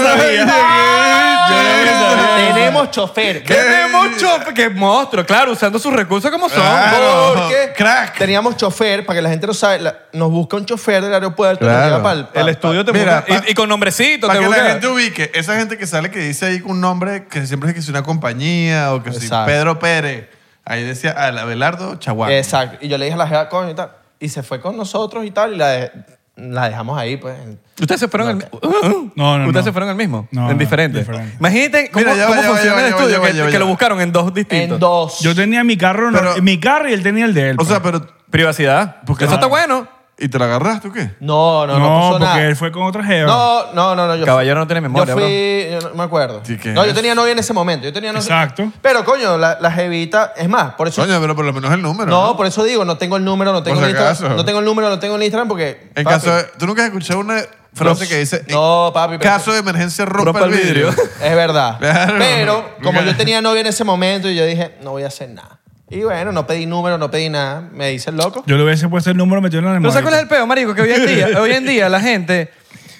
[SPEAKER 4] Eh,
[SPEAKER 1] sabía.
[SPEAKER 2] tenemos chofer.
[SPEAKER 3] ¡Tenemos chofer! ¡Qué monstruo! Claro, usando sus recursos como son.
[SPEAKER 4] Claro.
[SPEAKER 2] Porque
[SPEAKER 4] Crack.
[SPEAKER 2] teníamos chofer, para que la gente lo sabe, la- nos busca un chofer del aeropuerto. y nos
[SPEAKER 4] Claro.
[SPEAKER 2] lleva pa'l-
[SPEAKER 3] El
[SPEAKER 2] pa-
[SPEAKER 3] estudio te
[SPEAKER 4] Mira,
[SPEAKER 3] busca-
[SPEAKER 4] pa-
[SPEAKER 3] y, y con nombrecito
[SPEAKER 4] Para
[SPEAKER 3] te
[SPEAKER 4] que la
[SPEAKER 3] busca.
[SPEAKER 4] gente ubique, esa gente que sale que dice ahí un nombre que siempre es que es una compañía o que si
[SPEAKER 2] Exacto.
[SPEAKER 4] Pedro Pérez. Ahí decía al Abelardo Chaguán.
[SPEAKER 2] Exacto. Y yo le dije a la jefa, coño, y tal. Y se fue con nosotros y tal. Y la, de- la dejamos ahí, pues.
[SPEAKER 3] Ustedes se fueron al uh,
[SPEAKER 1] No, no,
[SPEAKER 3] Ustedes
[SPEAKER 1] no.
[SPEAKER 3] se fueron al mismo.
[SPEAKER 1] No,
[SPEAKER 3] en
[SPEAKER 1] no,
[SPEAKER 3] diferente.
[SPEAKER 1] diferente.
[SPEAKER 3] Imagínate cómo,
[SPEAKER 4] Mira, ya va,
[SPEAKER 3] cómo
[SPEAKER 4] ya va,
[SPEAKER 3] funciona
[SPEAKER 4] ya va,
[SPEAKER 3] el
[SPEAKER 4] ya va,
[SPEAKER 3] estudio,
[SPEAKER 4] ya va,
[SPEAKER 3] que,
[SPEAKER 4] ya va,
[SPEAKER 3] que
[SPEAKER 4] ya
[SPEAKER 3] lo
[SPEAKER 4] va.
[SPEAKER 3] buscaron en dos distintos.
[SPEAKER 2] En dos.
[SPEAKER 1] Yo tenía mi carro, no-
[SPEAKER 4] Pero-
[SPEAKER 1] mi carro y él tenía el de él.
[SPEAKER 4] O sea,
[SPEAKER 1] pues.
[SPEAKER 4] pero.
[SPEAKER 3] Privacidad.
[SPEAKER 4] Porque-
[SPEAKER 3] Porque eso está bueno.
[SPEAKER 4] ¿Y te la agarraste o qué?
[SPEAKER 2] No, no, no,
[SPEAKER 1] no,
[SPEAKER 2] pasó
[SPEAKER 1] porque
[SPEAKER 2] nada.
[SPEAKER 1] él fue con otra jeva.
[SPEAKER 2] No, no, no, no. Yo
[SPEAKER 3] Caballero no tiene memoria,
[SPEAKER 2] Yo fui, yo no me acuerdo.
[SPEAKER 4] Sí, ¿qué
[SPEAKER 2] No, yo
[SPEAKER 4] es?
[SPEAKER 2] tenía novia en ese momento. Yo tenía novia.
[SPEAKER 1] Exacto.
[SPEAKER 2] Pero, coño, la, la jevita, es más, por eso.
[SPEAKER 4] Coño, pero por lo menos el número.
[SPEAKER 2] no, pues,
[SPEAKER 4] No,
[SPEAKER 2] por eso digo, no tengo el número, no tengo el
[SPEAKER 4] Por si
[SPEAKER 2] Instagram.
[SPEAKER 4] acaso.
[SPEAKER 2] No tengo el número, no tengo el Instagram porque.
[SPEAKER 4] En
[SPEAKER 2] papi,
[SPEAKER 4] caso de, ¿Tú nunca has escuchado una frase
[SPEAKER 2] No,
[SPEAKER 4] que dice.
[SPEAKER 2] no, papi, pero-
[SPEAKER 4] Caso de emergencia rompa,
[SPEAKER 3] Rompa
[SPEAKER 4] el
[SPEAKER 3] el
[SPEAKER 4] vidrio.
[SPEAKER 3] vidrio.
[SPEAKER 2] Es verdad.
[SPEAKER 4] Claro.
[SPEAKER 2] Pero como
[SPEAKER 4] Claro.
[SPEAKER 2] yo tenía novia en ese momento y yo dije, no voy a hacer nada. Y bueno, no pedí número, no pedí nada. Me dice el loco.
[SPEAKER 1] Yo le hubiese puesto el número metido en la
[SPEAKER 3] ¿No
[SPEAKER 1] memoria.
[SPEAKER 3] sabes cuál es el peo, marico? Que hoy en día, hoy en día la gente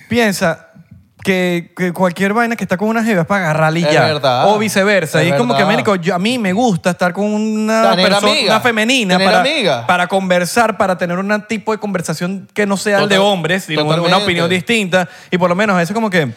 [SPEAKER 3] piensa que, que cualquier vaina que está con una jeva es para agarrarla y
[SPEAKER 2] Es
[SPEAKER 3] ya.
[SPEAKER 2] verdad.
[SPEAKER 3] O viceversa.
[SPEAKER 2] Es
[SPEAKER 3] y es como que,
[SPEAKER 2] verdad.
[SPEAKER 3] marico, yo- a mí me gusta estar con una
[SPEAKER 2] Tener
[SPEAKER 3] persona,
[SPEAKER 2] amiga.
[SPEAKER 3] una femenina
[SPEAKER 2] Tener
[SPEAKER 3] para,
[SPEAKER 2] amiga.
[SPEAKER 3] para conversar, para tener un tipo de conversación que no sea el de
[SPEAKER 2] Total-
[SPEAKER 3] hombres, sino una- una
[SPEAKER 2] totalmente.
[SPEAKER 3] opinión distinta. Y por lo menos eso es como que,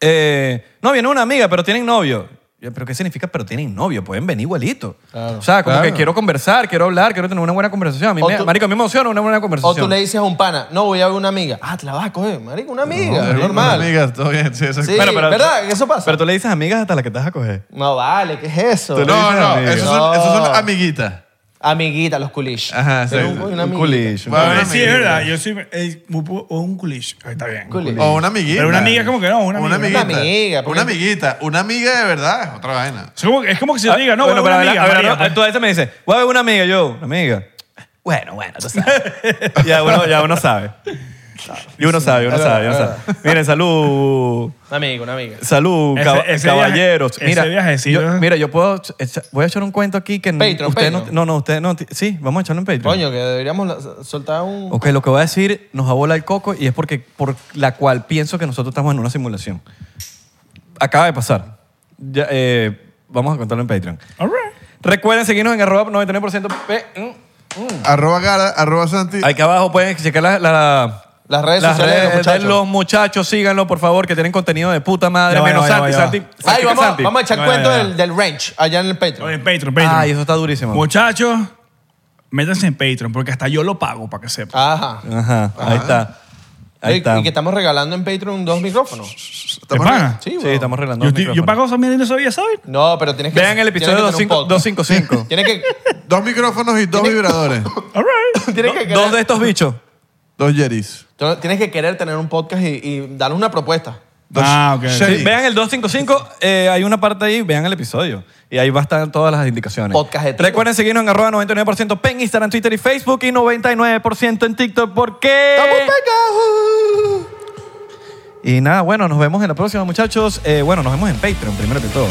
[SPEAKER 3] eh, no, viene una amiga, pero tienen novio. Yo, ¿Pero qué significa? Pero tienen novio, pueden venir igualito.
[SPEAKER 2] Claro.
[SPEAKER 3] o sea, como
[SPEAKER 4] Claro.
[SPEAKER 3] que quiero conversar, quiero hablar, quiero tener una buena conversación. A mí,
[SPEAKER 2] O
[SPEAKER 3] me,
[SPEAKER 2] tú-
[SPEAKER 3] marico, a mí me emociona una buena
[SPEAKER 2] O
[SPEAKER 3] conversación.
[SPEAKER 2] tú le dices a un pana, no, voy a ver una amiga. Ah, te la vas a coger, marico, una amiga,
[SPEAKER 4] Con
[SPEAKER 2] normal.
[SPEAKER 4] Amigas, todo bien. Sí, eso es-
[SPEAKER 2] Sí. ¿verdad? Eso pasa.
[SPEAKER 3] Pero tú le dices amigas hasta las que te vas a coger.
[SPEAKER 2] No vale, ¿qué es eso?
[SPEAKER 4] No, no,
[SPEAKER 3] amiga.
[SPEAKER 4] esos son,
[SPEAKER 2] No.
[SPEAKER 4] esos son amiguitas.
[SPEAKER 2] Amiguita, los culish.
[SPEAKER 4] Ajá,
[SPEAKER 2] Pero
[SPEAKER 4] exacto.
[SPEAKER 2] un- una amiga.
[SPEAKER 4] Bueno,
[SPEAKER 1] Pero sí, es
[SPEAKER 4] amiga.
[SPEAKER 1] verdad. Yo soy eh, muy pu- o un culish. Ahí está bien.
[SPEAKER 2] Culish.
[SPEAKER 4] O una amiguita.
[SPEAKER 1] Pero una amiga como que no, una amiga.
[SPEAKER 2] Una
[SPEAKER 4] amiguita.
[SPEAKER 2] amiga, porque-
[SPEAKER 4] Una amiguita. Una amiga de verdad. Otra vaina.
[SPEAKER 1] Es como, es como que si yo
[SPEAKER 3] Ah,
[SPEAKER 1] diga, no,
[SPEAKER 3] bueno,
[SPEAKER 1] bueno, una
[SPEAKER 3] pero a ver,
[SPEAKER 1] amiga,
[SPEAKER 3] a ver,
[SPEAKER 1] María,
[SPEAKER 3] no,
[SPEAKER 1] pues.
[SPEAKER 3] tú a veces me dices, voy a ver una amiga, yo, una amiga. Bueno, bueno, tú sabes. ya, uno, ya uno sabe. Y uno sabe, uno
[SPEAKER 2] Es
[SPEAKER 3] sabe, uno
[SPEAKER 2] verdad,
[SPEAKER 3] sabe.
[SPEAKER 2] es
[SPEAKER 3] Miren, salud.
[SPEAKER 2] Una amiga, una amiga.
[SPEAKER 3] Salud,
[SPEAKER 1] Ese-
[SPEAKER 3] caba-
[SPEAKER 1] ese
[SPEAKER 3] caballeros.
[SPEAKER 1] viaje- ese
[SPEAKER 3] mira,
[SPEAKER 1] viajecito.
[SPEAKER 3] yo, mira, yo puedo. echa- voy a echar un cuento aquí que. n-
[SPEAKER 2] Patreon,
[SPEAKER 3] usted no-
[SPEAKER 2] Patreon.
[SPEAKER 3] No, no, usted no. ti- Sí, vamos a echarlo en Patreon.
[SPEAKER 2] Coño, que deberíamos la- soltar un...
[SPEAKER 3] Ok, lo que voy a decir nos va a volar el coco y es porque por la cual pienso que nosotros estamos en una simulación. Acaba de pasar. Ya, eh, vamos a contarlo en Patreon.
[SPEAKER 1] All right.
[SPEAKER 3] Recuerden seguirnos en arroba 99% P. mm, mm.
[SPEAKER 4] Arroba Gara, arroba Santi.
[SPEAKER 3] Aquí abajo pueden checar la- la-
[SPEAKER 2] Las redes sociales de los muchachos.
[SPEAKER 3] los muchachos. Síganlo, por favor, que tienen contenido de puta madre.
[SPEAKER 1] Ya va, ya
[SPEAKER 3] menos
[SPEAKER 1] va, ya
[SPEAKER 3] Santi,
[SPEAKER 1] va, ya
[SPEAKER 3] Santi,
[SPEAKER 1] va.
[SPEAKER 3] Santi,
[SPEAKER 2] Ay, vamos,
[SPEAKER 3] Santi.
[SPEAKER 2] vamos a echar
[SPEAKER 1] No, ya,
[SPEAKER 2] cuento
[SPEAKER 1] ya.
[SPEAKER 2] del, del ranch allá en el Patreon.
[SPEAKER 1] Oye, en Patreon, Patreon.
[SPEAKER 3] Ay, eso está durísimo.
[SPEAKER 1] Muchachos, métanse en Patreon, porque hasta yo lo pago para que sepan.
[SPEAKER 2] Ajá.
[SPEAKER 3] Ajá, ahí está. Ahí
[SPEAKER 2] Y-
[SPEAKER 3] está.
[SPEAKER 2] Y que estamos regalando en Patreon dos micrófonos.
[SPEAKER 1] ¿Te pagan?
[SPEAKER 2] Sí,
[SPEAKER 3] Sí,
[SPEAKER 2] weón.
[SPEAKER 3] estamos arreglando
[SPEAKER 1] Yo,
[SPEAKER 3] los
[SPEAKER 1] estoy- yo
[SPEAKER 3] micrófonos.
[SPEAKER 1] pago esa mierda y no sabía, ¿sabes?
[SPEAKER 2] No, pero tienes que.
[SPEAKER 3] Vean el episodio
[SPEAKER 2] tienes que tener un
[SPEAKER 3] 255.
[SPEAKER 2] podcast. Tienes que.
[SPEAKER 4] Dos micrófonos y dos vibradores.
[SPEAKER 1] All right.
[SPEAKER 2] Tienes que,
[SPEAKER 3] Dos de
[SPEAKER 2] querer,
[SPEAKER 3] estos bichos.
[SPEAKER 4] dos Yeris.
[SPEAKER 2] tú tienes que querer tener un podcast y, y darnos una propuesta.
[SPEAKER 4] Dos
[SPEAKER 1] Ah, ok.
[SPEAKER 3] Sí,
[SPEAKER 4] Sherry.
[SPEAKER 3] vean el 255, eh, hay una parte ahí, vean el episodio. Y ahí va a estar todas las indicaciones.
[SPEAKER 2] Podcast de todo.
[SPEAKER 3] Recuerden seguirnos en arroba 99% en Instagram, Twitter y Facebook y 99% en TikTok porque... Eh, Y nada, bueno, nos vemos en la próxima, muchachos. Eh, bueno, nos vemos en Patreon, primero que todo.